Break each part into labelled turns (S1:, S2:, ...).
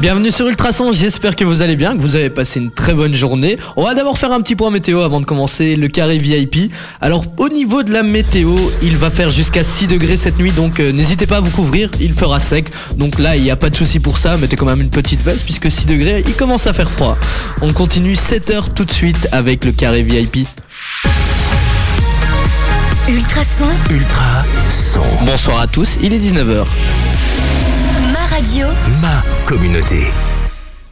S1: Bienvenue sur Ultrason, j'espère que vous allez bien, que vous avez passé une très bonne journée. On va d'abord faire un petit point météo avant de commencer le carré VIP. Alors au niveau de la météo, il va faire jusqu'à 6 degrés cette nuit, donc euh, n'hésitez pas à vous couvrir, il fera sec. Donc là, il n'y a pas de souci pour ça, mettez quand même une petite veste puisque 6 degrés, il commence à faire froid. On continue 7 heures tout de suite avec le carré VIP.
S2: Ultrason,
S3: Ultra son.
S1: Bonsoir à tous, il est 19h.
S2: ma radio,
S3: Ma communauté.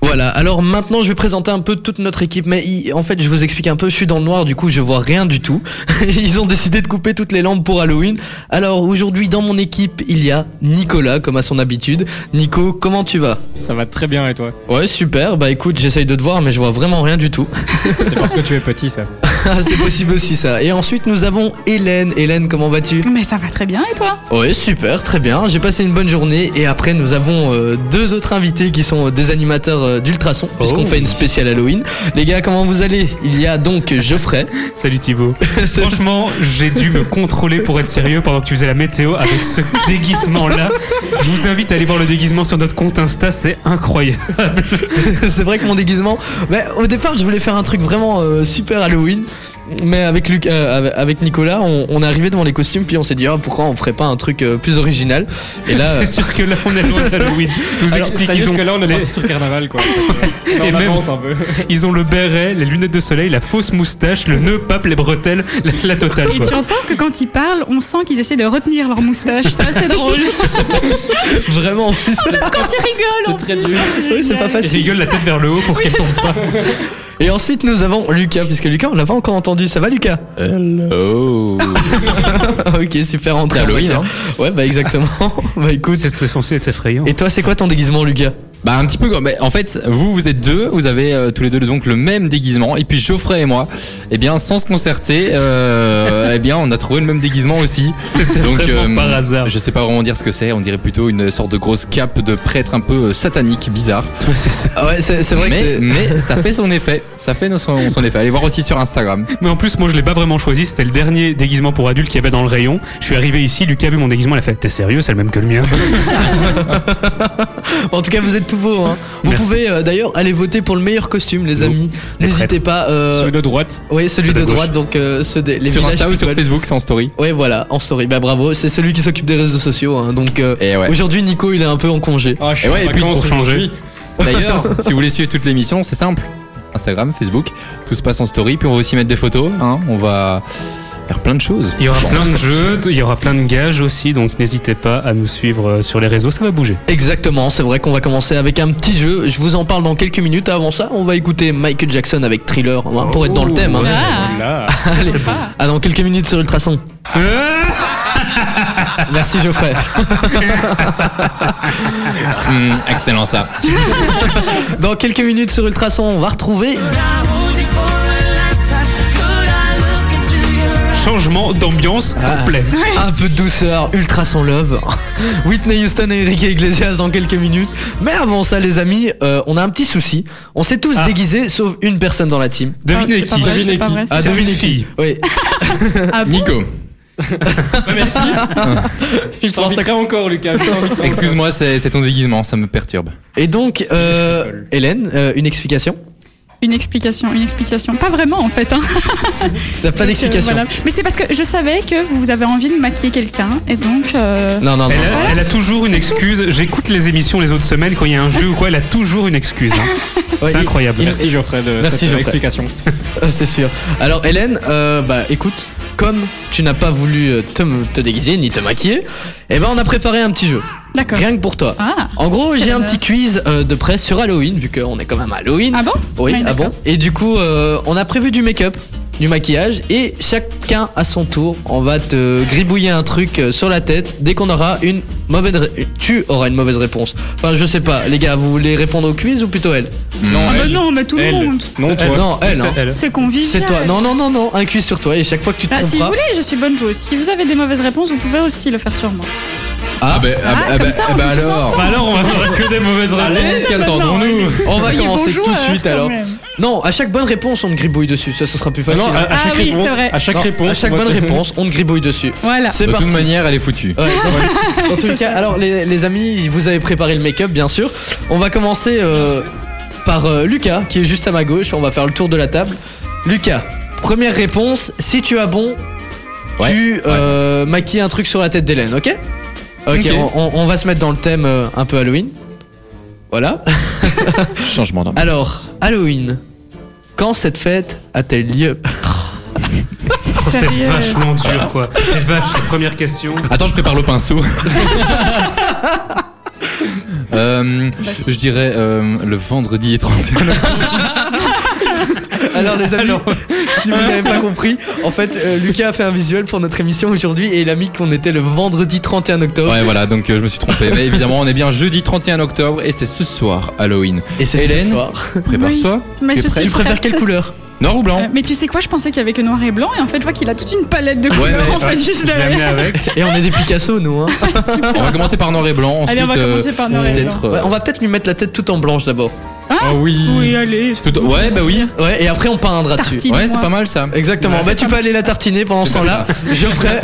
S1: Voilà, alors maintenant je vais présenter un peu toute notre équipe, mais il- en fait je vous explique un peu, je suis dans le noir du coup je vois rien du tout. Ils ont décidé de couper toutes les lampes pour Halloween. Alors aujourd'hui dans mon équipe il y a Nicolas comme à son habitude. Nico, comment tu vas
S4: Ça va très bien et toi
S1: Ouais super, bah écoute j'essaye de te voir mais je vois vraiment rien du tout.
S4: C'est parce que tu es petit ça.
S1: Ah, C'est possible aussi ça. Et ensuite nous avons Hélène. Hélène comment vas-tu
S5: Mais ça va très bien et toi
S1: Ouais super, très bien, j'ai passé une bonne journée et après nous avons euh, deux autres invités qui sont euh, des animateurs euh, d'Ultrason puisqu'on
S4: Oh.
S1: fait une spéciale Halloween. Les gars comment vous allez Il y a donc Geoffrey.
S6: Salut Thibaut. Franchement, j'ai dû me contrôler pour être sérieux pendant que tu faisais la météo avec ce déguisement-là. Je vous invite à aller voir le déguisement sur notre compte Insta, c'est incroyable.
S1: c'est vrai que mon déguisement. Mais au départ, je voulais faire un truc vraiment euh, super Halloween. Mais avec, Luc, euh, avec- avec Nicolas, on, on est arrivé devant les costumes, puis on s'est dit Ah, pourquoi on ferait pas un truc euh, plus original Et là, euh,
S6: C'est sûr que là, on est loin d'Halloween. Je vous
S4: Ah Alors,
S6: explique,
S4: c'est-à-dire
S6: ils ont,
S4: que là on est
S6: les-
S4: parti sur carnaval quoi. Donc, euh,
S6: Et
S4: on
S6: même-
S4: avance un peu.
S6: ils ont le béret, les lunettes de soleil, la fausse moustache, le nœud pape, les bretelles, la, la totale.
S5: Et
S6: quoi.
S5: tu entends que quand ils parlent, on sent qu'ils essaient de retenir leur moustache. C'est assez drôle.
S1: vraiment, en plus.
S5: quand ils rigolent,
S4: C'est
S5: en
S4: très
S5: plus,
S4: dur.
S5: génial.
S1: Oui, c'est pas
S6: Ils
S1: facile.
S6: rigolent la tête vers le haut pour qu'elle tombe pas.
S1: Et ensuite, nous avons Lucas, puisque Lucas, on l'a pas encore entendu. Ça va, Lucas
S7: Oh
S1: Ok, super entrée.
S7: C'est
S1: en
S7: Halloween, hein.
S1: matière. Ouais, bah exactement. bah écoute.
S6: C'est c'est censé être effrayant.
S1: Et toi, c'est quoi ton déguisement, Lucas
S7: Bah un petit peu comme... mais En fait, vous, vous êtes deux, vous avez euh, tous les deux donc le même déguisement, et puis Geoffrey et moi, eh bien sans se concerter, euh, eh bien on a trouvé le même déguisement aussi. Donc euh,
S6: vraiment par hasard.
S7: Je sais pas vraiment dire ce que c'est, on dirait plutôt une sorte de grosse cape de prêtre un peu euh, satanique, bizarre.
S1: Ah Ouais, c'est c'est vrai que
S7: mais,
S1: c'est.
S7: mais ça fait son effet, ça fait son, son effet. Allez voir aussi sur Instagram.
S6: Mais en plus, moi, je l'ai pas vraiment choisi. C'était le dernier déguisement pour adulte qu'il y avait dans le rayon. Je suis arrivé ici, Lucas a vu mon déguisement, il a fait T'es sérieux, c'est le même que le mien
S1: En tout cas, vous êtes tout beau. Hein. Vous
S6: Merci.
S1: pouvez euh, d'ailleurs aller voter pour le meilleur costume, les
S6: Nous,
S1: amis.
S6: les
S1: N'hésitez pas. euh,
S4: Ceux de droite.
S1: Oui, celui
S6: Ceux de
S1: de
S6: gauche.
S1: droite, donc euh, ceux des les
S7: sur
S1: villages
S7: Insta ou sur
S1: people.
S7: Facebook, sans story.
S1: Ouais, voilà, en story. Bah bravo, c'est celui qui s'occupe des réseaux sociaux. hein, donc euh,
S7: Et ouais.
S1: aujourd'hui, Nico, il est un peu en congé.
S4: Ah, je suis
S7: Et ouais,
S4: en
S7: et puis
S4: vacances
S6: pour changer.
S4: aujourd'hui.
S7: D'ailleurs, si vous voulez suivre toute l'émission, c'est simple. Instagram, Facebook, tout se passe en story, puis on va aussi mettre des photos, hein, on va faire plein de choses.
S6: Il y aura
S7: je pense.
S6: plein de jeux, il y aura plein de gages aussi, donc n'hésitez pas à nous suivre euh, sur les réseaux, ça va bouger.
S1: Exactement, c'est vrai qu'on va commencer avec un petit jeu. Je vous en parle dans quelques minutes. Avant ça, on va écouter Michael Jackson avec Thriller hein, pour être dans le thème. hein.
S6: Oh.
S5: Ah.
S6: Voilà.
S1: Allez. Ah, dans quelques minutes sur Ultrason.
S6: Euh,
S1: Merci Geoffrey.
S7: Hum, excellent ça.
S1: Dans quelques minutes sur Ultrason, on va retrouver
S6: Changement d'ambiance complet.
S1: Un peu de douceur, ultra son love. Whitney Houston et Enrique Iglesias dans quelques minutes. Mais avant ça, les amis, euh, on a un petit souci. On s'est tous
S6: Ah.
S1: déguisés, sauf une personne dans la team.
S6: Devinez
S5: C'est pas
S6: qui
S5: vrai,
S6: Devinez
S5: c'est pas
S6: qui
S5: vrai, c'est
S1: Ah,
S6: C'est
S1: devinez
S6: une
S1: qui.
S6: fille.
S1: Oui,
S5: Ah bon
S7: Nico,
S4: Merci.
S1: je
S4: Je
S1: pense à-
S4: t'inviterai encore Lucas. je t'inviterai encore.
S7: excuse-moi, c'est c'est ton déguisement, ça me perturbe.
S1: Et donc, euh,
S4: Nicole.
S1: Hélène, euh, une explication
S5: Une explication, une explication. Pas vraiment en fait. Hein.
S1: T'as pas
S5: Donc, euh,
S1: d'explication
S5: voilà. Mais c'est parce que je savais que vous avez envie de maquiller quelqu'un et donc. euh,
S1: Non, non, non.
S6: Elle a, elle a toujours une excuse. J'écoute les émissions les autres semaines quand il y a un jeu ou quoi, elle a toujours une excuse. hein.
S1: Ouais,
S6: C'est
S1: il-
S6: incroyable.
S4: Merci Geoffrey de
S1: Merci,
S4: cette
S1: Geoffrey.
S4: explication.
S1: Euh, C'est sûr. Alors, Hélène, euh, bah écoute, comme tu n'as pas voulu euh, te, te déguiser ni te maquiller, eh ben on a préparé un petit jeu.
S5: D'accord.
S1: Rien que pour toi.
S5: Ah.
S1: En gros, j'ai un
S5: Quel
S1: petit quiz euh, de presse sur Halloween, vu qu'on est quand même à Halloween.
S5: Ah bon
S1: Oui,
S5: Ouais,
S1: ah bon
S5: d'accord.
S1: Et du coup, euh, on a prévu du make-up, du maquillage, et chacun à son tour, on va te gribouiller un truc euh, sur la tête dès qu'on aura une mauvaise... ré- Tu auras une mauvaise réponse. Enfin, je sais pas, les gars, vous voulez répondre au quiz ou plutôt elle
S4: Non,
S7: Hmm.
S5: Ah bah
S4: elle.
S5: non, mais tout
S4: Elle.
S5: le monde.
S4: Euh, Non, toi.
S6: Elle,
S1: Non, elle,
S6: C'est
S1: hein.
S5: C'est convivial.
S1: C'est toi. Non, non, non, non, un quiz sur toi, et chaque fois que tu te
S5: Bah, si vous
S1: tromperas...
S5: voulez, je suis bonne joueuse. Si vous avez des mauvaises réponses, vous pouvez aussi le faire sur moi.
S1: Ah,
S7: bah,
S5: Ah, comme ça, on joue tous ensemble. hein.
S6: Bah alors, on va faire que des mauvaises réponses.
S7: Allez, qu'attendons-nous
S1: on va
S5: Soyez
S1: commencer
S5: bons
S1: tout de
S5: joueurs,
S1: suite
S5: hein, euh, quand
S1: alors.
S5: même.
S1: Non, à chaque bonne réponse, on te gribouille dessus. Ça, ce sera plus facile. hein.
S4: Non, à, à
S5: Ah
S4: chaque
S5: oui,
S4: réponse,
S5: c'est vrai.
S4: à chaque
S1: Non,
S4: réponse,
S1: à chaque
S4: moi,
S1: bonne
S4: t'as-
S1: réponse, on te gribouille dessus.
S5: Voilà.
S1: C'est
S7: De
S1: parti.
S7: toute manière, elle est foutue.
S1: Ouais, dans- dans tous les
S5: Ça,
S1: cas,
S5: c'est-
S1: alors les, les amis, vous avez préparé le make-up bien sûr. On va commencer euh, par euh, Lucas qui est juste à ma gauche. On va faire le tour de la table. Lucas, première réponse. Si tu as bon,
S7: Ouais,
S1: tu euh, maquilles un truc sur la tête d'Hélène, ok Ok,
S4: Ok.
S1: On, on- on va se mettre dans le thème euh, un peu Halloween. Voilà.
S7: Changement d'ambiance.
S1: Alors, Halloween. Quand cette fête a-t-elle lieu
S6: C'est
S5: Sérieux.
S6: vachement dur, quoi. C'est vache, première question.
S7: Attends, je prépare le pinceau. Euh, je dirais euh, le vendredi 31.
S1: Alors les amis, si vous n'avez pas compris, en fait euh, Lucas a fait un visuel pour notre émission aujourd'hui et il a mis qu'on était le vendredi 31 octobre.
S7: Ouais, voilà, donc euh, je me suis trompé. Mais évidemment, on est bien jeudi 31 octobre et c'est ce soir Halloween.
S1: Et c'est
S7: Hélène
S1: ce soir.
S7: Prépare-toi.
S5: Mais
S7: Tu
S5: je
S7: es prête
S5: suis
S1: Tu préfères
S5: prête.
S1: quelle couleur
S7: Noir ou blanc
S5: Euh, Mais tu sais quoi, je pensais qu'il y avait que noir et blanc, et en fait, je vois qu'il a toute une palette de couleurs
S7: mais-
S5: en fait, juste
S6: Je l'ai amené
S5: derrière.
S6: avec.
S1: Et on est des Picasso nous hein.
S7: On va commencer par noir et blanc. Ensuite,
S5: Allez, on va
S7: euh,
S5: commencer par noir et blanc.
S7: peut-être. euh,
S1: Ouais, on va peut-être lui mettre la tête tout en blanche d'abord.
S7: Ah oui.
S5: Oui, allez.
S7: Tout- Ouais, bah oui.
S1: Ouais, et après on peindra dessus.
S5: Tartine.
S7: Ouais, c'est
S5: Dis-moi.
S7: pas mal ça.
S1: Exactement.
S5: Ouais.
S1: bah tu peux aller la tartiner pendant ce
S7: C'est pas
S1: temps-là. Je ferai.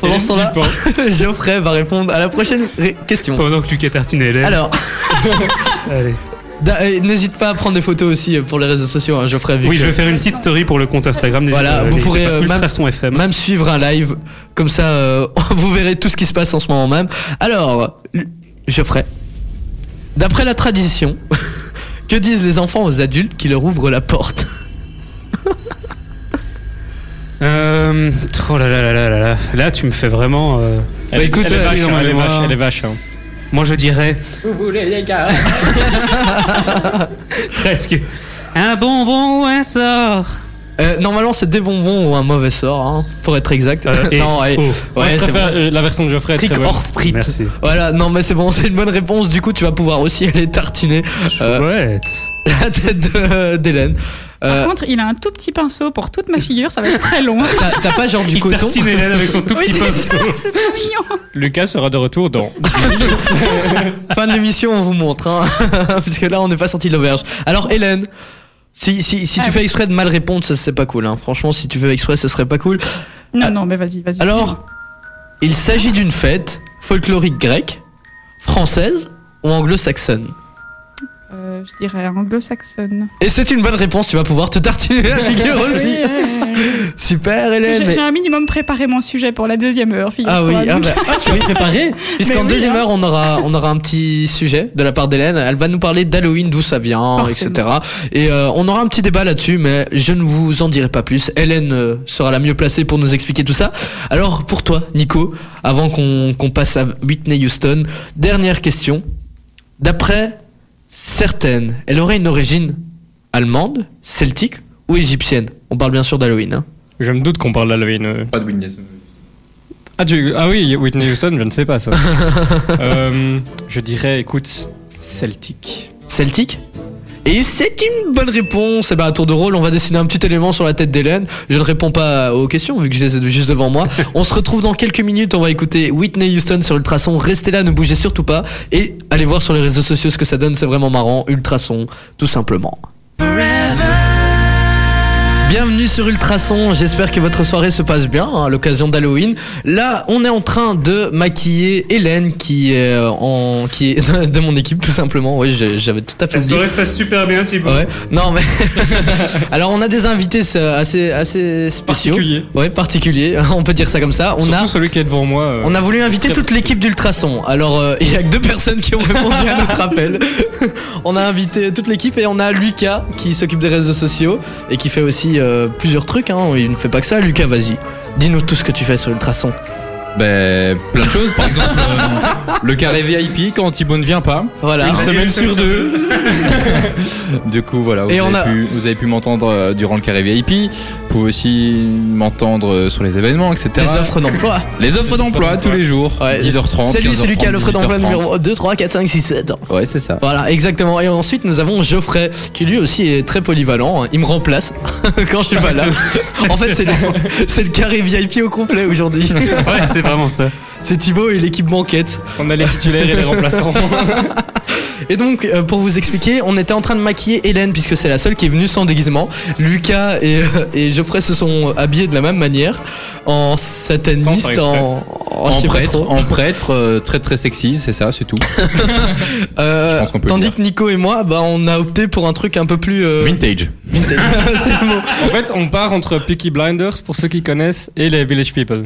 S1: pendant ce temps-là, Geoffrey va répondre à la prochaine ré- question.
S6: Pendant que Lucas tartine Hélène.
S1: Alors,
S6: Allez.
S1: da- euh, n'hésite pas à prendre des photos aussi euh, pour les réseaux sociaux, hein, Geoffrey. vu
S6: Oui,
S1: que-
S6: je
S4: euh,
S6: vais faire une petite story pour le compte Instagram. n'hésitez
S1: Voilà,
S6: pas,
S1: vous
S6: n'hésitez
S1: pourrez,
S6: pas.
S1: euh,
S6: Ultrason FM.
S1: même suivre un live. Comme ça, euh, vous verrez tout ce qui se passe en ce moment même. Alors, L- Geoffrey, d'après la tradition, que disent les enfants aux adultes qui leur ouvrent la porte
S6: Euh, oh là là là là là là. Là, tu me fais vraiment. euh,
S4: Elle,
S1: Bah,
S4: est-
S1: écoute,
S4: elle est
S1: euh,
S4: vache,
S6: oui,
S4: hein,
S6: dans ma
S4: elle est
S6: mémoire.
S4: vache, elle est vache. hein.
S6: Moi, je dirais presque. Un bonbon ou un sort.
S1: Euh, Normalement, c'est des bonbons ou un mauvais sort, hein, pour être exact.
S6: Euh, et-
S1: non, ouais,
S6: oh.
S4: Moi,
S1: ouais,
S4: je
S1: c'est
S4: préfère
S1: bon.
S4: euh, la version de Geoffrey. elle est
S1: Trick
S4: très bonne.
S1: or treat.
S6: Merci.
S1: Voilà, non, mais c'est bon, c'est une bonne réponse. Du coup, tu vas pouvoir aussi aller tartiner euh,
S6: Chouette.
S1: la tête de- d'Hélène. Euh,
S5: Par contre, il a un tout petit pinceau pour toute ma figure, ça va être très long.
S1: t'as- T'as pas genre du
S6: Il
S1: coton
S6: tartine Hélène avec son tout
S5: Oui,
S6: petit
S5: c'est ça,
S6: pinceau.
S5: c'est trop mignon.
S4: Lucas sera de retour dans.
S1: Fin de l'émission, on vous montre, hein, parce que là, on n'est pas sorti de l'auberge. Alors, Hélène, si, si, si
S5: Ah
S1: tu
S5: oui.
S1: fais exprès de mal répondre, ça c'est pas cool. Hein. Franchement, si tu fais exprès, ça serait pas cool. Ah.
S5: Non, non, mais vas-y, vas-y.
S1: Alors, il s'agit d'une fête folklorique grecque, française ou anglo-saxonne.
S5: dis-moi. Euh, je dirais anglo-saxonne.
S1: Et c'est une bonne réponse, tu vas pouvoir te tartiner la figure
S6: Ah
S1: aussi.
S5: Oui, euh,
S1: Super, Hélène.
S5: J'ai
S1: mais-
S5: j'ai un minimum préparé mon sujet pour la deuxième heure,
S1: Ah
S5: figure-toi.
S1: oui, ah
S5: donc.
S1: bah, ah, tu vas y préparer. Puisqu'en
S5: Mais oui,
S1: deuxième
S5: hein.
S1: heure, on aura, on aura un petit sujet de la part d'Hélène. Elle va nous parler d'Halloween, d'où ça vient,
S5: Forcément.
S1: etc. Et euh, on aura un petit débat là-dessus, mais je ne vous en dirai pas plus. Hélène euh, sera la mieux placée pour nous expliquer tout ça. Alors, pour toi, Nico, avant qu'on qu'on passe à Whitney Houston, dernière question. D'après certaines, elle aurait une origine allemande, celtique ou égyptienne On parle bien sûr d'Halloween. hein.
S4: Je me doute qu'on parle d'Halloween. euh.
S7: Pas de Windows.
S4: Ah, tu- ah oui, Whitney Houston, je ne sais pas ça. Euh, je dirais, écoute, Celtic.
S1: Celtic et c'est une bonne réponse. Et ben à tour de rôle, on va dessiner un petit élément sur la tête d'Hélène. Je ne réponds pas aux questions vu que je les ai juste devant moi. On se retrouve dans quelques minutes. On va écouter Whitney Houston sur Ultrason. Restez là, ne bougez surtout pas. Et allez voir sur les réseaux sociaux ce que ça donne. C'est vraiment marrant. Ultrason, tout simplement. Bienvenue sur Ultrason, j'espère que votre soirée se passe bien hein, à l'occasion d'Halloween. Là, on est en train de maquiller Hélène qui est, euh, en, qui est de mon équipe tout simplement. Oui, j'ai- j'avais tout à fait
S6: La
S1: oublié.
S6: soirée se passe super bien, Thibaut.
S1: Ouais. Non mais alors on a des invités euh, assez assez spéciaux.
S4: Particulier.
S1: Ouais, particuliers. On peut dire ça comme ça. On
S4: Surtout
S1: a
S4: celui qui est devant moi. euh.
S1: on a voulu inviter
S4: Très
S1: toute
S4: particulier.
S1: l'équipe d'Ultrason. Alors euh, il y a que deux personnes qui ont répondu à notre appel. on a invité toute l'équipe et on a Lucas qui s'occupe des réseaux sociaux et qui fait aussi euh, plusieurs trucs. Hein. Il ne fait pas que ça. Lucas, vas-y. Dis-nous tout ce que tu fais sur Ultrason.
S7: Ben, plein de choses. Par exemple, euh, le carré VIP quand Thibaut ne vient pas.
S1: Voilà.
S6: Une semaine sur deux.
S7: Du coup, voilà, vous,
S1: Et on
S7: avez,
S1: a-
S7: pu, vous avez pu m'entendre euh, durant le carré VIP. Vous pouvez aussi m'entendre euh, sur les événements, etc.
S1: Les offres d'emploi.
S7: Les offres d'emploi tous les jours,
S1: Ouais.
S7: 10h30.
S1: Salut, c'est
S7: 15h30,
S1: Lucas, l'offre d'emploi
S7: 18h30.
S1: numéro 2, 3, 4, 5, 6, 7.
S7: Ouais, c'est ça.
S1: Voilà, exactement. Et ensuite, nous avons Geoffrey, qui lui aussi est très polyvalent. hein. Il me remplace quand je suis pas là. En fait, c'est le, c'est le carré VIP au complet aujourd'hui.
S6: Ouais, c'est vraiment ça.
S1: C'est Thibaut et l'équipe banquette.
S4: On a les titulaires et les remplaçants.
S1: Et donc, euh, pour vous expliquer, on était en train de maquiller Hélène, puisque c'est la seule qui est venue sans déguisement. Lucas et, euh, et Geoffrey se sont habillés de la même manière, en
S4: Sans
S1: sataniste,
S4: faire
S1: en, en- Oh, je
S7: en
S1: sais pas
S7: prêtre,
S1: trop.
S7: en prêtre, euh, très très sexy, c'est ça, c'est tout.
S1: Euh,
S7: je pense qu'on peut le
S1: tandis
S7: dire.
S1: que Nico et moi, bah, on a opté pour un truc un peu plus euh,
S7: Vintage.
S1: vintage. C'est le mot.
S4: En fait, on part entre Peaky Blinders, pour ceux qui connaissent, et les Village People.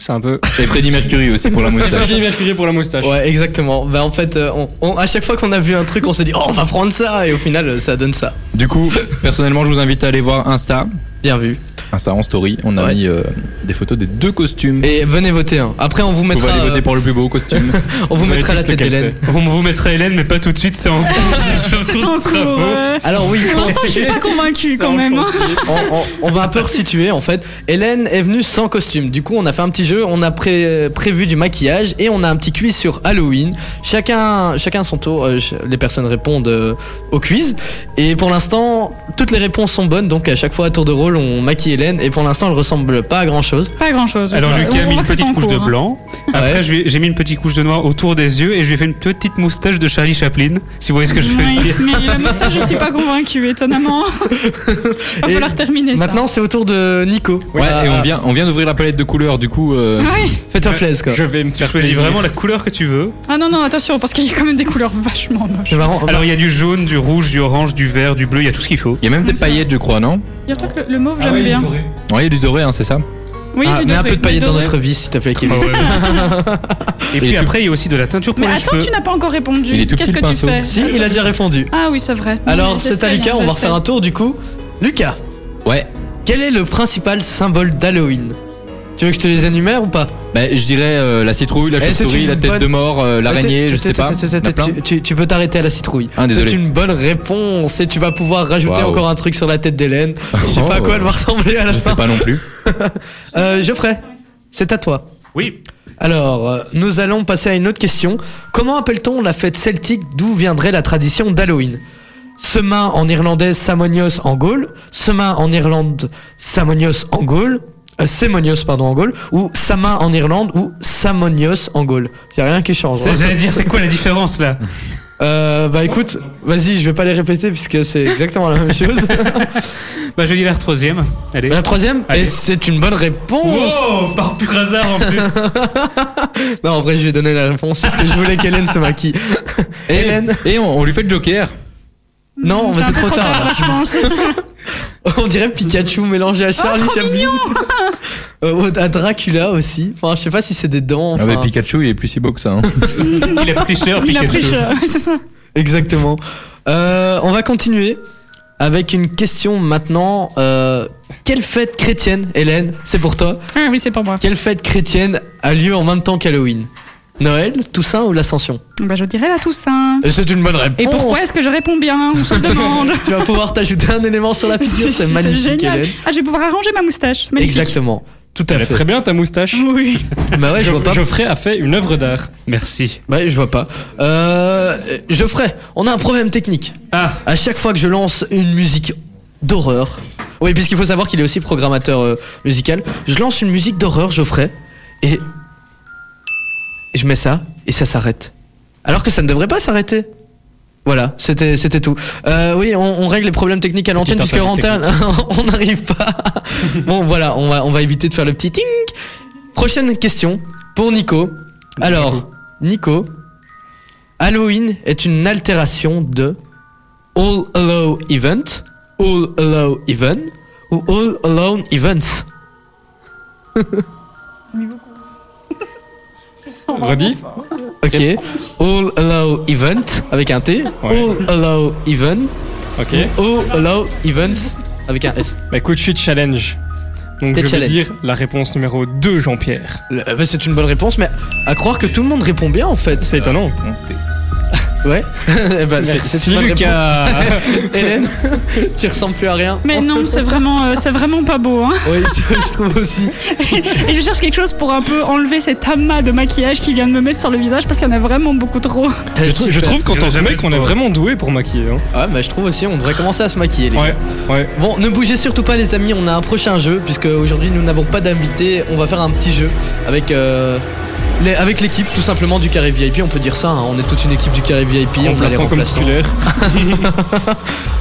S4: C'est un peu.
S7: Et Freddie Mercury aussi pour la moustache.
S4: J'ai Mercury pour la moustache.
S1: Ouais, exactement. Bah, en fait, euh, on, on- à chaque fois qu'on a vu un truc, on s'est dit, oh, on va prendre ça, et au final, euh, ça donne ça.
S7: Du coup, personnellement, je vous invite à aller voir Insta.
S1: Bien vu.
S7: Insta en story, on a
S1: Ouais.
S7: mis euh, des photos des deux costumes.
S1: Et venez voter. hein. Après, on vous
S7: vous pouvez
S1: mettra,
S7: aller voter
S1: euh,
S7: pour le plus beau costume.
S1: on vous
S4: Vous
S1: mettra la tête
S4: savez tous lequel
S1: d'Hélène.
S6: On vous mettra Hélène, mais pas tout de suite, c'est en
S5: C'est en cours. euh,
S6: Ah,
S1: Alors oui,
S5: Pour l'instant, je suis pas convaincue
S4: C'est
S5: quand
S4: en
S5: même. hein.
S4: chantier.
S1: on, on- on va un peu resituer en fait. Hélène est venue sans costume. Du coup, on a fait un petit jeu, on a pré- prévu du maquillage et on a un petit quiz sur Halloween. Chacun, chacun son tour. euh, ch- les personnes répondent euh, au quiz. Et pour l'instant, toutes les réponses sont bonnes. Donc à chaque fois à tour de rôle, on maquille Hélène. Et pour l'instant, elle ressemble pas à grand chose.
S5: hein. Pas grand chose.
S6: Alors j'ai quand même mis une petite couche de
S5: hein.
S6: blanc. Après
S1: Ouais.
S6: je lui ai- j'ai mis une petite couche de noir autour des yeux et je lui ai fait une petite moustache de Charlie Chaplin, si vous voyez ce que je veux
S5: Oui,
S6: dire.
S5: mais la moustache, je suis pas convaincue, étonnamment. Il va
S1: Et
S5: falloir terminer ça.
S1: Maintenant, c'est au tour de Nico.
S7: Ouais,
S1: Ah,
S7: et on
S1: ah,
S7: vient, on vient d'ouvrir la palette de couleurs, du coup. euh,
S5: Ouais.
S1: Fais-toi flaise quoi.
S4: Je vais me
S6: Tu
S4: faire
S6: choisis
S4: plaisir.
S6: vraiment la couleur que tu veux.
S5: Ah non, non, attention, parce qu'il y a quand même des couleurs vachement moches.
S1: C'est marrant.
S6: Alors il y a du jaune, du rouge, du orange, du vert, du bleu, il y a tout ce qu'il faut.
S7: Il y a même des
S5: ça.
S7: paillettes, je crois, non
S5: Figure-toi que le, le mauve, j'aime bien.
S7: Ouais, il y a du doré, hein, c'est ça
S5: Oui,
S1: Ah,
S5: tu
S1: mets un
S5: devrais,
S1: peu de paillettes
S5: tu
S1: dans
S5: devrais.
S1: notre vie, s'il te plaît,
S7: Ah
S1: Kevin.
S6: Et
S7: est
S6: puis
S7: tout-
S6: après il y a aussi de la teinture pour
S5: Ah Mais
S6: les
S5: attends,
S6: cheveux.
S5: tu n'as pas encore répondu.
S7: Il est tout
S5: Qu'est-ce que
S7: petit, le
S5: tu
S7: pinceau.
S5: fais
S1: Si, il a déjà répondu.
S5: Ah oui, c'est vrai. Non, mais
S1: Alors, c'est à
S5: j'essaye,
S1: Lucas,
S5: hein,
S1: on va refaire
S5: j'essaye.
S1: un tour du coup. Lucas,
S7: Ouais.
S1: quel est le principal symbole d'Halloween Tu veux que je te les énumère ou pas
S7: Bah, je dirais euh, la citrouille, la
S1: Eh, c'est
S7: chauve-souris,
S1: une
S7: la tête
S1: bonne-
S7: de mort, euh, l'araignée,
S1: Tu-
S7: je
S1: tu-
S7: sais
S1: tu-
S7: pas.
S1: tu- tu-
S7: Il y en a
S1: tu-
S7: plein.
S1: tu- Tu peux t'arrêter à la citrouille.
S7: Ah, désolé.
S1: C'est une bonne réponse et tu vas pouvoir rajouter
S7: Waouh. Oh.
S1: encore un truc sur la tête d'Hélène. Je sais pas à quoi elle va ressembler à la
S7: Je sais
S1: fin.
S7: pas non plus.
S1: Euh, Geoffrey, c'est à toi.
S6: Oui.
S1: Alors, euh, nous allons passer à une autre question. Comment appelle-t-on la fête celtique D'où viendrait la tradition d'Halloween Semain en irlandais, Samonios en Gaule. Semain en Irlande, Samonios en Gaule. Euh, Semonios, pardon, en Gaule. Ou Samin en Irlande ou Samonios en Gaule. Y a rien qui change. hein.
S6: C'est- J'allais dire c'est quoi la différence là
S1: Euh, bah écoute, vas-y, je vais pas les répéter puisque c'est exactement la même chose.
S6: Bah je vais dire la troisième. Allez.
S1: La troisième,
S6: Allez.
S1: et c'est une bonne réponse.
S6: Wow, par pur hasard en plus.
S1: Non, en vrai, je vais donner la réponse parce que je voulais qu'Hélène se maquille. Hélène
S7: Et on, on lui fait le joker.
S1: Non, mais
S5: un
S1: Mmh, c'est
S5: peu
S1: trop tard. hein. là.
S5: je pense.
S1: On dirait Pikachu mélangé à Charlie
S5: Oh, trop
S1: Chaplin. Euh, à Dracula aussi. Enfin, je sais pas si c'est des dents.
S7: Ah, bah,
S1: enfin.
S7: Pikachu, il est plus si beau que ça. hein.
S6: Il a pris cher,
S5: Il a
S6: Pikachu.
S5: pris cher. c'est ça.
S1: Exactement. Euh, on va continuer avec une question maintenant. Euh, quelle fête chrétienne, Hélène, c'est pour toi
S5: Ah oui, c'est pour moi.
S1: Quelle fête chrétienne a lieu en même temps qu'Halloween Noël, Toussaint ou l'Ascension
S5: Bah, je dirais la Toussaint.
S1: Et C'est une bonne réponse.
S5: Et pourquoi est-ce que je réponds bien On se le demande.
S1: Tu vas pouvoir t'ajouter un élément sur la figure, c'est magnifique,
S5: génial.
S1: Hélène.
S5: Ah, je vais pouvoir arranger ma moustache. Magnifique.
S1: Exactement. Tout à
S4: Elle est très
S1: fait.
S4: bien ta moustache.
S5: Oui.
S1: Bah ouais, je vois pas. Bah
S4: Geoffrey a fait une œuvre d'art.
S6: Merci.
S1: Ouais, je vois pas. Euh, Geoffrey, on a un problème technique.
S6: Ah,
S1: À chaque fois que je lance une musique d'horreur, oui, puisqu'il faut savoir qu'il est aussi programmateur euh, musical, je lance une musique d'horreur, Geoffrey, et je mets ça, et ça s'arrête. Alors que ça ne devrait pas s'arrêter. Voilà, c'était c'était tout. Euh, oui, on, on règle les problèmes techniques à l'antenne
S4: Petit
S1: puisque
S4: interlude
S1: l'antenne, on n'arrive pas. bon, voilà, on va on va éviter de faire le petit ting. Prochaine question pour Nico. Alors, Nico, Halloween est une altération de All Alone Event, All Alone Event ou All Alone Events.
S6: Oh,
S4: Redis.
S1: Ok. All Alone Event avec un T.
S4: Ouais.
S1: All Alone Event.
S4: Ok.
S1: All Alone Events avec un S.
S4: Bah écoute, je suis challenge. Donc
S1: T'es
S4: je vais
S1: challenge.
S4: dire la réponse numéro 2, Jean-Pierre.
S1: Le- bah, C'est une bonne réponse, mais à croire que tout le monde répond bien en fait.
S6: Euh,
S4: C'est étonnant.
S7: Bon, c'était-
S1: Ouais. Eh ben, c'est- c'est
S4: Merci
S1: une bonne
S4: Lucas.
S1: réponse. Hélène, tu ressembles plus à rien.
S5: Mais non, c'est vraiment, euh, c'est vraiment pas beau. Hein.
S1: Oui, je, je trouve aussi.
S5: Et je cherche quelque chose pour un peu enlever cet amas de maquillage qui vient de me mettre sur le visage parce qu'il y en a vraiment beaucoup trop.
S4: je, trou- je trouve qu'en
S6: Il y en a
S4: tant que
S6: jamais
S4: mec,
S6: trop.
S4: on est vraiment doué pour maquiller. hein.
S1: Ouais, Ah, mais je trouve aussi, on devrait commencer à se maquiller. Les gars.
S4: Ouais, ouais.
S1: Bon, ne bougez surtout pas, les amis. On a un prochain jeu puisque aujourd'hui nous n'avons pas d'invité. On va faire un petit jeu avec. euh, les- avec l'équipe tout simplement du carré VIP, on peut dire ça, hein, on est toute une équipe du carré VIP, on va les
S4: Remplaçant comme
S1: remplaçants.
S4: titulaire.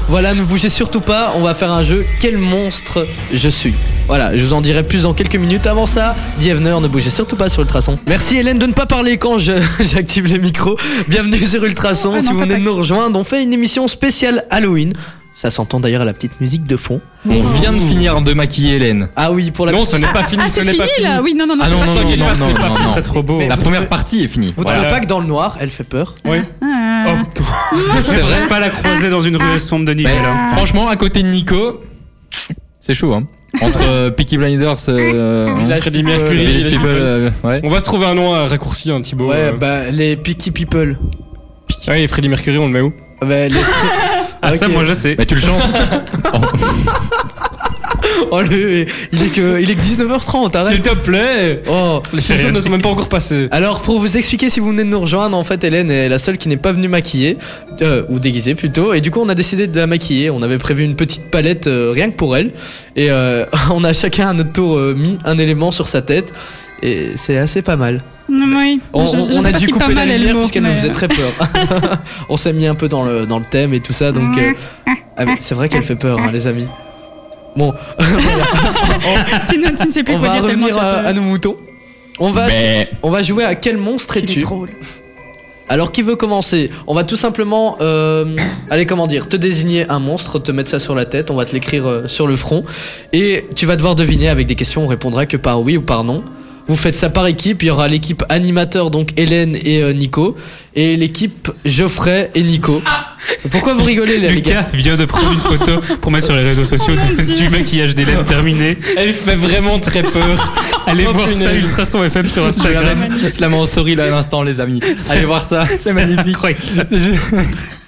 S1: Voilà, ne bougez surtout pas, on va faire un jeu Quel monstre je suis. Voilà, je vous en dirai plus dans quelques minutes. Avant ça, Dievner, ne bougez surtout pas sur Ultrason. Merci Hélène de ne pas parler quand je- j'active les micros. Bienvenue sur Ultrason,
S5: Ah non,
S1: si vous venez de
S5: t'attaques.
S1: nous rejoindre, on fait une émission spéciale Halloween. Ça s'entend d'ailleurs à la petite musique de fond.
S7: On vient de finir de maquiller Hélène.
S1: Ah oui, pour la
S4: Non,
S1: petite-
S4: ce n'est pas fini,
S5: Ah,
S4: ce
S5: c'est
S4: n'est
S5: fini
S4: pas fini.
S5: là Oui, non, non, non,
S7: Ah
S5: c'est
S7: non,
S5: pas
S7: non,
S5: ça.
S7: non,
S6: T'inquiète
S7: non,
S6: pas, ce
S7: non,
S6: n'est pas fini,
S7: non.
S6: ce serait trop beau.
S1: Mais-
S7: La première partie est finie.
S1: Vous trouvez pas que dans le noir, elle fait peur
S4: Ouais.
S5: Ah.
S6: Oh.
S7: C'est vrai.
S6: Pas la croiser dans une ruelle sombre de
S7: Mais
S6: Nivelles. hein.
S7: franchement, à côté de Nico, c'est chaud. Hein. Entre euh, Peaky Blinders, euh, hein,
S1: Village
S4: Freddie
S1: People.
S4: Mercury,
S7: Village
S4: Village
S7: People,
S4: People.
S7: euh, ouais.
S4: On va se trouver un nom à raccourci, un Thibaut.
S1: Ouais,
S4: euh.
S1: bah les Peaky People.
S4: Ouais, et Freddie Mercury, on le met où
S1: Bah, les...
S6: Ah, ça,
S1: Ok.
S6: moi, je sais.
S7: Bah tu le chantes.
S1: Oh, le- Il est que, il est que 19h30,
S4: S'il
S1: arrête.
S4: te plaît
S1: Oh.
S4: Les Simpsons ne sont même pas encore passés.
S1: Alors pour vous expliquer si vous venez de nous rejoindre, en fait Hélène est la seule qui n'est pas venue maquiller, euh, ou déguisée plutôt, et du coup on a décidé de la maquiller, on avait prévu une petite palette euh, rien que pour elle, et euh, on a chacun à notre tour euh, mis un élément sur sa tête, et c'est assez pas mal.
S5: Oui.
S1: On,
S5: Je-
S1: on-
S5: je
S1: on
S5: sais
S1: a
S5: pas
S1: dû
S5: si
S1: couper
S5: pas
S1: la
S5: mal,
S1: lumière
S5: Elmo,
S1: puisqu'elle nous
S5: mais- euh.
S1: faisait très peur. on s'est mis un peu dans le, dans le thème et tout ça, donc euh, ah, mais c'est vrai qu'elle fait peur hein, les amis. Bon,
S5: Tu ne tu ne sais plus
S1: on
S5: quoi
S1: va
S5: dire tellement
S1: revenir
S5: tu as
S1: à,
S5: peur.
S1: à nos moutons. On va,
S7: Mais
S1: on va jouer à quel monstre es-tu Alors qui veut commencer On va tout simplement, euh, allez comment dire, te désigner un monstre, te mettre ça sur la tête, on va te l'écrire euh, sur le front, et tu vas devoir deviner avec des questions. On répondra que par oui ou par non. Vous faites ça par équipe. Il y aura l'équipe animateur donc Hélène et euh, Nico, et l'équipe Geoffrey et Nico.
S5: Ah.
S1: Pourquoi vous rigolez les gars
S6: Lucas vient de prendre une photo pour mettre sur les réseaux sociaux
S5: Oh,
S6: du maquillage d'Hélène terminé.
S4: Elle fait vraiment très peur.
S6: Allez
S4: Oh,
S6: voir ça,
S4: punaise.
S6: Ultrason FM sur Instagram.
S7: je la mets en souris là à l'instant, les amis. Allez voir ça, c'est magnifique.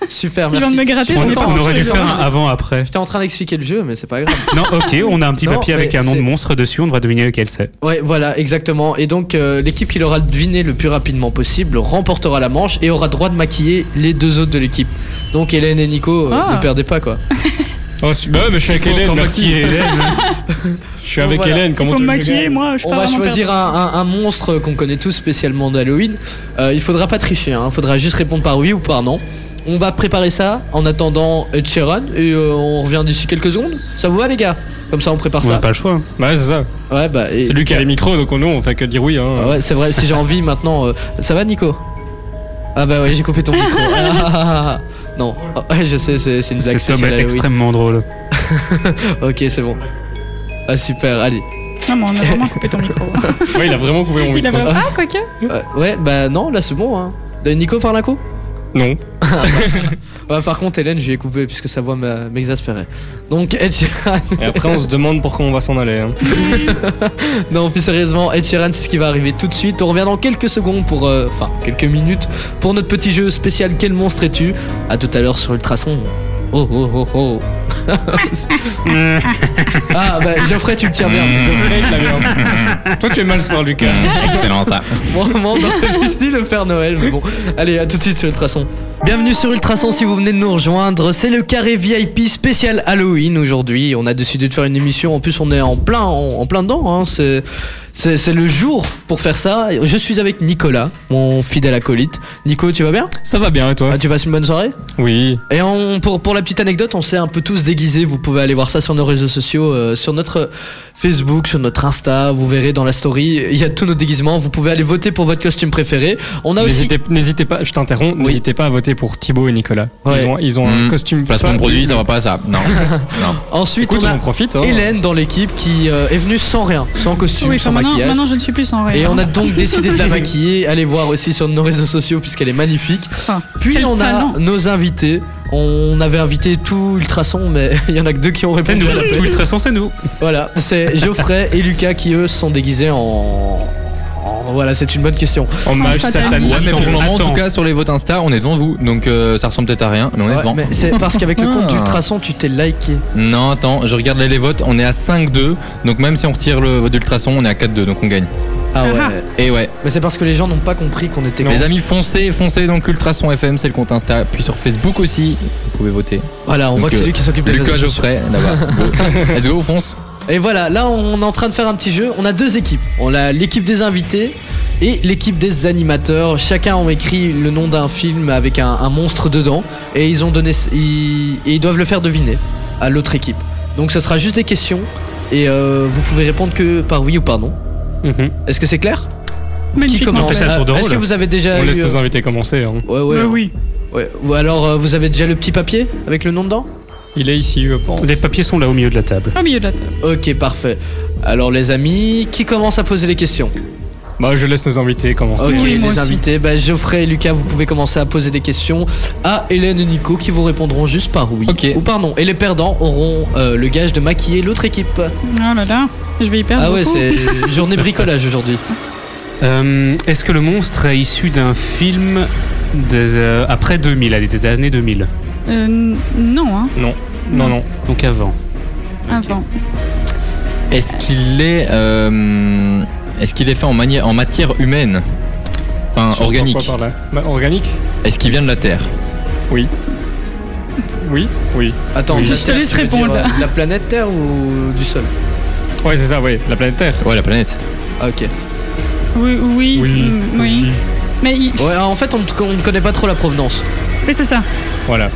S1: Super,
S5: Je viens
S1: merci.
S5: de me gratter, j'en ai pas
S6: On
S5: entendu.
S6: aurait dû
S1: je-
S6: faire un avant-après.
S1: J'étais en train d'expliquer le jeu, mais c'est pas grave.
S6: Non, ok, on a un petit
S1: Non,
S6: papier avec
S1: mais
S6: un nom de
S1: c'est-
S6: monstre dessus, on va deviner lequel c'est.
S1: Ouais, voilà, exactement. Et donc, euh, l'équipe qui l'aura deviné le plus rapidement possible remportera la manche et aura droit de maquiller les deux autres de l'équipe. Donc, Hélène et Nico, euh,
S5: Ah.
S1: ne perdez pas quoi.
S4: Oh, su- bah ouais, mais je suis avec
S6: Faut
S4: Hélène,
S6: encore
S4: merci.
S6: maquiller Hélène. hein.
S4: Je suis
S1: Bon,
S4: avec
S1: voilà.
S4: Hélène,
S5: Il
S4: comment
S5: faut
S4: tu
S5: me
S4: veux
S5: maquiller, moi, je suis
S1: On
S5: pas
S1: va
S5: vraiment
S1: choisir un, un- un monstre qu'on connaît tous spécialement d'Halloween. Euh, il faudra pas tricher, hein. il faudra juste répondre par oui ou par non. On va préparer ça en attendant Ed Sheeran et euh, on revient d'ici quelques secondes. Ça vous va les gars Comme ça on prépare
S6: On n'a
S1: ça.
S6: pas le choix.
S4: Bah ouais, c'est ça.
S1: Ouais, bah, et-
S4: C'est lui qui a les micros, donc nous, on fait que dire oui. Hein.
S1: Ah Ouais, c'est vrai, si j'ai envie maintenant. euh, Ça va, Nico Ah, bah ouais, j'ai coupé ton micro. Ah, ah, ah, ah. non, Ah, ouais, je sais, c'est c'est une blague
S6: Cet homme
S1: spéciale
S6: est
S1: Halloween.
S6: extrêmement drôle.
S1: Ok, c'est bon. Ah, super, allez.
S5: Non, mais on a vraiment coupé ton micro.
S1: Ah.
S4: Ouais, il a vraiment coupé mon
S5: Il a
S4: micro.
S5: vraiment. Ah, quoique.
S1: Euh, ouais, bah non, là c'est bon, hein. Euh, Nico par la coup
S4: Non.
S1: Ouais, par contre, Hélène, je lui ai coupé puisque sa voix m'a- m'exaspérait. Donc, Ed Sheeran.
S4: Et après, on se demande pourquoi on va s'en aller. hein.
S1: Non, plus sérieusement, Ed Sheeran, c'est ce qui va arriver tout de suite. On revient dans quelques secondes pour. euh, Enfin, quelques minutes pour notre petit jeu spécial Quel monstre es-tu À tout à l'heure sur Ultrason. Oh oh oh oh. ah, bah, Geoffrey, tu le tiens bien.
S7: Mm.
S4: Fais de la merde. Toi, tu es malsain, Lucas.
S7: Excellent ça.
S1: Moi, moi, on aurait plus dit le Père Noël, mais bon. Allez, à tout de suite sur Ultrason. Bienvenue sur Ultrason si vous venez de nous rejoindre. C'est le carré VIP spécial Halloween aujourd'hui. On a décidé de faire une émission. En plus, on est en plein, en, en plein dedans. hein. C'est, c'est, c'est le jour pour faire ça. Je suis avec Nicolas, mon fidèle acolyte. Nico, tu vas bien
S4: Ça va bien, et toi
S1: Ah, Tu passes une bonne soirée
S4: Oui.
S1: et on, pour, pour la petite anecdote, on s'est un peu tous déguisés. Vous pouvez aller voir ça sur nos réseaux sociaux, euh, sur notre Facebook, sur notre Insta. Vous verrez dans la story, il y a tous nos déguisements. Vous pouvez aller voter pour votre costume préféré. On a Ah, aussi.
S4: N'hésitez n'hésitez pas, je t'interromps,
S1: Oui.
S4: n'hésitez pas à voter pour Thibaut et Nicolas.
S1: Ouais.
S4: Ils ont, ils ont un
S7: Mmh.
S4: costume
S7: Placement de
S4: fab-
S7: produit, ça va pas ça. Non.
S1: Ensuite,
S4: Écoute,
S1: on
S4: on,
S1: a
S4: en profite. hein.
S1: Hélène dans l'équipe qui euh, est venue sans rien, sans costume,
S5: Oui, enfin,
S1: sans
S5: maintenant,
S1: maquillage.
S5: maintenant, je ne suis plus en
S1: Et
S5: rêve.
S1: on a donc décidé de la maquiller. Allez voir aussi sur nos réseaux sociaux puisqu'elle est magnifique.
S5: Ah,
S1: Puis
S5: quel
S1: on
S5: talent.
S1: a nos invités. On avait invité tout Ultrason, mais il y en a que deux qui ont
S6: C'est
S1: répondu.
S6: nous,
S1: à l'appel.
S6: tout ultrason, c'est nous.
S1: Voilà, c'est Geoffrey et Lucas qui eux se sont déguisés en. en- Voilà, c'est une bonne question.
S4: En mage
S5: sataniste.
S4: sataniste.
S7: Ouais, mais pour le moment, en
S6: Attends.
S7: tout cas, sur les votes Insta, on est devant vous. Donc euh, ça ressemble peut-être à rien, mais on est
S1: Ouais,
S7: devant.
S1: mais c'est parce qu'avec le compte
S7: Ah.
S1: d'Ultrason, tu t'es liké.
S7: Non, attends, je regarde les- les votes. On est à 5-2. Donc même si on retire le vote d'ultrason, on est à 4-2. Donc on gagne.
S1: Ah ouais.
S5: Ah.
S7: Et ouais.
S1: Mais c'est parce que les gens n'ont pas compris qu'on était.
S7: Les amis, foncez, foncez donc Ultrason FM, c'est le compte Insta, puis sur Facebook aussi, vous pouvez voter.
S1: Voilà, on
S7: Donc,
S1: voit que c'est
S7: euh,
S1: lui qui s'occupe des
S7: Lucas
S1: réseaux sociaux.
S7: Geoffrey, là-bas. Go. Let's go, fonce.
S1: Et voilà, là on est en train de faire un petit jeu. On a deux équipes. On a l'équipe des invités et l'équipe des animateurs. Chacun ont écrit le nom d'un film avec un, un monstre dedans et ils ont donné ils, et ils doivent le faire deviner à l'autre équipe. Donc ce sera juste des questions et euh, vous pouvez répondre que par oui ou par non.
S4: Mhm.
S1: Est-ce que c'est clair Qui
S5: Magnifique.
S1: commence
S6: On fait ça à tour de
S1: Ah, Est-ce
S6: rôle.
S1: que vous avez déjà
S4: On
S1: eu,
S4: laisse nos
S1: euh,
S4: invités commencer. hein.
S1: Ouais, ouais,
S5: Mais oui.
S1: ouais. Ou alors euh, vous avez déjà le petit papier avec le nom dedans
S4: Il est ici, je pense.
S6: Les papiers sont là au milieu de la table.
S5: Au milieu de la table.
S1: Ok, parfait. Alors les amis, qui commence à poser les questions
S4: Bah, je laisse nos invités commencer.
S1: Ok,
S5: Ah Oui,
S1: les
S5: moi aussi.
S1: invités, bah, Geoffrey et Lucas, vous pouvez commencer à poser des questions à Hélène et Nico qui vous répondront juste par oui
S7: Ok.
S1: ou par non. Et les perdants auront euh, le gage de maquiller l'autre équipe.
S5: Oh là là, je vais y perdre
S1: Ah ouais,
S5: beaucoup.
S1: c'est journée bricolage aujourd'hui.
S6: Euh, Est-ce que le monstre est issu d'un film des, euh, après 2000, allez, des années 2000
S5: Euh, n- non, hein,
S4: Non, non.
S6: Donc avant.
S5: avant.
S7: Est-ce qu'il est, euh, est-ce qu'il est fait en, mani- en matière humaine, enfin
S4: Je
S7: organique
S4: comprends pas par là. Bah, organique
S7: Est-ce qu'il vient de la Terre
S4: Oui. Oui.
S1: Attends,
S4: Oui.
S1: la
S5: Je te
S1: Terre,
S5: laisse
S1: tu veux
S5: répondre.
S1: dire, euh, la planète Terre ou du Sol
S4: Ouais, c'est ça, ouais. La planète Terre.
S7: Ouais, la planète.
S1: Ah, Ok.
S5: Oui, oui, mm, oui. Mais il-
S1: Ouais, en fait, on ne on ne connaît pas trop la provenance.
S5: oui, c'est ça.
S4: Voilà.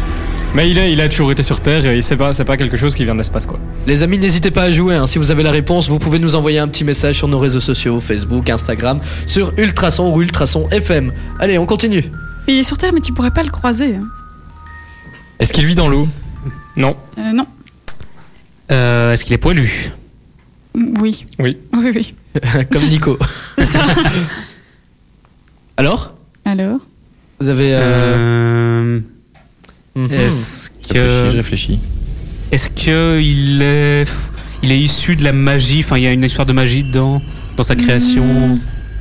S4: Mais il a, il a toujours été sur Terre et c'est pas, c'est pas quelque chose qui vient de l'espace, quoi.
S1: Les amis, n'hésitez pas à jouer. hein. Si vous avez la réponse, vous pouvez nous envoyer un petit message sur nos réseaux sociaux, Facebook, Instagram, sur Ultrason ou Ultrason FM. Allez, on continue.
S5: Mais il est sur Terre, mais tu pourrais pas le croiser. hein.
S7: Est-ce qu'il vit dans l'eau
S4: Non.
S5: Euh, non.
S6: Euh, Est-ce qu'il est poilu
S5: Mm, Oui.
S4: Oui.
S5: Oui, oui.
S1: Comme Nico. Alors
S5: Alors
S1: Vous avez. euh,
S6: Euh,
S1: mhm.
S6: Est-ce
S7: Je réfléchis, je
S6: que
S7: réfléchis.
S6: est-ce que il est il est issu de la magie Enfin, il y a une histoire de magie dedans dans sa création.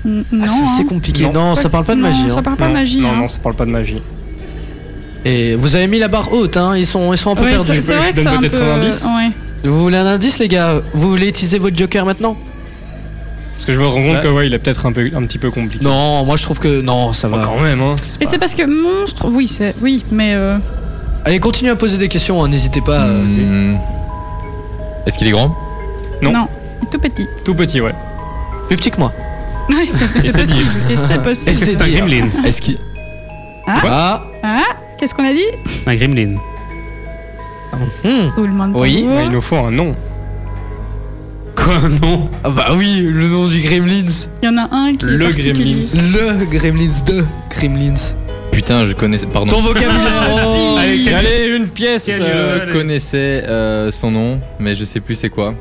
S5: n-
S1: Ah,
S5: Non.
S1: ça, c'est
S5: hein.
S1: compliqué. Non,
S4: Non.
S1: ça parle pas de
S5: Non,
S1: magie.
S5: Ça
S1: hein.
S5: parle pas de
S4: non.
S5: magie.
S4: Non,
S5: hein.
S4: non, ça parle pas de magie.
S1: Et vous avez mis la barre haute, hein. ils, sont, ils sont un peu
S5: Ouais,
S1: perdus.
S5: c'est c'est
S4: Je
S5: vrai que
S4: donne
S5: c'est un peu.
S4: peut-être un indice.
S5: ouais.
S1: Vous voulez un indice, les gars Vous voulez utiliser votre joker maintenant
S4: Parce que je me rends compte
S7: Bah.
S6: Ouais.
S4: que, ouais, il est peut-être un, peu, un petit peu compliqué.
S1: Non, moi je trouve que. Non, ça
S4: Bah,
S1: va.
S4: quand même, hein.
S5: Mais c'est parce que monstre. Oui, c'est. Oui, mais. euh,
S1: Allez, continuez à poser des questions, hein, n'hésitez pas. euh, c'est-
S7: Hmm. Est-ce qu'il est grand
S4: Non.
S5: Non. Tout petit.
S4: Tout petit, ouais.
S1: Plus petit que moi.
S5: Oui, c'est c'est
S7: c'est dit.
S5: possible. Et c'est
S6: Est-ce que
S5: possible.
S6: c'est un
S1: C'est-à-dire
S6: gremlin
S7: Est-ce qu'il
S1: Ah
S5: Ah Qu'est-ce qu'on a dit Oh,
S6: Un gremlin.
S1: hmm.
S5: Roulement de
S1: Oui.
S5: tambour.
S4: Mais il nous faut un nom.
S6: Quoi Non.
S1: Ah bah oui, le nom du Gremlins.
S5: Il y en a un qui. est
S4: Le
S5: particulier.
S4: Gremlins.
S1: Le Gremlins 2. Gremlins.
S7: Putain, je connaissais. Pardon.
S1: Ton vocabulaire oh.
S6: Allez, quel-
S4: Allez, une pièce
S6: Quel-
S4: euh,
S7: Je connaissais euh, son nom, mais je sais plus c'est quoi.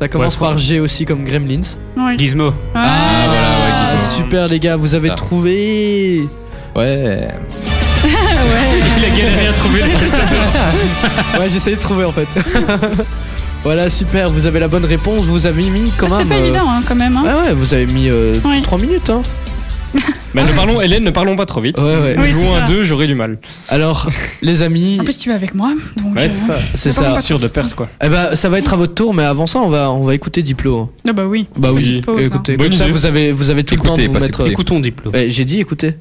S1: Ça commence
S6: Ouais,
S1: par G aussi comme Gremlins.
S5: Ouais.
S6: Gizmo.
S5: Ah,
S7: voilà, ouais, Gizmo.
S1: super les gars, vous avez
S7: Ça.
S1: trouvé.
S7: Ouais.
S6: Il a galéré à trouver.
S1: Ouais, j'essayais de trouver en fait. voilà, super, vous avez la bonne réponse, vous avez mis quand
S5: C'était
S1: même.
S5: pas
S1: euh,
S5: évident, hein, quand même. hein.
S1: Ouais, ouais, vous avez mis euh,
S5: Ouais.
S1: 3 minutes. Hein.
S4: Mais Bah, ne parlons, Hélène, ne parlons pas trop vite.
S1: Ouais, ouais.
S5: Oui,
S4: Jouons
S5: c'est
S4: un
S5: ça.
S4: 2, j'aurai du mal.
S1: Alors, les amis,
S5: En plus, tu vas avec moi, donc.
S4: Ouais,
S5: euh,
S4: c'est ça.
S1: c'est
S5: c'est
S1: ça.
S5: pas-
S4: Sûr de perdre, quoi.
S1: Eh ben, ça va être à votre tour, mais avant ça, on va, on va écouter Diplo.
S5: Ah bah oui.
S1: Bah
S4: oui.
S5: Pause, hein.
S1: écoutez,
S4: Bonne
S1: comme ça,
S4: idée.
S1: vous avez, vous avez tout le temps
S7: Écoutez,
S1: de vous
S7: pas
S1: mettre.
S7: s'écouter.
S6: Écoutons diplôme.
S1: Ouais, J'ai dit, écoutez.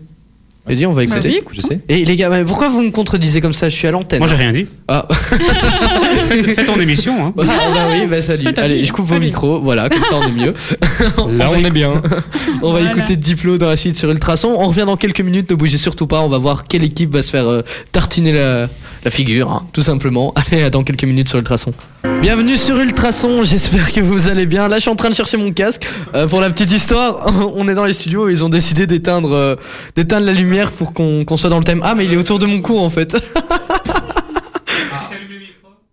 S1: J'ai dit, on va
S5: Bah
S1: écouter.
S5: oui,
S7: Je sais.
S1: Et les gars, mais pourquoi vous me contredisez comme ça Je suis à l'antenne.
S6: Moi j'ai rien dit.
S1: Ah.
S6: Fais fais ton émission. Hein.
S1: Ah, bah oui, bah salut.
S5: Fais ta
S1: Allez,
S5: vie.
S1: je coupe vos
S5: Salut.
S1: micros, voilà, comme ça on est mieux.
S4: Là, on est bien.
S1: On va
S5: Voilà.
S1: écouter Diplo dans la suite sur Ultrason. On revient dans quelques minutes, ne bougez surtout pas. On va voir quelle équipe va se faire euh, tartiner la, la figure, hein, tout simplement. Allez, à dans quelques minutes sur Ultrason. Bienvenue sur Ultrason, j'espère que vous allez bien. Là, je suis en train de chercher mon casque. Euh, pour la petite histoire, on est dans les studios et ils ont décidé d'éteindre euh, d'éteindre la lumière pour qu'on qu'on soit dans le thème. Ah, mais il est autour de mon cou en fait.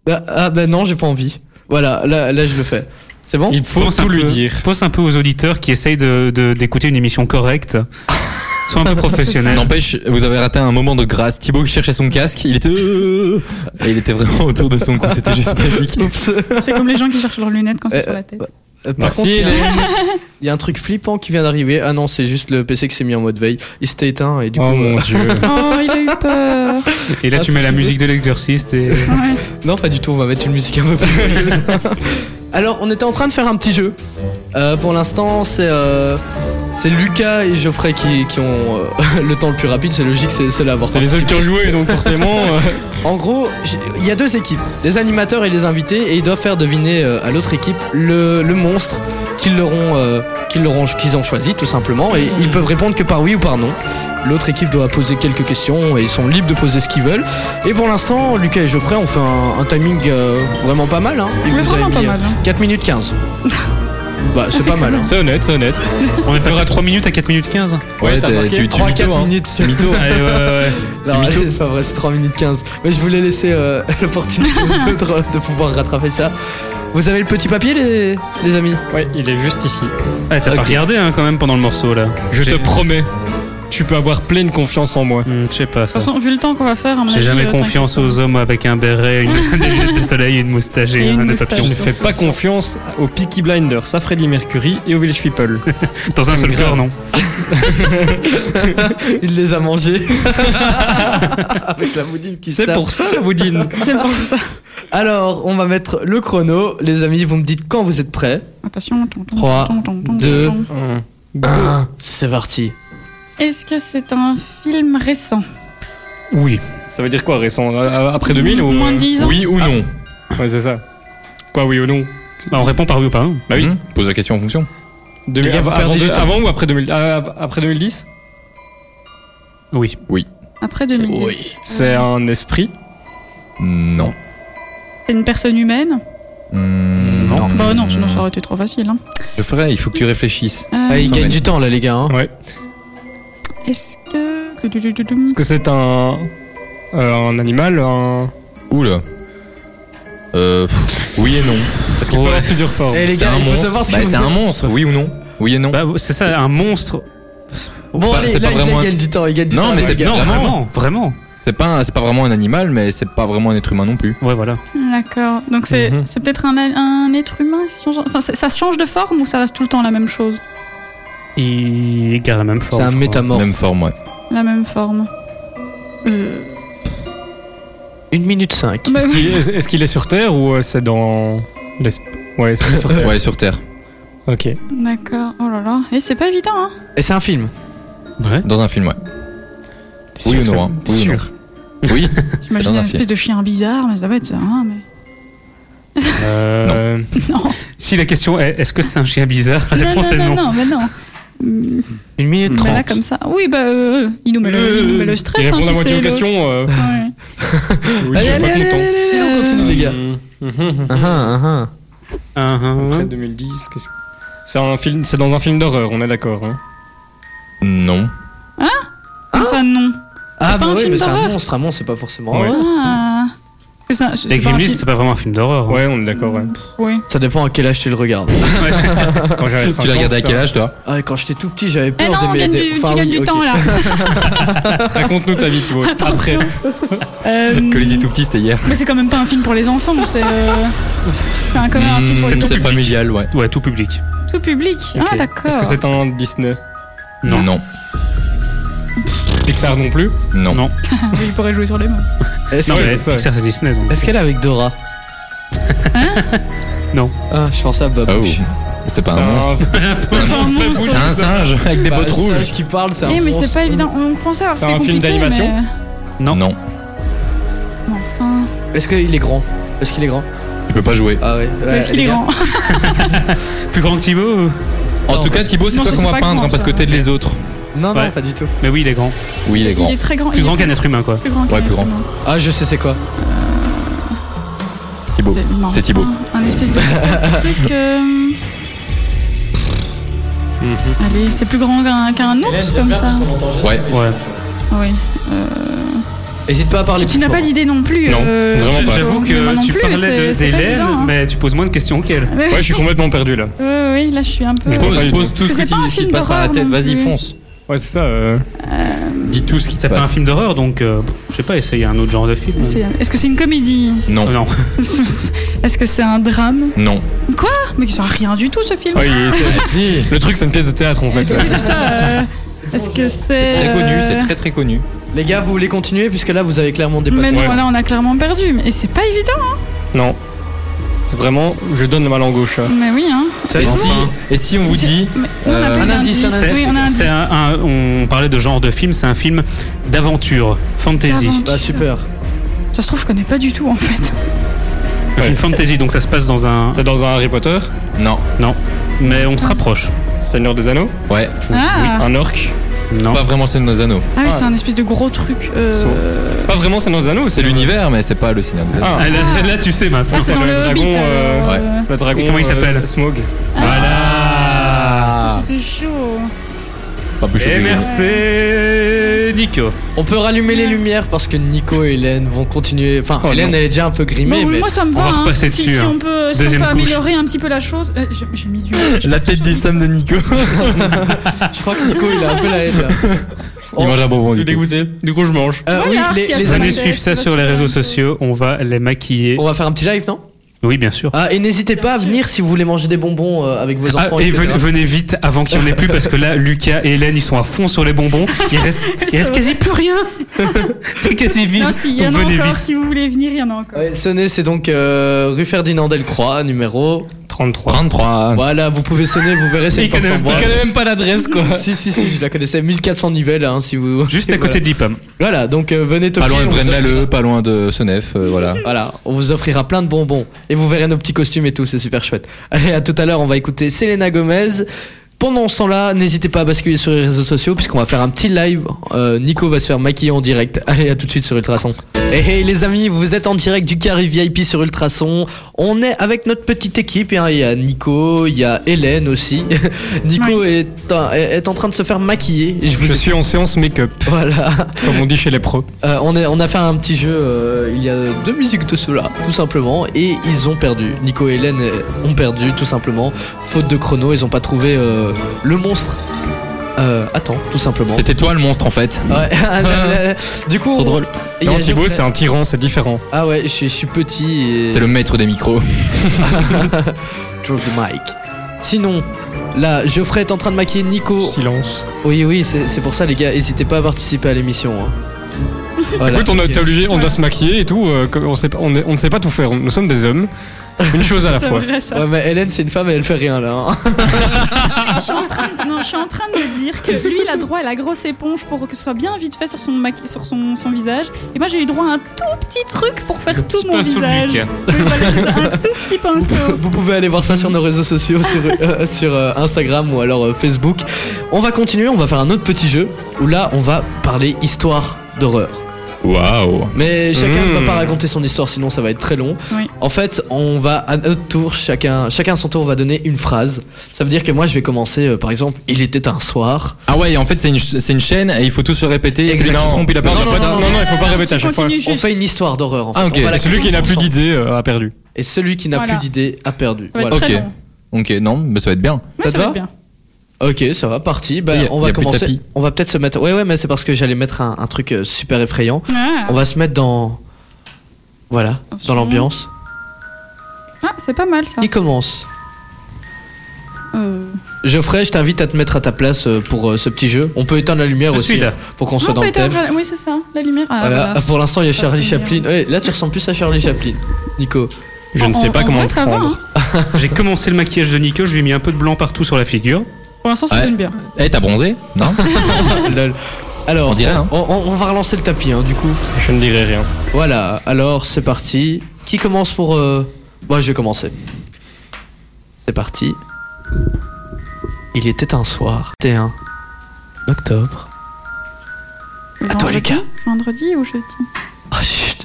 S1: Ah, ah, bah non, j'ai pas envie. Voilà, là, là je le fais. C'est bon
S4: Il faut
S6: Pense un
S4: tout lui
S6: peu-
S4: dire.
S6: Pense un peu aux auditeurs qui essayent de- de- d'écouter une émission correcte. Sois un peu professionnel.
S7: N'empêche, vous avez raté un moment de grâce. Thibaut qui cherchait son casque, il était. euh, Et il était vraiment autour de son cou, c'était juste magique.
S1: Oups.
S5: C'est comme les gens qui cherchent leurs lunettes quand c'est sur la tête.
S1: Euh, par
S4: Merci,
S1: contre, il y a-
S4: Hélène.
S1: Il y a un truc flippant qui vient d'arriver. Ah non, c'est juste le PC qui s'est mis en mode veille. Il s'était éteint et du
S4: Oh
S1: coup.
S4: mon
S1: euh,
S4: dieu.
S5: Oh, il a eu peur.
S6: Et là, tu mets la musique de l'exorciste et.
S5: Ouais.
S1: euh, Non, pas du tout, on va mettre une musique un peu plus. joyeuse. Alors, on était en train de faire un petit jeu. Euh, pour l'instant, c'est. euh, C'est Lucas et Geoffrey qui, qui ont euh, le temps le plus rapide, c'est logique, c'est ceux-là à avoir
S4: C'est les autres qui ont joué, donc forcément. euh,
S1: En gros, j'ai- il y a deux équipes, les animateurs et les invités, et ils doivent faire deviner euh, à l'autre équipe le, le monstre qu'ils leur ont, euh, qu'ils leur ont- qu'ils ont choisi tout simplement, et ils peuvent répondre que par oui ou par non. L'autre équipe doit poser quelques questions et ils sont libres de poser ce qu'ils veulent. Et pour l'instant, Lucas et Geoffrey ont fait un, un timing euh, vraiment pas mal. Hein. Ils
S5: Mais
S1: vous
S5: vraiment
S1: avaient
S5: pas
S1: mis, euh,
S5: mal, hein.
S1: 4 minutes 15. bah, c'est pas mal. hein.
S4: C'est honnête, c'est honnête.
S6: On est passé à 3 minutes à 4 minutes 15.
S7: Ouais,
S4: t'as
S7: t'es-
S4: marqué
S7: tu, tu
S1: 3 4
S7: mytho, hein.
S1: minutes.
S7: Tu mytho.
S6: Allez, ouais, ouais, ouais.
S1: Non, allez, c'est pas vrai, c'est 3 minutes 15. Mais je voulais laisser euh, l'opportunité aux autres euh, de pouvoir rattraper ça. Vous avez le petit papier, les, les amis
S4: Ouais, il est juste ici.
S6: Ah, T'as
S1: Ok.
S6: pas regardé hein, quand même pendant le morceau là.
S4: Je te
S6: J'ai-
S4: promets, tu peux avoir pleine confiance en moi.
S6: Hmm, Je sais pas. ça.
S5: De toute façon, vu le temps qu'on va faire, à mon
S6: J'ai
S5: avis,
S6: jamais
S5: euh, t'inquiète.
S6: confiance aux hommes avec un béret, une, des lunettes de soleil, une moustache et,
S5: Et une
S6: un des
S5: moustache.
S6: papillons.
S4: Je ne fais pas confiance aux Peaky Blinders, à Freddie Mercury et aux Village People.
S6: Dans un seul
S4: Grave.
S6: corps, non.
S1: Il les a mangés. Avec la moudine qui se
S4: C'est
S1: tape.
S4: pour ça la boudine.
S5: C'est pour ça.
S1: Alors, on va mettre le chrono. Les amis, vous me dites quand vous êtes prêts.
S5: Attention.
S1: Trois, deux.
S4: Hum.
S1: C'est parti.
S5: Est-ce que c'est un film récent
S6: Oui.
S4: Ça veut dire quoi récent Euh, Après 2000 ou
S5: Moins de 10 ans
S7: hein. Oui ou non
S4: Ouais, c'est ça. Quoi, oui ou non
S6: Bah, on répond par oui ou par non.
S4: Bah oui.
S7: Mhm. Pose la question en fonction.
S4: 2000
S1: Les gars, vous
S4: avant,
S1: perdez
S4: de-
S1: du temps.
S4: avant ou après, 2000 euh, après 2010
S6: Oui.
S5: Après 2010.
S1: Oui.
S4: C'est un esprit.
S7: Non.
S5: C'est une personne humaine
S7: Mm,
S6: Non.
S5: Bah non, sinon ça aurait été trop facile. hein.
S7: Je ferai, il faut que tu réfléchisses.
S5: Euh,
S1: Ah, il
S7: Ça
S1: gagne
S7: mène.
S1: du temps là, les gars. hein.
S4: Ouais.
S5: Est-ce que.
S4: Est-ce que c'est un. euh, un animal un...
S7: Oula. Euh, pff, oui et non.
S4: Parce qu'il peut avoir plusieurs formes.
S1: Eh, les
S7: C'est
S1: gars,
S7: un
S1: il faut
S7: monstre.
S1: savoir si
S7: Bah,
S1: vous-
S7: c'est un monstre, oui ou non Oui et non.
S6: Bah, c'est ça, un monstre.
S1: Bon,
S7: Bah,
S1: allez,
S7: c'est
S1: là,
S7: pas
S1: il- là,
S7: vraiment-
S1: il gagne du temps. Il gagne du
S7: Non,
S1: temps.
S7: mais
S1: les
S7: c'est-
S1: gars.
S6: Non,
S7: Vraiment.
S6: vraiment, vraiment.
S7: C'est pas, un- c'est pas vraiment un animal, mais c'est pas vraiment un être humain non plus.
S6: Ouais, voilà.
S5: D'accord. Donc c'est
S4: Mhm.
S5: c'est peut-être un, un être humain qui change- Enfin, c'est- ça change de forme ou ça reste tout le temps la même chose
S6: Il garde la même
S1: C'est
S6: forme.
S1: un
S6: je crois.
S1: métamorphe.
S7: Même forme, ouais.
S5: La même forme Euh,
S1: Une minute 5.
S5: Bah
S4: Est-ce
S5: oui.
S4: qu'il est, est-ce qu'il est sur Terre ou euh, c'est dans. l'esp- Ouais, est-ce qu'il est sur Terre
S7: Ouais, sur Terre.
S4: Ok.
S5: D'accord. Oh là là. Et c'est pas évident, hein
S1: Et c'est un film.
S6: Ouais.
S7: Dans un film, ouais.
S6: T'es
S7: Oui ou
S6: sûr,
S7: non hein.
S6: c'est-
S7: Oui
S6: t'es
S7: ou non.
S6: sûr
S7: Oui.
S5: J'imagine
S7: Dans un
S5: une
S7: film.
S5: espèce de chien bizarre, mais ça doit être ça, hein, mais...
S4: Euh,
S6: Si la question est est-ce que c'est un chien bizarre
S4: Ah,
S6: La
S5: non,
S6: réponse est
S5: non,
S6: non.
S5: non, non, mais non. Hum,
S1: Une minute
S5: mais là,
S1: 30.
S5: comme ça. Oui, bah, euh, il nous met le, il nous met le stress,
S4: Il
S5: hein,
S4: répond
S5: tu
S4: à moitié
S5: sais,
S4: aux
S5: le-
S4: questions. euh,
S5: Ouais.
S1: Allez,
S4: oui, je suis
S1: allez,
S4: pas
S1: allez,
S4: content.
S1: allez, allez, on
S5: Euh,
S1: continue, les gars.
S4: Hum, hum, hum.
S1: Ah, ah, ah.
S6: Ah, ah, ah.
S4: Après 2010, qu'est-ce que- C'est un film, c'est dans un film d'horreur, on est d'accord. hein.
S7: Ah Non.
S5: Comme ça, non.
S1: Ah,
S5: pas
S1: bah
S5: un
S1: oui,
S5: film
S1: mais c'est un
S5: d'horreur.
S1: monstre. Un monstre, c'est pas forcément.
S4: Ouais.
S5: Ah. Parce que ça- c'est-
S6: Les
S5: c'est pas un
S6: Gremlins,
S5: film-
S6: c'est pas vraiment un film d'horreur. hein.
S4: Ouais, on est d'accord. ouais.
S5: Oui.
S1: Ça dépend à quel âge tu le regardes.
S4: Quand j'avais
S7: Tu
S4: 5
S7: l'as
S4: ans,
S7: regardé à quel
S4: c'était-
S7: âge, toi
S1: Ah, quand j'étais tout petit, j'avais
S5: Eh
S1: peur
S5: non,
S1: des
S5: gagne du-
S1: enfin,
S5: tu gagnes
S1: oui,
S5: du
S1: ok.
S5: temps, là.
S4: Raconte-nous ta vie, Thibaut. Après.
S5: Attention. Euh,
S7: Que les dit tout petit, c'était hier.
S5: Mais c'est quand même pas un film pour les enfants, c'est euh, c'est un- quand même un film pour
S4: Hmm,
S7: Mm,
S5: les
S7: C'est
S5: tout,
S7: familial, ouais.
S6: Ouais, tout public.
S5: public. Ah
S4: Ok. Est-ce
S5: d'accord.
S4: que c'est un Disney
S6: Non.
S7: Non.
S4: Pixar non plus
S7: Non.
S6: Non.
S5: Ah Oui, il pourrait jouer sur les mots.
S1: Est-ce
S6: Non,
S1: que-
S6: mais
S4: ouais, ça.
S6: Pixar, c'est Disney. donc.
S1: est-ce qu'elle est avec Dora
S6: Non.
S1: Ah, je pensais à Bob.
S7: Oh. C'est pas
S4: C'est
S7: un monstre.
S5: C'est pas un monstre.
S7: C'est un singe avec des
S1: Bah,
S7: bottes
S1: le singe
S7: rouges.
S1: qui parle, c'est un
S5: Eh mais
S1: monstre.
S5: c'est pas évident. On pensait avoir
S4: C'est
S5: fait
S4: un film
S5: compliqué,
S4: d'animation
S5: mais-
S6: Non.
S7: Non.
S5: mais Enfin,
S1: Est-ce qu'il est grand Est-ce qu'il est grand
S7: Tu peux pas jouer.
S1: Ah ouais. ouais,
S5: est-ce qu'il
S1: les
S5: est
S1: gars.
S5: grand
S6: Plus grand que Thibaut ou-
S7: En
S1: Non,
S7: tout cas, Thibaut, c'est
S5: non,
S7: toi
S5: ça,
S7: qu'on
S5: c'est
S7: va
S5: pas
S7: peindre
S5: grand,
S7: hein, parce
S5: ça.
S7: que t'aides les autres.
S1: Non, non,
S6: Ouais.
S1: pas du tout.
S6: Mais oui, il est grand.
S7: Oui, il est grand.
S5: Il est très grand.
S6: Plus
S5: il
S6: grand
S5: est
S6: qu'un être humain, quoi.
S5: Plus grand qu'un
S7: Ouais, plus
S5: être
S7: grand.
S5: humain.
S1: Ah, je sais c'est quoi.
S7: Thibaut.
S5: non.
S7: C'est Thibaut.
S5: Un espèce de truc. euh, Allez, c'est plus grand qu'un qu'un ours comme ça.
S7: Ouais.
S6: Ouais.
S5: Oui.
S1: Hésite pas à parler.
S5: Tu, tu
S1: plus
S5: n'as pas
S1: fort.
S5: d'idée non plus.
S7: Non,
S5: euh,
S4: vraiment pas.
S5: Joe.
S6: J'avoue
S5: Mais moi
S6: que
S5: non
S6: tu
S5: plus, c'est-
S6: parlais de-
S5: c'est pas évident,
S6: d'Hélène,
S5: hein. Ah
S6: mais tu poses moins de questions qu'elle.
S4: Ouais, je suis complètement perdu là.
S5: Oui, oui, là je suis un peu.
S4: Je
S7: Pose,
S4: Ouais,
S7: pose tout
S5: parce
S7: ce
S5: que c'est
S7: qui-
S5: pas un
S7: qui
S5: film
S7: te passe par la
S5: d'horreur
S7: tête.
S5: non
S7: Vas-y,
S5: plus.
S7: fonce.
S4: Ouais, c'est ça. euh,
S7: Dis tout ce qui te
S6: C'est pas un
S7: passe.
S6: film d'horreur, donc euh, je sais pas, essayer un autre genre de film.
S5: euh, C'est- Est-ce que c'est une comédie
S6: Oh,
S7: Non.
S6: non.
S5: Est-ce que c'est un drame
S7: Non.
S5: Ah, Mais qui sert à rien du tout ce film.
S4: ouais, il- c'est-
S7: Vas-y.
S4: le truc, c'est une pièce de théâtre en fait.
S5: Est-ce que c'est ça euh, Est-ce que c'est.
S7: C'est très connu,
S5: euh,
S7: c'est très très connu.
S1: Les gars, vous voulez continuer puisque là vous avez clairement dépassé.
S5: Mais non,
S4: Ouais.
S5: là on a clairement perdu. Mais- Et c'est pas évident.
S4: Non. vraiment, je donne ma langue gauche.
S5: Mais oui, hein.
S7: Et
S1: Enfin.
S7: si, et si on vous dit.
S5: Mais on
S7: Euh,
S5: n'a pas
S1: un
S5: eu
S1: indice,
S5: d'indice.
S1: un
S5: Oui, on a un indice.
S6: C'est un- un- on parlait de genre de film, c'est un film d'aventure, fantasy.
S5: D'aventure.
S1: Bah super.
S5: Ça se trouve, je connais pas du tout en fait.
S6: Un film fantasy, donc ça se passe dans un.
S4: C'est dans un Harry Potter,
S7: Non.
S6: Non, mais on se rapproche.
S4: Seigneur des Anneaux,
S7: Ouais.
S5: Ah,
S4: un orc.
S6: Non.
S7: Pas vraiment Seigneur des Anneaux.
S5: Ah oui, c'est un espèce de gros truc. euh,
S4: Saut. Pas vraiment Seigneur des Anneaux,
S7: C'est l'univers, mais c'est pas le Seigneur des Anneaux.
S4: Ah,
S6: Ah, là, là, tu sais maintenant.
S5: Ah, c'est dans
S4: le
S5: le
S4: dragon,
S5: Hobbit.
S4: euh,
S5: alors,
S7: ouais.
S5: euh,
S4: le dragon.
S6: Et comment il
S4: euh,
S6: s'appelle
S4: Smaug.
S6: Voilà.
S5: Ah. C'était chaud.
S7: Pas plus chaud
S6: Et
S7: que les autres.
S6: Eh, merci, Nico.
S1: On peut rallumer les lumières parce que Nico et Hélène vont continuer. Enfin,
S4: Oh,
S1: Hélène,
S4: non.
S1: elle est déjà un peu grimée,
S5: Bon, oui,
S1: mais
S5: moi ça me
S6: on
S5: va.
S6: va
S5: hein.
S6: repasser
S5: si,
S6: dessus,
S5: si
S6: hein.
S5: on peut, si on
S6: Deuxième
S5: peut
S6: couche.
S5: améliorer un petit peu la chose. Euh, j'ai j'ai mis du. j'ai
S7: La
S5: mis
S7: tête
S5: sur
S7: du
S5: le-
S7: Sam de Nico.
S1: je crois que Nico il a un peu la haine. là.
S7: Il mange un bonbon.
S4: Je suis
S7: du coup.
S4: dégoûté. Du coup, je mange.
S5: Ah,
S1: Euh, oui,
S5: Voilà,
S1: les,
S5: qui a
S1: les-
S5: son
S6: Les années
S5: Sur
S6: suivent ça sur les réseaux sociaux. On va les maquiller.
S4: Oh.
S1: on va faire un petit live, non
S6: Oui, bien sûr.
S1: Ah, et n'hésitez pas à
S5: sûr.
S1: venir si vous voulez manger des bonbons euh, avec vos
S6: Ah,
S1: enfants.
S6: et
S1: etc.
S6: venez, venez vite avant qu'il n'y en ait plus parce que là, Lucas et Hélène, ils sont à fond sur les bonbons. Il reste, il reste
S5: vrai.
S6: quasi plus rien. C'est quasi vide.
S5: Non, si, il y
S6: Donc
S5: en a
S6: venez
S5: encore.
S6: vite.
S5: Si vous voulez venir, il y en a encore.
S1: Ouais, sonnez, c'est donc euh, rue Ferdinand Delcroix, numéro.
S6: 33.
S7: 33.
S1: Voilà, vous pouvez sonner, vous verrez, c'est une
S6: connaît
S1: plateforme
S6: même- il
S1: web.
S7: même pas l'adresse quoi.
S1: Si, si, si, je la connaissais. 1400 nivelles, hein, si vous.
S6: Juste à côté de l'IPAM.
S1: Voilà, donc euh, venez toquer.
S7: Pas loin
S1: on
S7: de
S1: vous offrira-
S7: Braine-l'Alleud, pas loin de Senef, euh, voilà.
S1: Voilà, on vous offrira plein de bonbons. Et vous verrez nos petits costumes et tout, c'est super chouette. Allez, à tout à l'heure, on va écouter Selena Gomez. Pendant ce temps-là, n'hésitez pas à basculer sur les réseaux sociaux puisqu'on va faire un petit live. Euh, Nico va se faire maquiller en direct. Allez, à tout de suite sur Ultrason. Hey, hey, les amis, vous êtes en direct du carré VIP sur Ultrason. On est avec notre petite équipe. hein. Il y a Nico, il y a Hélène aussi. Nico est, en- est en train de se faire maquiller. Et je vous...
S4: Je suis en séance make-up,
S1: Voilà.
S4: comme on dit chez les pros.
S1: Euh, on, est- on a fait un petit jeu, euh, il y a deux musiques de cela, tout simplement, et ils ont perdu. Nico et Hélène euh, ont perdu, tout simplement. Faute de chrono, ils ont pas trouvé euh, le monstre. Euh, attends, tout simplement.
S7: C'était toi le monstre en fait.
S1: Ouais, Euh, du coup,
S7: Trop drôle.
S1: il y a
S4: Non, Thibaut,
S1: Geoffrey-
S4: c'est un tyran, c'est différent.
S1: Ah ouais, je, suis- je suis petit et.
S7: C'est le maître des micros.
S1: Drop the mic. Sinon, là, Geoffrey est en train de maquiller Nico.
S4: Silence.
S1: Oui, oui, c'est c'est pour ça, les gars, n'hésitez pas à participer à l'émission. hein. Voilà,
S4: Écoute, on, a-
S1: ok.
S4: t'es obligé, on doit se maquiller et tout. euh, que- on, sait pas- on est- on ne sait pas tout faire. Nous sommes des hommes. Une chose à la
S5: C'est
S4: fois.
S5: vrai ça.
S1: Ouais, mais Hélène, c'est une femme et elle fait rien là. hein.
S5: Je suis en train, non, je suis en train de me dire que lui, il a droit à la grosse éponge pour que ce soit bien vite fait sur son, maqui- sur son, son visage. Et moi, j'ai eu droit à un tout petit truc pour faire tout mon
S6: pinceau de
S5: visage.
S6: Lucas.
S5: Oui, voilà, c'est ça, un tout petit pinceau.
S1: Vous pouvez aller voir ça sur nos réseaux sociaux, sur, euh, sur, euh, Instagram ou alors euh, Facebook. On va continuer, on va faire un autre petit jeu où là on va parler histoire d'horreur.
S7: Waouh.
S1: Mais chacun ne va
S4: Mmh.
S7: Hmm.
S1: pas raconter son histoire sinon ça va être très long.
S5: Oui.
S1: En fait, on va à notre tour, chacun, chacun à son tour va donner une phrase. Ça veut dire que moi je vais commencer euh, par exemple, il était un soir.
S7: Ah ouais, et en fait c'est une, ch- c'est une chaîne et il faut tout se répéter. Celui qui
S1: Exactement.
S7: se trompe, il a pas
S1: Non,
S4: Non,
S7: de
S4: non,
S1: non,
S4: non,
S7: ça.
S1: non,
S4: non,
S1: non,
S4: il faut pas répéter à
S5: Euh, Tu
S4: chaque fois.
S5: continues
S1: On
S5: juste.
S1: fait une histoire d'horreur en fait.
S7: Ah, ok.
S1: On va la
S7: Et
S4: Celui
S1: créer
S4: qui n'a
S1: tous
S4: plus
S1: ensemble.
S4: d'idées euh, a perdu.
S1: Et celui qui n'a
S5: Voilà.
S1: plus d'idée a perdu.
S5: Ça va être
S1: Voilà.
S7: Ok.
S5: très long.
S7: Ok, non, mais ça va être bien.
S1: Ça
S5: Ouais, ça
S1: te
S5: va
S1: va
S5: être bien.
S1: Ok, ça va, parti. Bah,
S7: Y a-
S1: on
S7: y
S1: va
S7: a plus de
S1: commencer.
S7: tapis.
S1: On va peut-être se mettre. Ouais, ouais, mais c'est parce que j'allais mettre un- un truc euh, super effrayant.
S5: Ah,
S1: On va se mettre dans. Voilà,
S5: Attention.
S1: dans l'ambiance.
S5: Ah, c'est pas mal ça.
S1: Qui commence
S5: Euh,
S1: Geoffrey, je t'invite à te mettre à ta place euh, pour euh, ce petit jeu. On peut éteindre la lumière
S6: Je
S1: aussi
S6: suis là.
S1: hein, pour qu'on
S5: non,
S1: soit dans
S5: pas
S1: le thème.
S5: éteindre la- Oui, c'est ça, la lumière. Ah,
S1: Voilà.
S5: voilà.
S1: Pour l'instant, il y a
S5: Ça
S1: Charlie
S5: fait bien.
S1: Chaplin. Ouais, là, tu ressembles plus à Charlie Chaplin, Nico.
S4: Je ne
S5: En-
S4: sais pas
S5: en
S4: comment
S5: vrai,
S4: le
S5: ça va,
S4: prendre.
S5: hein.
S6: J'ai commencé le maquillage de Nico, je lui ai mis un peu de blanc partout sur la figure.
S5: Pour l'instant, ça
S7: Ouais.
S5: donne bien.
S7: Eh, t'as bronzé Non
S1: Lol. Alors,
S7: On dirait, hein.
S1: on, on- on va relancer le tapis, hein, du coup.
S4: Je ne dirai rien.
S1: Voilà, alors c'est parti. Qui commence pour. euh, Moi, je vais commencer. C'est parti. Il était un soir, 21 octobre. À toi,
S5: Vendredi
S1: Lucas.
S5: Vendredi ou jeudi
S1: Ah, chut.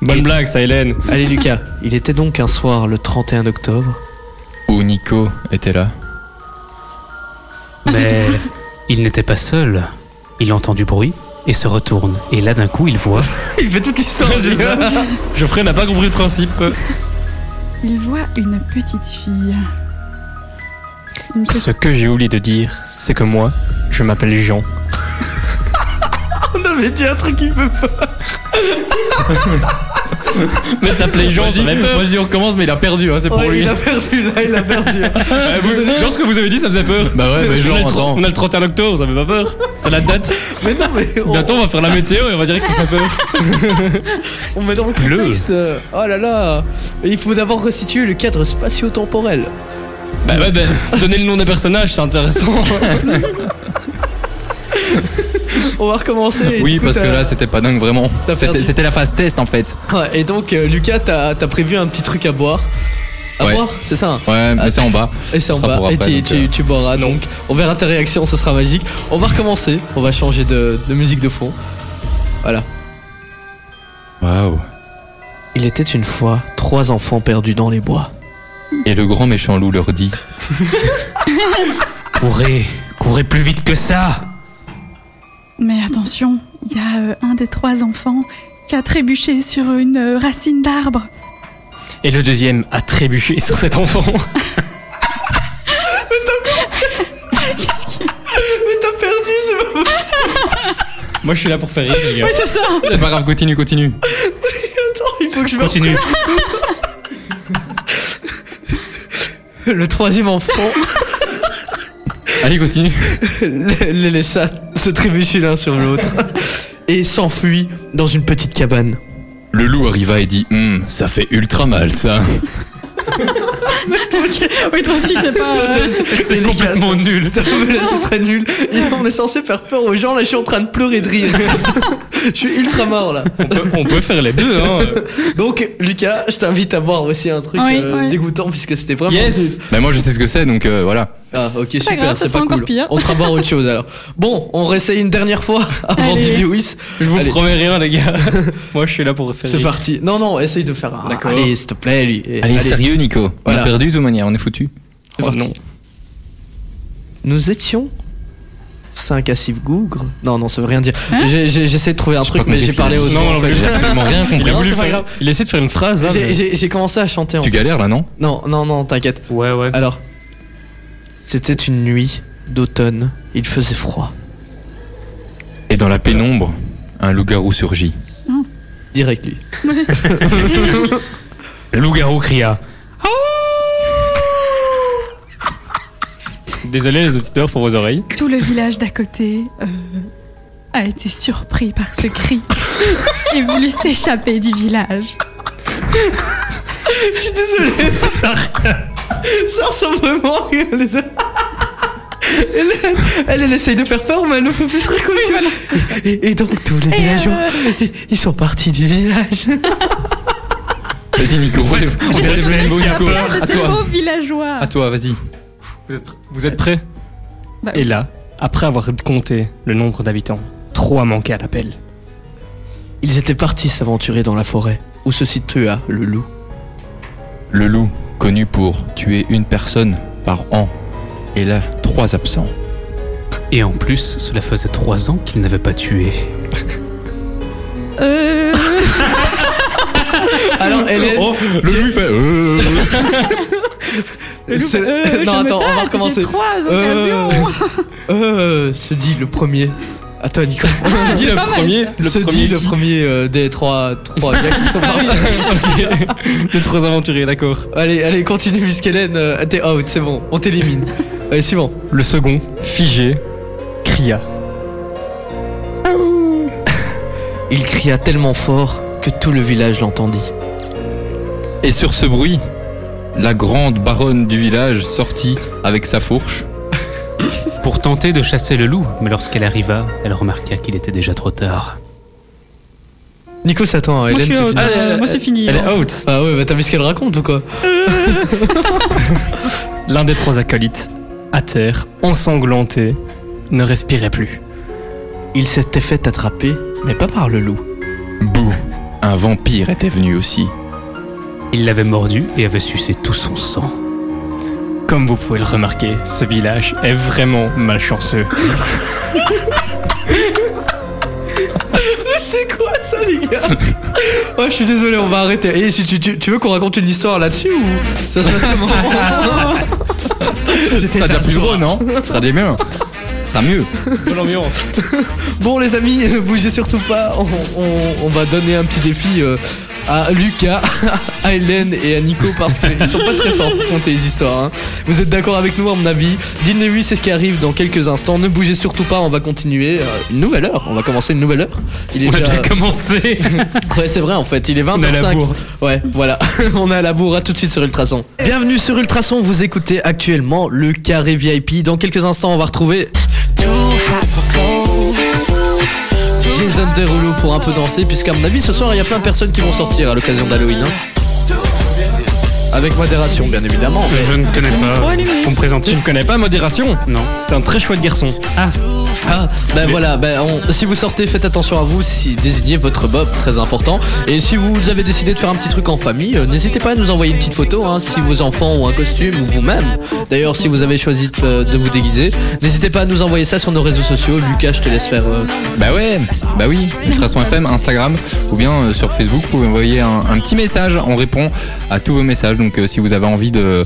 S4: Bonne
S1: Et-
S4: blague, ça, Hélène.
S1: Allez Lucas, il était donc un soir le 31 octobre.
S7: Ou Nico était là.
S4: Ah,
S6: Mais il n'était pas seul. Il entend du bruit et se retourne. Et là, d'un coup, il voit.
S1: Il fait toute l'histoire.
S4: Geoffrey n'a pas compris le principe.
S5: Il voit une petite fille. Une petite-
S4: Ce que j'ai oublié de dire, c'est que moi, je m'appelle Jean.
S1: On avait dit un truc qui peut pas.
S7: Mais ça plaît Jean,
S1: ça fait peur.
S7: Moi je dis on recommence, mais il a perdu, hein, c'est pour
S1: Ouais,
S7: lui.
S1: Oh, il a perdu, là, il a perdu.
S4: Ah, vous- genre ce que vous avez dit, ça faisait peur.
S7: Bah ouais, mais
S4: on,
S7: Jean,
S4: a le
S7: attends.
S4: tro- on a le 31 octobre, ça fait pas peur. C'est la date.
S1: mais non, mais on,
S4: Bientôt, on va faire la météo et on va dire que ça fait peur.
S1: on met dans le
S6: Bleu.
S1: contexte. Oh là là. Il faut d'abord resituer le cadre spatio-temporel.
S4: Bah ouais, bah, donner le nom des personnages, c'est intéressant.
S1: On va recommencer. et
S7: Oui,
S1: du coup,
S7: parce que
S1: t'as-
S7: là c'était pas dingue vraiment.
S1: euh, T'as
S7: C'était
S1: perdu.
S7: c'était la phase test en fait.
S1: Ouais, et donc, euh, Lucas, t'as t'as prévu un petit truc à boire. À
S7: Ouais.
S1: boire, c'est ça hein
S7: Ouais, mais Ah, c'est en bas.
S1: Et c'est
S7: Ce
S1: en
S7: sera
S1: bas.
S7: pour
S1: Et
S7: après,
S1: tu,
S7: donc,
S1: tu-
S7: euh,
S1: tu boiras donc. On verra ta réaction, ce sera magique. On va recommencer. On va changer de, de musique de fond. Voilà.
S7: Waouh.
S1: Il était une fois trois enfants perdus dans les bois.
S7: Et le grand méchant loup leur dit
S6: Courez, courez plus vite que ça.
S5: Mais attention, il y a euh, un des trois enfants qui a trébuché sur une euh, racine d'arbre.
S4: Et le deuxième a trébuché sur cet enfant.
S1: Mais t'as perdu, c'est pas
S4: Moi, je suis là pour faire rire, les gars.
S5: c'est ça
S7: C'est pas grave, continue, continue.
S1: Il faut que je me
S6: Continue.
S1: Le troisième enfant
S7: Allez, continue.
S1: les les laissa se trébucher l'un sur l'autre et s'enfuit dans une petite cabane.
S7: Le loup arriva et dit Hum, ça fait ultra mal ça.
S5: Oui, toi aussi, c'est pas. euh,
S1: C'est les
S6: Complètement nul.
S1: gars, mais là, C'est très nul. Et on est censé faire peur aux gens. Là, je suis en train de pleurer de rire. Je suis ultra mort là.
S4: On peut, on peut faire les deux, hein.
S1: Donc, Lucas, je t'invite à boire aussi un truc
S5: Oui,
S1: euh,
S5: ouais.
S1: dégoûtant puisque c'était vraiment. nul.
S4: Yes!
S7: Bah, moi je sais ce que c'est donc euh, voilà.
S1: Ah, ok, super,
S5: grave, ça
S1: c'est
S5: sera
S1: pas
S5: encore
S1: cool.
S5: pire.
S1: On sera boire autre chose alors. Bon, on réessaye une dernière fois avant
S5: Allez.
S1: du Lewis.
S4: Je vous
S1: Allez.
S4: promets rien, les gars. Moi, je suis là pour faire
S1: C'est
S4: rire.
S1: parti. Non, non, essaye de faire. un-
S4: D'accord.
S1: Allez, s'il te plaît, lui. Et-
S7: Allez, sérieux, Nico.
S1: Voilà.
S7: On a perdu de toute manière, on est foutu.
S1: C'est
S4: Oh
S1: parti.
S4: non.
S1: Nous étions 5 à 6 gougres. Non, non, ça veut rien dire. J'ai- j'ai- J'essaie de trouver un truc,
S7: pas
S1: mais j'ai
S7: compris
S1: parlé
S7: ce
S1: aux
S7: qu'il
S4: a dit.
S1: autres.
S4: Non,
S1: en
S4: non,
S1: fait.
S7: J'ai absolument rien
S4: Il
S7: compris.
S4: a voulu
S1: c'est pas
S4: faire,
S1: grave.
S4: il essaie de faire une phrase, là.
S1: J'ai-
S4: mais-
S1: J'ai j'ai commencé à chanter en
S7: Tu galères là, non
S1: Non, non, non, t'inquiète.
S4: Ouais, ouais.
S1: Alors, c'était une nuit d'automne. Il faisait froid.
S7: Et dans la pénombre, un loup-garou surgit.
S1: Direct, lui.
S6: Le loup-garou cria.
S4: Désolé, les auditeurs, pour vos oreilles.
S5: Tout le village d'à côté euh, a été surpris par ce cri et voulu s'échapper du village.
S1: Je suis désolé. Ça ressemble vraiment à rien, les a- Elle, elle, elle essaye de faire peur, mais elle ne peut plus se reconnaître. et, et donc, tous les
S5: Et,
S1: villageois,
S5: euh,
S1: ils sont partis du village.
S7: Vas-y, Nico, relève. On
S5: j'ai
S7: relève le
S5: surpris
S7: niveau,
S5: la
S7: Nico.
S5: peur de
S7: À
S5: ces
S7: toi.
S5: beaux villageois.
S7: À toi, vas-y.
S4: Vous êtes, vous êtes prêts
S5: Bah
S4: Et là, après avoir compté le nombre d'habitants, trois manquaient à l'appel.
S1: Ils étaient partis s'aventurer dans la forêt, où se situa le loup.
S7: Le loup, connu pour tuer une personne par an, est là trois absents.
S6: Et en plus, cela faisait trois ans qu'il n'avait pas tué.
S5: Euh,
S1: Alors, elle est...
S4: Oh.
S7: le loup il fait. euh, euh,
S1: se-
S5: euh, je
S1: non,
S5: me
S1: attends, on va
S5: tâte,
S1: recommencer.
S5: J'ai trois
S1: Euh,
S5: occasions.
S1: euh, se dit le premier. Attends, Nico.
S4: se dit
S5: Ah, c'est
S4: le
S5: pas mal,
S4: premier,
S5: ça.
S4: le
S1: se
S4: premier
S1: dit le
S4: qui- Ah
S1: premier euh, des trois, trois gars qui sont partis.
S4: Ok. Les trois aventuriers, d'accord.
S1: Allez, allez, continue, Miss Kellen. euh, T'es out, c'est bon, on t'élimine. Allez, suivant.
S4: Le second, figé, cria.
S1: Il cria tellement fort que tout le village l'entendit.
S7: Et sur ce bruit, la grande baronne du village sortit avec sa fourche.
S6: Pour tenter de chasser le loup, mais lorsqu'elle arriva, elle remarqua qu'il était déjà trop tard.
S1: Nico s'attend,
S5: Moi, je
S1: Hélène,
S5: suis
S1: c'est
S5: out.
S1: fini.
S5: Euh,
S4: elle-
S5: Moi, c'est fini.
S4: Elle est out.
S1: Ah ouais, bah t'as vu ce qu'elle raconte ou quoi
S4: L'un des trois acolytes, à terre, ensanglanté, ne respirait plus.
S1: Il s'était fait attraper, mais pas par le loup.
S7: Bouh Un vampire était venu aussi.
S6: Il l'avait mordu et avait sucé tout son sang.
S4: Comme vous pouvez le remarquer, ce village est vraiment malchanceux.
S1: C'est quoi ça, les gars Oh, je suis désolé, on va arrêter. Et si tu, tu- tu veux qu'on raconte une histoire là-dessus ou ça se passe comment
S7: Ce sera déjà plus drôle, non Ce sera déjà mieux. Ce sera mieux.
S4: Bonne ambiance.
S1: Bon, les amis, ne bougez surtout pas. On, on- on va donner un petit défi. euh, à- à Lucas, à Hélène et à Nico parce qu'ils sont pas très forts pour compter les histoires. hein. Vous êtes d'accord avec nous, à mon avis Dîner vu, c'est ce qui arrive dans quelques instants. Ne bougez surtout pas, on va continuer euh, une nouvelle heure. On va commencer une nouvelle heure. Il est
S6: On a
S1: déjà-
S6: déjà commencé.
S1: Ouais, c'est vrai en fait, il est
S6: On a la
S1: 20h05.
S6: bourre.
S1: Ouais, voilà, on est à la bourre, à tout de suite sur Ultrason. Bienvenue sur Ultrason, vous écoutez actuellement le carré VIP. Dans quelques instants, on va retrouver. Jason Derulo pour un peu danser, puisqu'à mon avis, ce soir, il y a plein de personnes qui vont sortir à l'occasion d'Halloween. hein. Avec modération, bien évidemment. mais-
S6: Je ne connais
S5: euh,
S6: pas. On me présente.
S4: Tu ne connais pas Modération
S6: Non.
S4: C'est un très chouette garçon.
S6: Ah,
S1: Ah, ben voilà, ben on- si vous sortez, faites attention à vous, si désignez votre bob, très important. Et si vous avez décidé de faire un petit truc en famille, euh, n'hésitez pas à nous envoyer une petite photo, hein, si vos enfants ont un costume ou vous-même. D'ailleurs, si vous avez choisi de, euh, de vous déguiser, n'hésitez pas à nous envoyer ça sur nos réseaux sociaux. Lucas, je te laisse faire. euh,
S7: Bah ouais, bah oui, Ultrason FM, Instagram ou bien euh, sur Facebook, vous pouvez envoyer un, un petit message, on répond à tous vos messages. Donc euh, si vous avez envie de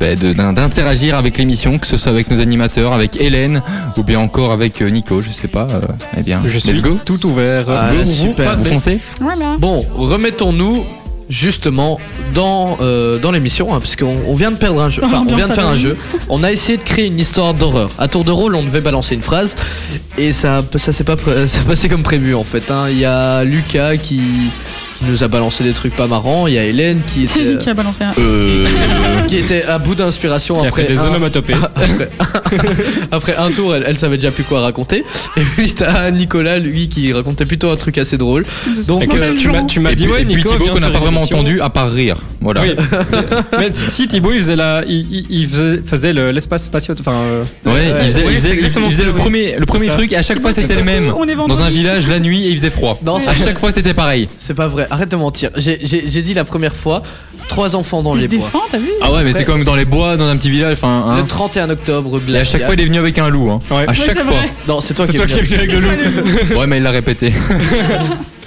S7: bah, de- d'in- d'interagir avec l'émission, que ce soit avec nos animateurs, avec Hélène ou bien encore avec euh, Nico, je sais pas, euh, eh bien,
S4: Je suis
S7: let's go.
S4: tout ouvert.
S1: Ah,
S7: Go,
S1: là,
S7: vous, vous,
S1: super.
S7: vous foncez
S5: Voilà.
S1: Bon, remettons-nous justement dans, euh, dans l'émission, hein, puisqu'on on vient de perdre un jeu. Enfin, on
S5: Ambiance
S1: vient de faire un
S5: Halloween.
S1: jeu. On a essayé de créer une histoire d'horreur. À tour de rôle, on devait balancer une phrase. Et ça, ça s'est pas pré- ça s'est passé comme prévu en fait. hein. Il y a Lucas qui, qui nous a balancé des trucs pas marrants. Il y a Hélène qui
S5: C'est
S1: était,
S5: lui qui a balancé hein. un.
S7: euh,
S1: qui était à bout d'inspiration
S4: Il a
S1: après
S4: fait des
S1: un-
S4: onomatopées.
S1: après, après un tour, elle, elle savait déjà plus quoi raconter. Et puis t'as Nicolas, lui, qui racontait plutôt un truc assez drôle. Donc,
S5: Donc,
S1: euh,
S4: tu m'as, tu m'as
S7: et
S4: dit
S7: puis-
S4: ouais,
S7: et puis
S4: Nico,
S7: Thibaut
S4: viens
S7: qu'on n'a
S4: faire
S7: pas
S4: une
S7: vraiment
S4: émission.
S7: entendu à part rire. Voilà.
S4: Oui. Mais si Thibaut, il faisait la, il, il- il faisait, faisait le- l'espace spatial. Enfin, euh,
S7: Ouais, il faisait,
S6: Oui,
S7: il faisait-
S6: c'est
S7: il
S6: exactement
S7: faisait
S6: ça,
S7: le
S6: oui.
S7: premier, le premier
S6: ça.
S7: truc et à chaque fois c'était le même.
S5: On est
S7: Dans un
S5: vendredi.
S7: village la nuit et il faisait froid.
S1: Non, c'est-
S7: À chaque fois c'était pareil.
S1: C'est pas vrai, arrête de mentir. J'ai- J'ai j'ai dit la première fois, trois enfants dans
S5: Il se
S1: les bois.
S5: défend, t'as vu
S7: Ah ouais, mais c'est comme dans les bois, dans un petit village. Enfin, hein.
S1: Le 31 octobre,
S7: Et à
S1: Black
S7: chaque
S1: Gap.
S7: fois, il est venu avec un loup. Hein.
S4: Ouais.
S7: À
S4: Ouais,
S7: chaque
S5: c'est
S7: fois.
S5: vrai.
S1: Non, c'est toi
S6: c'est
S1: qui
S6: toi qui es
S1: es
S6: venu
S1: venu.
S6: avec le loup.
S7: Ouais, mais il l'a répété.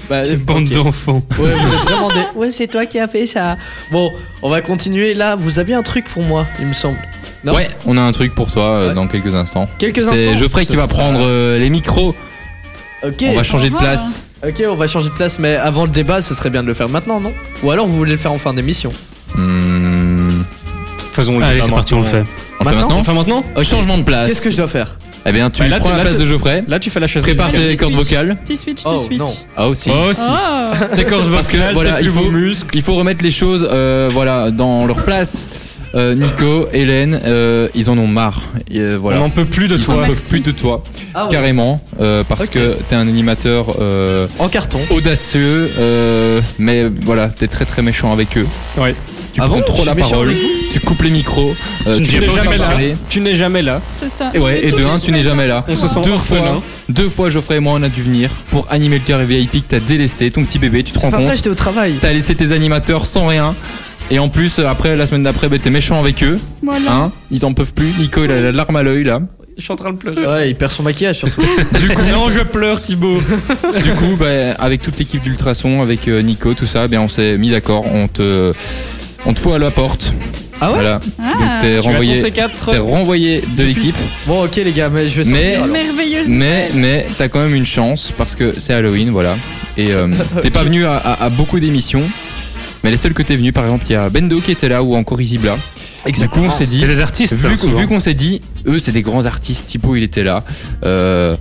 S1: Bah, ok.
S6: Bande d'enfants.
S1: Ouais, vous êtes vraiment des- Ouais, c'est toi qui as fait ça. Bon, on va continuer. Là, vous aviez un truc pour moi, il me semble. Non.
S7: Ouais, on a un truc pour toi euh,
S1: Ouais.
S7: dans quelques instants.
S1: Quelques instants.
S7: C'est Geoffrey qui va
S1: Ce
S7: prendre euh, les micros.
S1: Ok,
S7: On va changer de
S5: Ah.
S7: place.
S1: ok, on va changer de place, mais avant le débat, ce serait bien de le faire maintenant, non Ou alors vous voulez le faire en fin d'émission
S7: Hmm,
S4: faisons le
S6: Allez,
S4: débat
S6: c'est parti, on le
S4: maintenant.
S6: fait.
S7: On fait
S1: Maintenant
S7: maintenant
S4: On fait maintenant
S7: Euh, Changement de place.
S1: Qu'est-ce que je dois faire
S7: Eh bien, tu
S4: Bah, là,
S7: prends
S4: tu-
S7: la
S4: là,
S7: place
S4: tu-
S7: de Geoffrey.
S4: Là, tu fais la chaise.
S7: Prépare
S5: tu-
S7: tes
S5: tu-
S7: cordes
S5: tu-
S7: vocales.
S5: Petit switch, petit
S1: Oh
S5: switch.
S1: non.
S7: Ah aussi.
S4: Oh, si.
S5: Oh
S4: Tes cordes
S7: Parce que,
S4: vocales,
S7: voilà,
S4: tes
S7: il
S4: plus
S7: faut-
S4: beaux muscles.
S7: Il faut remettre les choses, euh, voilà, dans leur place. Euh, Nico, Hélène, euh, ils en ont marre. Et, euh, voilà.
S4: On n'en peut plus de
S7: ils en
S4: toi. Oh.
S7: peuvent plus de toi,
S1: Ah ouais.
S7: carrément, euh, parce
S1: Ok.
S7: que t'es un animateur. euh,
S1: En carton.
S7: audacieux, euh, mais voilà, t'es très très méchant avec eux.
S4: Ouais.
S7: Tu
S1: Ah
S7: prends
S1: bon
S7: trop
S1: Je
S7: la
S1: suis méchant
S7: parole,
S1: avec
S7: tu coupes les micros, euh,
S4: Tu ne
S7: les
S4: viens
S7: laisses
S4: jamais là.
S7: parler.
S4: Tu n'es jamais là.
S5: C'est ça.
S7: Et ouais, et de
S5: Tous
S7: un, tu n'es jamais là.
S4: On se sent
S7: Deux
S4: orphelin.
S7: fois, deux fois, Geoffrey et moi, on a dû venir pour animer le carré VIP que t'as délaissé, E ton petit bébé, tu te
S1: C'est
S7: rends
S1: pas vrai,
S7: compte.
S1: j'étais au travail.
S7: T'as laissé tes animateurs sans rien. Et en plus, euh, après, la semaine d'après, bah, t'es méchant avec eux.
S5: Voilà.
S7: Hein Ils en peuvent plus. Nico, il a la larme à l'œil là.
S4: Je suis en train de pleurer.
S1: Ouais, il perd son maquillage surtout.
S4: Du coup, non, je pleure, Thibaut.
S7: Du coup, bah, avec toute l'équipe d'Ultrason, avec euh, Nico, tout ça, ben on s'est mis d'accord. On te, on te fout à la porte.
S1: Ah ouais
S7: Voilà. Donc
S5: Ah,
S7: t'es
S4: Tu as ton
S7: renvoyé, t'es
S4: C4.
S7: renvoyé de l'équipe,
S1: Bon, ok, les gars, mais je vais
S7: Mais-
S1: sortir. alors.
S5: merveilleuse.
S7: mais mais t'as quand même une chance parce que c'est Halloween, voilà. Et euh, t'es pas venu à, à- à beaucoup d'émissions, mais les seules que t'es venu, par exemple, il y a Bendo qui était là ou encore Isibla.
S1: Exactement.
S7: Du coup, on s'est dit,
S6: C'était des artistes.
S7: vu,
S6: hein,
S7: qu'on-
S6: souvent.
S7: vu qu'on s'est dit, eux c'est des grands artistes, Tipo il était là. Euh,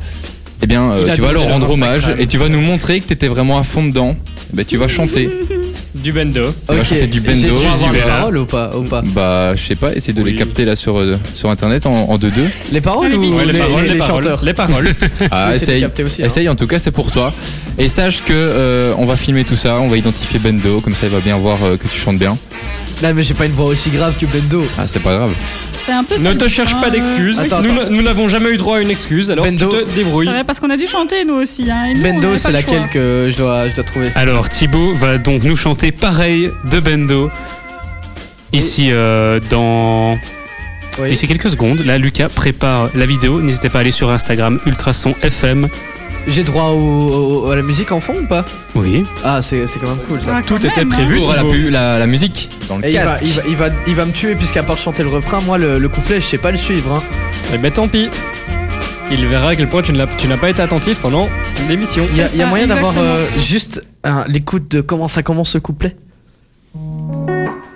S7: eh bien, euh,
S4: Il a
S7: tu vas
S4: demandé
S7: leur
S4: leur
S7: rendre hommage
S4: Instagram.
S7: et tu vas nous montrer que t'étais vraiment à fond dedans. Ben, tu vas chanter.
S4: Du bendo.
S7: on va
S1: Ok,
S7: chanter du
S1: j'ai
S7: Bendo,
S1: droit à avoir
S6: Zubella.
S1: les paroles ou pas, ou pas
S7: Bah, je sais pas, essaye de les
S4: Oui.
S7: capter là sur, euh, sur internet en, en 2-2.
S1: Les paroles
S5: Ouais,
S1: ou
S4: Ouais,
S1: les,
S4: les paroles,
S1: les- les
S4: les paroles.
S1: chanteurs
S4: Les paroles.
S7: Ah,
S1: J'essaie de
S7: essaye.
S1: capter aussi, hein.
S7: Essaye, en tout cas, c'est pour toi. Et sache que euh, on va filmer tout ça, on va identifier Bendo, comme ça il va bien voir euh, que tu chantes bien.
S1: Non mais j'ai pas une voix aussi grave que Bendo.
S7: Ah, c'est pas grave.
S5: C'est un peu
S4: Ne
S5: ça.
S4: te cherche pas
S5: Euh,
S4: d'excuses.
S1: Attends,
S4: Nous
S1: attends.
S4: n'a- Nous n'avons jamais eu droit à une excuse, alors tu
S1: Bendo.
S4: te
S5: C'est
S4: débrouilles.
S5: vrai, parce qu'on a dû chanter nous aussi. Hein, et nous, on
S1: Bendo,
S5: avait
S1: c'est
S5: pas le
S1: laquelle
S5: choix.
S1: que je dois, je dois trouver.
S6: Alors Thibaut va donc nous chanter pareil de Bendo. Ici euh, dans
S1: Oui.
S6: ici quelques secondes, là Lucas prépare la vidéo. N'hésitez pas à aller sur Instagram Ultrason FM.
S1: J'ai droit au- au- à la musique en fond ou pas
S6: Oui.
S1: Ah, c'est c'est quand même cool ça.
S5: Ah, quand
S4: Tout était
S5: même, hein.
S4: prévu.
S7: Pour la,
S4: Thibaut.
S7: pu- la, la musique dans le
S1: Et il va,
S7: casque.
S1: il, va, il, va, il va me tuer puisqu'à part chanter le refrain, moi le, le couplet je sais pas le suivre. hein.
S4: Eh ben, tant pis. Il verra à quel point tu ne l'as- tu n'as pas été attentif pendant l'émission.
S1: Il y, a- il y a
S5: ça,
S1: moyen d'avoir
S5: exactement.
S1: euh, juste un- l'écoute de comment ça commence ce couplet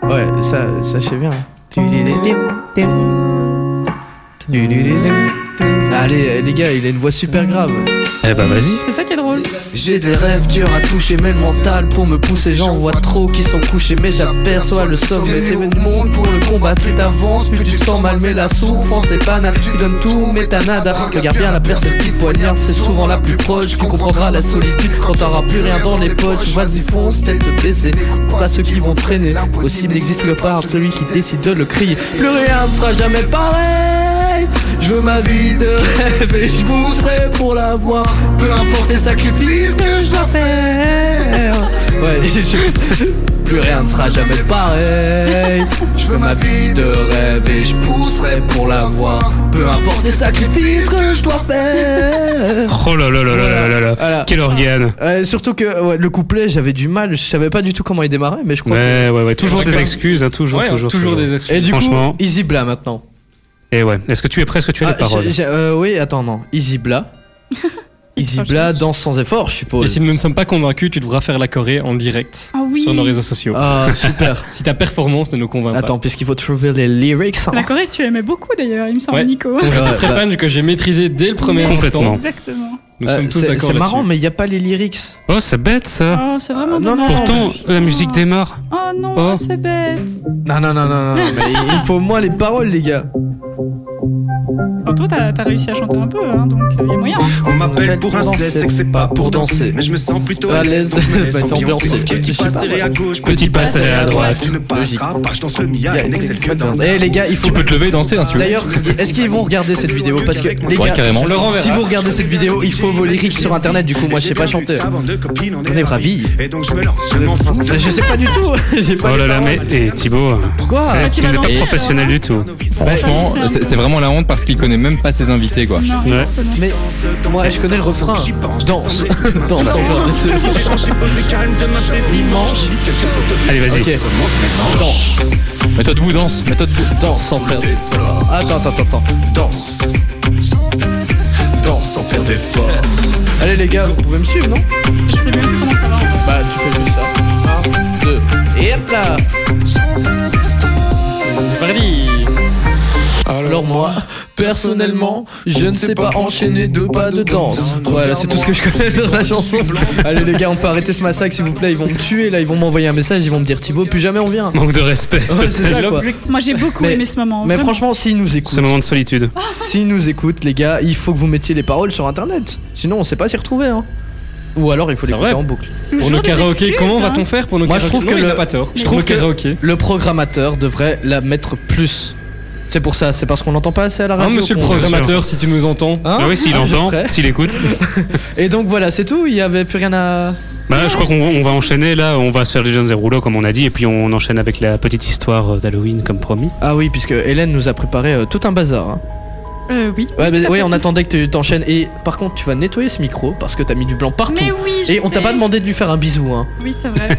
S1: Ouais, ça, ça je sais bien. hein. Allez, euh, les gars, il a une voix super grave.
S6: Eh bah vas-y.
S5: C'est ça qui est drôle.
S8: J'ai des rêves durs à toucher, mais le mental pour me pousser. J'en vois trop qui sont couchés, mais j'aperçois le sommet. T'es le monde pour le combat, plus t'avances, plus tu te sens mal. Mais la souffrance est banale, tu donnes tout, mais t'as nada. Regarde bien la personne qui te poignarde, c'est souvent la plus proche. Qui comprendra la solitude quand t'auras plus rien dans les poches. Vas-y, fonce, tête baissée, n'écoute pas ceux qui vont traîner. Aussi n'existe que par celui qui décide de le crier. Plus rien ne sera jamais pareil. Je veux ma vie de rêve et je pousserai pour l'avoir. Peu importe les sacrifices que je dois faire. Ouais, je- je- plus rien ne sera jamais pareil. Je veux ma vie de rêve et je pousserai pour l'avoir. Peu importe les sacrifices que je dois faire.
S6: Oh là là là là là là là.
S1: Voilà.
S6: Quel organe.
S1: Euh, surtout que ouais, le couplet, j'avais du mal, je savais pas du tout comment il démarrait, mais je crois. que-
S6: Ouais, ouais, ouais. Toujours des
S4: D'accord.
S6: excuses, hein, toujours,
S4: Ouais,
S6: toujours,
S4: des
S1: Et
S4: excuses.
S1: du
S6: franchement.
S1: coup, Easy Bla maintenant.
S6: Et Eh ouais. Est-ce que tu es prêt Est-ce que tu as
S1: Ah,
S6: les paroles
S1: j'ai- j'ai- euh, oui, attends, non. Easy Bla. Easy Bla danse sans effort, je
S4: Et
S1: suppose.
S4: si nous ne sommes pas convaincus, tu devras faire la Corée en direct
S5: Ah oui.
S4: sur nos réseaux sociaux.
S1: Ah, super.
S4: Si ta performance ne nous convainc
S1: Attends, puisqu'il faut trouver les lyrics. hein.
S5: La Corée que tu aimais beaucoup d'ailleurs, il me semble,
S4: Ouais.
S5: Nico.
S4: pas. Donc j'étais
S1: Ouais,
S4: très
S1: bah-
S4: fan que j'ai maîtrisé dès le premier
S6: Euh, Complètement.
S4: instant.
S5: Exactement.
S4: Nous
S1: Euh,
S4: sommes tous
S1: c'est
S4: d'accord
S1: c'est
S4: là-dessus.
S1: marrant, mais il n'y a pas les lyrics.
S6: Oh, c'est bête ça.
S5: Oh, c'est vraiment
S1: Ah, non,
S5: dommage.
S1: non.
S6: Pourtant, la musique
S5: Oh.
S6: démarre.
S5: Oh non,
S6: Oh.
S5: c'est bête.
S1: Non, non, non, non, non, mais il faut au moins les paroles, les gars.
S5: Enfin, toi, t'as t'as réussi à chanter un peu, hein, donc il y a moyen.
S9: On
S1: fait,
S9: m'appelle pour un
S1: pour
S9: stress,
S1: danser.
S9: c'est que c'est pas pour danser. Mais je me sens plutôt
S1: À
S9: à l'aise,
S1: l'aise,
S9: donc je me laisse
S1: bah, ambiancer.
S9: ambiancer.
S1: Je
S9: Petit
S1: sais
S9: pas
S1: pas,
S9: serré
S1: ouais.
S9: à gauche,
S6: Petit pas serré à droite.
S9: Tu ne passeras pas, je danse le mien, n'excelle que dans
S1: Eh, les gars, il faut.
S7: Tu peux te lever et danser, hein, si tu veux.
S1: D'ailleurs, est-ce qu'ils vont regarder cette vidéo Parce que, les
S7: Ouais,
S1: gars,
S7: carrément.
S4: Le renverra.
S1: si vous regardez cette vidéo, il faut vos lyrics sur internet. Du coup, moi, je sais pas chanter. On est ravis.
S9: Et donc je me lance, je m'en fous. de-
S1: Je sais pas du tout. J'ai pas
S6: Oh
S1: les
S6: là là, mais
S1: paroles.
S6: et Thibaut,
S1: Quoi
S6: c'est- tu
S5: vas
S6: n'es pas
S5: danser,
S6: professionnel du tout.
S7: Franchement,
S5: Ouais, c'est-
S7: c'est c'est vraiment la honte parce qu'il connaît même pas ses invités, quoi.
S5: Non,
S6: Ouais.
S5: c'est bon.
S1: Mais moi, je connais le refrain. Danse. Danse encore. Dimanche.
S6: Allez, vas-y.
S1: Ok. Danse.
S7: Méthode debout, danse. Méthode debout.
S1: Danse sans faire. Attends, attends, attends.
S9: Danse. Danse sans faire d'effort.
S1: Allez, les gars, vous pouvez me suivre, non
S5: Je sais même plus comment ça va.
S1: Bah, tu fais juste ça. 1, 2. Et hop là
S4: C'est parti.
S1: Alors moi, personnellement, je ne sais pas enchaîner deux pas de danse. Voilà, c'est tout ce que je connais sur la chanson. Allez les gars, on peut arrêter ce massacre s'il vous plaît, ils vont me tuer là, ils vont m'envoyer un message, ils vont me dire Thibaut, plus jamais on vient.
S6: Manque de respect.
S1: Ouais, c'est ça quoi.
S5: Moi, j'ai beaucoup
S1: Mais-
S5: aimé ce moment.
S1: Mais
S5: vraiment.
S1: franchement, s'ils nous
S6: Ce
S1: écoutent,
S6: moment de solitude.
S1: s'ils nous écoutent les gars, il faut que vous mettiez les paroles sur internet. Sinon, on sait pas s'y retrouver hein. Ou alors il faut
S4: C'est
S1: l'écouter
S4: vrai.
S1: en boucle.
S4: Pour
S5: Toujours
S4: nos
S5: des
S4: karaokés,
S5: excuses,
S4: comment
S5: hein.
S4: va-t-on faire pour nos
S1: Moi, je
S4: karaokés
S1: trouve que
S4: Non, il
S1: le-
S4: a pas tort.
S1: je trouve
S4: Nos
S1: que-
S4: karaokés.
S1: Le programmateur devrait la mettre plus. C'est pour ça, c'est parce qu'on l'entend pas assez à la
S4: Hein,
S1: radio.
S4: monsieur le
S1: qu'on-
S4: programmateur, si tu nous entends.
S1: Hein
S6: Ah oui, s'il
S1: Ah, je
S6: entend,
S1: ferai.
S6: s'il écoute.
S1: Et donc voilà, c'est tout, il y avait plus rien à
S6: Bah là, je crois qu'on on va enchaîner. Là, on va se faire les jeunes et rouleaux, comme on a dit, et puis on enchaîne avec la petite histoire euh, d'Halloween, comme promis.
S1: Ah oui, puisque Hélène nous a préparé euh, tout un bazar. hein.
S5: Euh, oui.
S1: Ouais,
S5: tout
S1: mais
S5: à
S1: oui,
S5: fait.
S1: on attendait que tu t'enchaînes. Et par contre, tu vas nettoyer ce micro parce que t'as mis du blanc partout.
S5: Mais oui, je
S1: Et on t'a
S5: sais.
S1: pas demandé de lui faire un bisou, hein.
S5: Oui, c'est vrai.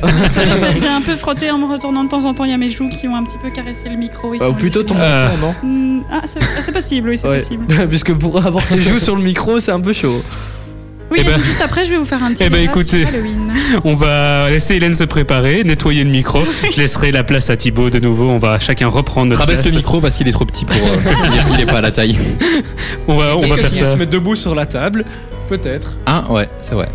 S5: J'ai- J'ai un peu frotté en me retournant de temps en temps. Il y a mes joues qui ont un petit peu caressé le micro. et qui
S1: Bah, ou
S5: ont
S1: plutôt
S5: laissé
S1: ton
S5: la-
S6: Euh,
S1: menton, non
S5: Hmm, Ah, c'est ah, c'est possible, oui, c'est possible.
S1: Puisque pour avoir ses joues sur le micro, c'est un peu chaud.
S5: Oui,
S6: Eh
S5: et
S6: ben-
S5: donc juste après, je vais vous faire un petit
S6: Eh ben,
S5: débat
S6: écoutez.
S5: sur Halloween.
S6: On va laisser Hélène se préparer, nettoyer le micro. Je laisserai la place à Thibaut de nouveau. On va chacun reprendre notre
S7: Rabaisse le
S6: place.
S7: micro parce qu'il est trop petit pour. euh, il, est, il est pas à la taille.
S6: On va, on
S4: Peut-être
S6: va
S4: que
S6: faire
S4: s'il
S6: ça.
S4: se met debout sur la table, peut-être.
S7: Ah ouais, c'est vrai.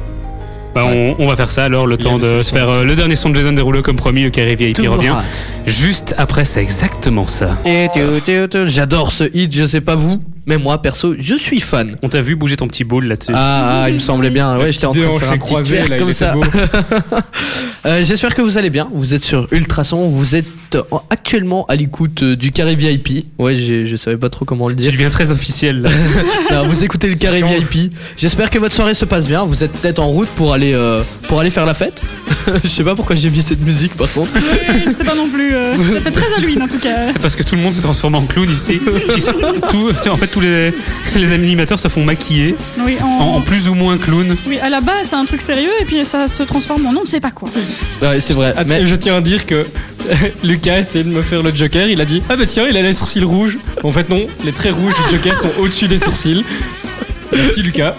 S6: Bah, on, on va faire ça alors, le temps
S4: des
S6: de se faire euh, le dernier son de Jason Derulo, comme promis, le carré VIP
S1: Tout
S6: revient.
S1: droit.
S6: Juste après, c'est exactement ça.
S1: Et tu- tu- tu- J'adore ce hit, je sais pas vous, mais moi perso, je suis fan.
S6: On t'a vu bouger ton petit boule là-dessus.
S1: Ah, ah, il me semblait bien, ouais, j'étais en train de faire un petit twerk
S4: là, il
S1: comme
S4: était
S1: ça.
S4: beau.
S1: Euh, J'espère que vous allez bien. Vous êtes sur Ultrason, vous êtes euh, actuellement à l'écoute euh, du carré VIP. Ouais, j'ai- je savais pas trop comment le
S6: Tu
S1: dire.
S6: deviens très officiel là.
S1: Alors, vous écoutez le carré VIP. J'espère que votre soirée se passe bien. Vous êtes peut-être en route pour aller euh, pour aller faire la fête. Je sais pas pourquoi j'ai mis cette musique par contre.
S5: Oui, c'est pas non plus. euh, ça fait très Halloween en tout cas.
S6: C'est parce que tout le monde se transforme en clown ici. Ils sont- tout- tu sais, en fait, tous les, les animateurs se font maquiller
S5: Oui, en-
S6: en, en plus ou moins clown.
S5: oui, à la base, c'est un truc sérieux et puis ça se transforme en on ne sait pas quoi.
S1: Ouais, c'est vrai.
S4: Attends,
S1: Mais
S4: Ah, Je tiens à dire que Lucas a essayé de me faire le Joker. Il a dit Ah bah tiens, il a les sourcils rouges. En fait, non, les traits rouges du Joker sont au-dessus des sourcils. Merci Lucas.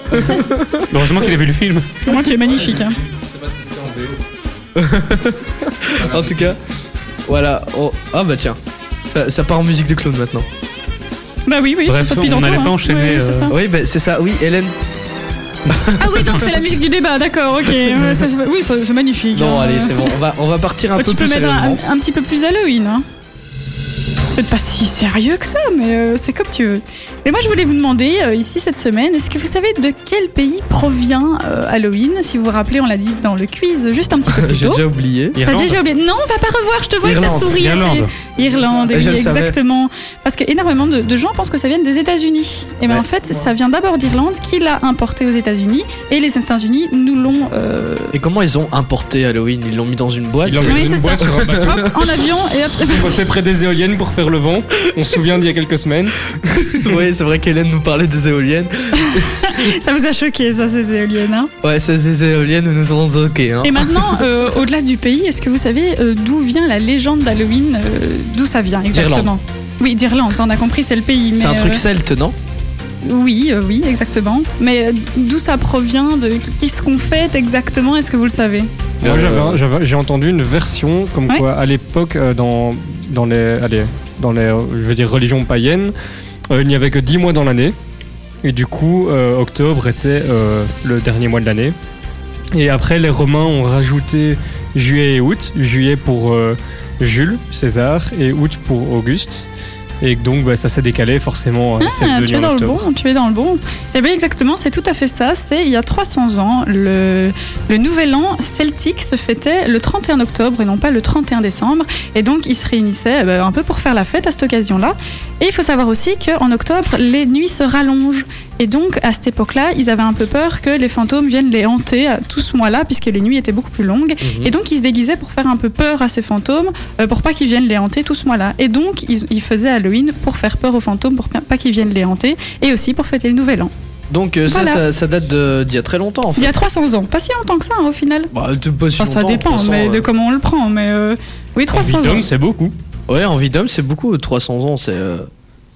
S6: Heureusement qu'il a vu le film.
S5: Comment tu es magnifique. hein.
S1: En tout cas, voilà. oh, Ah bah tiens, ça, ça part en musique de clown maintenant.
S5: Bah oui, oui, c'est
S6: Bref,
S5: ça depuis
S6: on
S5: tantôt,
S6: n'allait pas
S5: hein.
S6: enchaîner,
S5: Ouais, c'est
S6: euh,
S5: ça.
S1: Oui, bah c'est ça. Oui, Hélène.
S5: Ah oui, donc c'est la musique du débat, d'accord, ok. Ouais, ça, ça va- oui, c'est c'est magnifique.
S1: Non,
S5: hein.
S1: allez, c'est bon. On va, on va partir un
S5: Oh,
S1: peu
S5: tu peux
S1: plus
S5: mettre un,
S1: sérieusement.
S5: un petit peu plus Halloween. Hein Peut-être pas si sérieux que ça, mais euh, c'est comme tu veux. Mais moi, je voulais vous demander euh, ici cette semaine, est-ce que vous savez de quel pays provient euh, Halloween Si vous vous rappelez, on l'a dit dans le quiz euh, juste un petit peu plus
S1: J'ai
S5: tôt.
S1: déjà oublié.
S5: T'as déjà oublié. Non, on va pas revoir, je te vois avec ta
S1: Irlande,
S5: souris.
S6: Irlande.
S5: c'est- Irlande,
S1: Et je
S5: oui,
S1: le savais.
S5: exactement. Parce qu'énormément de, de gens pensent que ça vient des États-Unis. Et bien
S1: Ouais.
S5: en fait, ça vient d'abord d'Irlande, qui l'a importé aux États-Unis. Et les États-Unis nous l'ont euh,
S1: Et comment ils ont importé Halloween Ils l'ont mis dans une boîte
S4: Il envoie
S5: Oui,
S4: une
S5: c'est
S4: boîte
S5: ça.
S4: sur un bateau.
S5: hop, en avion et hop, c'est
S4: Ils sont
S5: parti.
S4: passés près des éoliennes pour faire le vent. On se souvient d'il y a quelques semaines.
S1: Oui, c'est vrai qu'Hélène nous parlait des éoliennes.
S5: Ça vous a choqué, ça, ces éoliennes. hein
S1: Ouais, c'est des éoliennes nous ont zoqué. Hein.
S5: et maintenant, euh, au-delà du pays, est-ce que vous savez euh, d'où vient la légende d'Halloween euh, D'où ça vient exactement Oui, d'Irlande, ça, on a compris, c'est le pays. mais,
S1: C'est un truc
S5: euh,
S1: celte, non
S5: Oui, euh, oui, exactement. Mais euh, d'où ça provient de... Qu'est-ce qu'on fait exactement Est-ce que vous le savez
S4: Moi,
S7: Euh,
S4: j'avais- j'avais- j'ai entendu une version comme
S5: Ouais.
S4: quoi, à l'époque, euh, dans, dans les, allez, dans les, euh, je veux dire, religions païennes, euh, il n'y avait que 10 mois dans l'année. Et du coup, euh, octobre était euh, le dernier mois de l'année. Et après, les Romains ont rajouté juillet et août. Juillet pour euh, Jules, César, et août pour Auguste. Et donc, bah, ça s'est décalé, forcément, euh, c'est
S5: Ah, tu
S4: devenu
S5: es
S4: en
S5: dans le
S4: octobre.
S5: bon, tu es dans le bon. Eh bien exactement, c'est tout à fait ça. C'est il y a 300 ans, le, le nouvel an celtique se fêtait le 31 octobre et non pas le 31 décembre. Et donc ils se réunissaient eh ben, un peu pour faire la fête à cette occasion-là. Et il faut savoir aussi qu'en octobre, les nuits se rallongent. Et donc à cette époque-là, ils avaient un peu peur que les fantômes viennent les hanter à tout ce mois-là, puisque les nuits étaient beaucoup plus longues. Et donc ils se déguisaient pour faire un peu peur à ces fantômes, euh, pour pas qu'ils viennent les hanter tout ce mois-là. Et donc ils, ils faisaient Halloween pour faire peur aux fantômes, pour pas qu'ils viennent les hanter, et aussi pour fêter le Nouvel An.
S1: Donc euh, ça,
S5: Voilà.
S1: ça, ça date de- d'il y a très longtemps. En fait.
S5: Il y a 300 ans, pas si longtemps que ça hein, au final.
S1: Bah, de- pas si
S5: Enfin, ça
S1: longtemps, de
S5: dépend,
S1: toute façon,
S5: mais de
S1: euh,
S5: comment on le prend. Mais euh, oui, 300 ans.
S4: c'est beaucoup.
S1: Ouais, en vie d'homme, c'est beaucoup. 300 ans, c'est euh,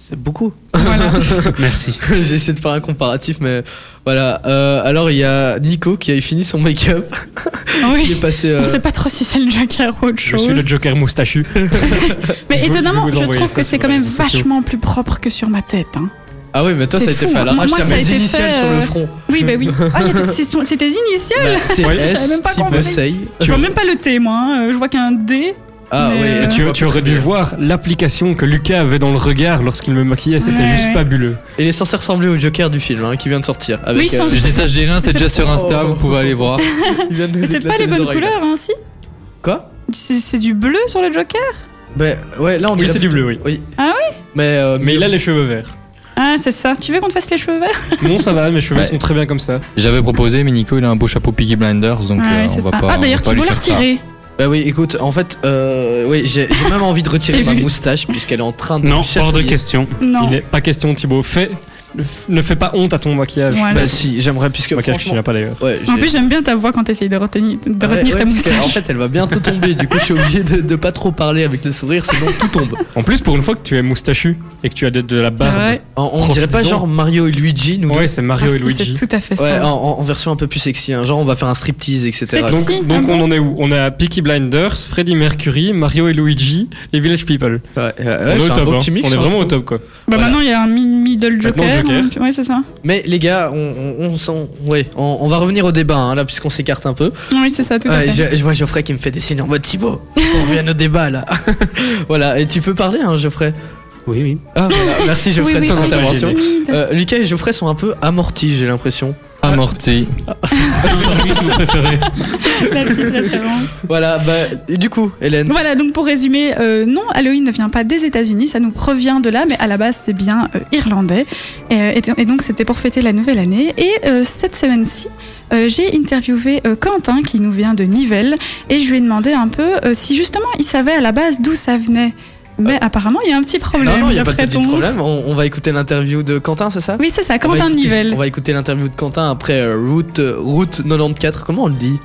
S1: c'est beaucoup.
S5: Voilà.
S6: Merci.
S1: J'ai essayé de faire un comparatif, mais voilà. Euh, alors, il y a Nico qui a fini son make-up. Il est
S5: Ah oui.
S1: passé. euh,
S5: On sait pas trop si c'est le Joker ou autre
S4: Je
S5: chose.
S4: suis le Joker moustachu.
S5: Mais
S4: Je vais-
S5: étonnamment,
S4: je vais
S5: je
S4: vous envoyer
S5: trouve
S4: ça
S5: que
S4: sur
S5: c'est quand
S4: les
S5: même
S4: réseaux sociaux.
S5: vachement plus propre que sur ma tête. hein.
S1: Ah oui, mais toi,
S5: C'est
S1: ça a été
S5: fou,
S1: fait à
S5: hein.
S1: l'arrache.
S5: Moi,
S1: T'as
S5: ça a
S1: mes
S5: été
S1: initiales
S5: fait,
S1: sur le
S5: euh,
S1: front.
S5: Oui, bah oui. Ah, il y a tes- c'est son- c'est tes initiales.
S1: Bah,
S5: j'avais
S1: TS,
S5: même pas
S1: type
S5: compris.
S1: Osei.
S5: Je vois même pas le T, moi. hein. Euh, Je vois qu'un D.
S1: Ah
S5: Mais,
S1: oui,
S5: euh,
S1: et
S4: Tu,
S1: vois
S4: tu
S1: pas
S4: aurais
S1: très
S4: dû
S1: bien.
S4: voir l'application que Lucas avait dans le regard lorsqu'il me maquillait, c'était
S5: Ouais,
S4: juste
S5: ouais.
S4: fabuleux.
S1: Il est censé ressembler au Joker du film hein, qui vient de sortir. Avec,
S5: Oui, sans-
S7: Le détache des reins, c'est déjà sur Insta,
S1: Oh.
S7: vous pouvez aller voir.
S1: il vient de nous
S5: Mais c'est pas
S1: éclater
S5: les bonnes
S1: oreilles, là.
S5: couleurs, hein, si
S1: Quoi
S5: C'est c'est du bleu sur le Joker
S1: Ben ouais, là on
S4: Oui,
S1: dirait
S4: c'est du
S1: plutôt-
S4: bleu, oui.
S1: Oui.
S5: Ah
S1: Mais, euh,
S4: Mais il a les cheveux verts.
S5: Ah, c'est ça. Tu veux qu'on te fasse les cheveux verts
S4: Non, ça va, mes cheveux
S7: Ouais.
S4: sont très bien comme ça.
S7: J'avais proposé, mais Nico, il a un beau chapeau Piggy Blinders, donc
S5: Ah,
S7: euh,
S5: ouais,
S7: on
S5: c'est
S7: va
S5: ça.
S7: pas. on
S5: ah,
S7: va
S5: d'ailleurs,
S7: pas lui
S5: Thibault l'a
S7: faire ça.
S5: retiré.
S1: Bah oui, écoute, en fait, euh, oui, j'ai j'ai même envie de retirer
S5: J'ai
S1: ma
S5: vu.
S1: moustache puisqu'elle est en train de
S6: Non,
S1: me
S6: hors de
S1: chatouiller.
S6: question.
S5: Non.
S4: Il est pas question, Thibaut. Fais, ne f- ne fais pas honte à ton maquillage.
S5: Voilà.
S1: Bah si, j'aimerais puisque
S4: maquillage qui
S1: franchement,
S4: finira pas d'ailleurs.
S1: ouais,
S5: En
S1: j'ai-
S5: plus, j'aime bien ta voix quand t'essayes de retenir, de
S1: Ouais,
S5: retenir
S1: ouais,
S5: ta
S1: parce que, En
S5: moustache.
S1: fait, elle va bientôt tomber. Du coup, je suis obligé de, de pas trop parler avec le sourire, sinon tout tombe.
S4: En plus, pour une fois que tu es moustachu et que tu as de, de la
S5: C'est
S4: barbe.
S5: vrai.
S1: On, on dirait pas
S4: Profites-en.
S1: genre Mario et Luigi, nous
S4: Ouais, c'est
S5: Ah,
S4: Mario et
S5: si,
S4: Luigi.
S5: C'est tout à fait
S1: deux. Ouais, en,
S5: ça. Bah,
S1: en- en version un peu plus sexy, hein, genre on va faire un striptease, etc.
S5: Ah, si,
S4: Donc, donc
S5: ah
S4: on en est où On est à Peaky Blinders, Freddy Mercury, Mario et Luigi et Village People.
S1: Ouais, ouais, ouais, c'est
S4: on est au
S1: un
S4: top.
S1: beau
S4: hein.
S1: petit mix,
S4: on est
S1: hein,
S4: vraiment
S1: je
S4: au
S1: trouve.
S4: top quoi.
S5: Bah
S1: voilà.
S5: maintenant il y a un mi- middle
S4: Maintenant,
S5: joker.
S4: Joker.
S5: hein, tu- Ouais, c'est ça.
S1: Mais les gars, on, on, on s'en- ouais, on, on va revenir au débat hein, là, puisqu'on s'écarte un peu.
S5: Oui, c'est ça, tout à
S1: Ouais,
S5: fait.
S1: je, je vois Geoffrey qui me fait des signes en mode Thibaut. On revient au débat là. voilà, et tu peux parler, hein, Geoffrey.
S4: Oui, oui.
S1: Ah, voilà. Merci
S5: Oui,
S1: Geoffrey
S5: oui,
S1: de ton
S5: oui,
S1: intervention.
S5: oui, oui.
S1: Euh, Lucas et Geoffrey sont un peu amortis, j'ai l'impression.
S7: Amorti.
S5: La petite référence.
S1: Voilà, bah, et du coup, Hélène.
S5: Voilà, donc pour résumer, euh, non, Halloween ne vient pas des États-Unis, ça nous provient de là, mais à la base c'est bien euh, irlandais. Et, euh, et- et donc c'était pour fêter la nouvelle année. Et euh, cette semaine-ci, euh, j'ai interviewé euh, Quentin qui nous vient de Nivelles et je lui ai demandé un peu euh, si justement il savait à la base d'où ça venait. Mais apparemment il y a un petit problème.
S1: Euh, non, non, il n'y a pas de
S5: d'après
S1: petit
S5: ton-
S1: problème. On, on va écouter l'interview de Quentin, c'est ça
S5: Oui, c'est ça,
S1: On va
S5: Quentin de
S1: écouter-
S5: Nivelles.
S1: On va écouter l'interview de Quentin après euh, route, euh, route 94. Comment on le dit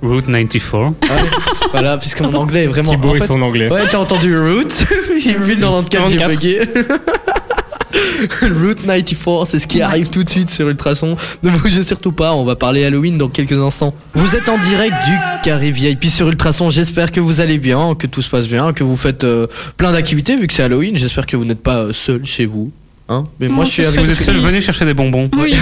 S6: Route 94.
S1: Ah ouais, Voilà, puisque mon anglais est vraiment.
S4: Thibaut
S1: en
S4: et
S1: fait-
S4: son anglais.
S1: Ouais, t'as entendu route J'ai vu le 94, j'ai
S4: 94.
S1: bugué. Route 94, c'est ce qui arrive tout de suite sur Ultrason. Ne bougez surtout pas, on va parler Halloween dans quelques instants. Vous êtes en direct du Carré VIP sur Ultrason. J'espère que vous allez bien, que tout se passe bien, que vous faites euh, plein d'activités vu que c'est Halloween. J'espère que vous n'êtes pas euh, seul chez vous. Hein Mais moi,
S5: Non,
S1: je suis
S5: ce
S1: avec
S6: Si vous êtes seul, venez chercher des bonbons.
S5: Oui,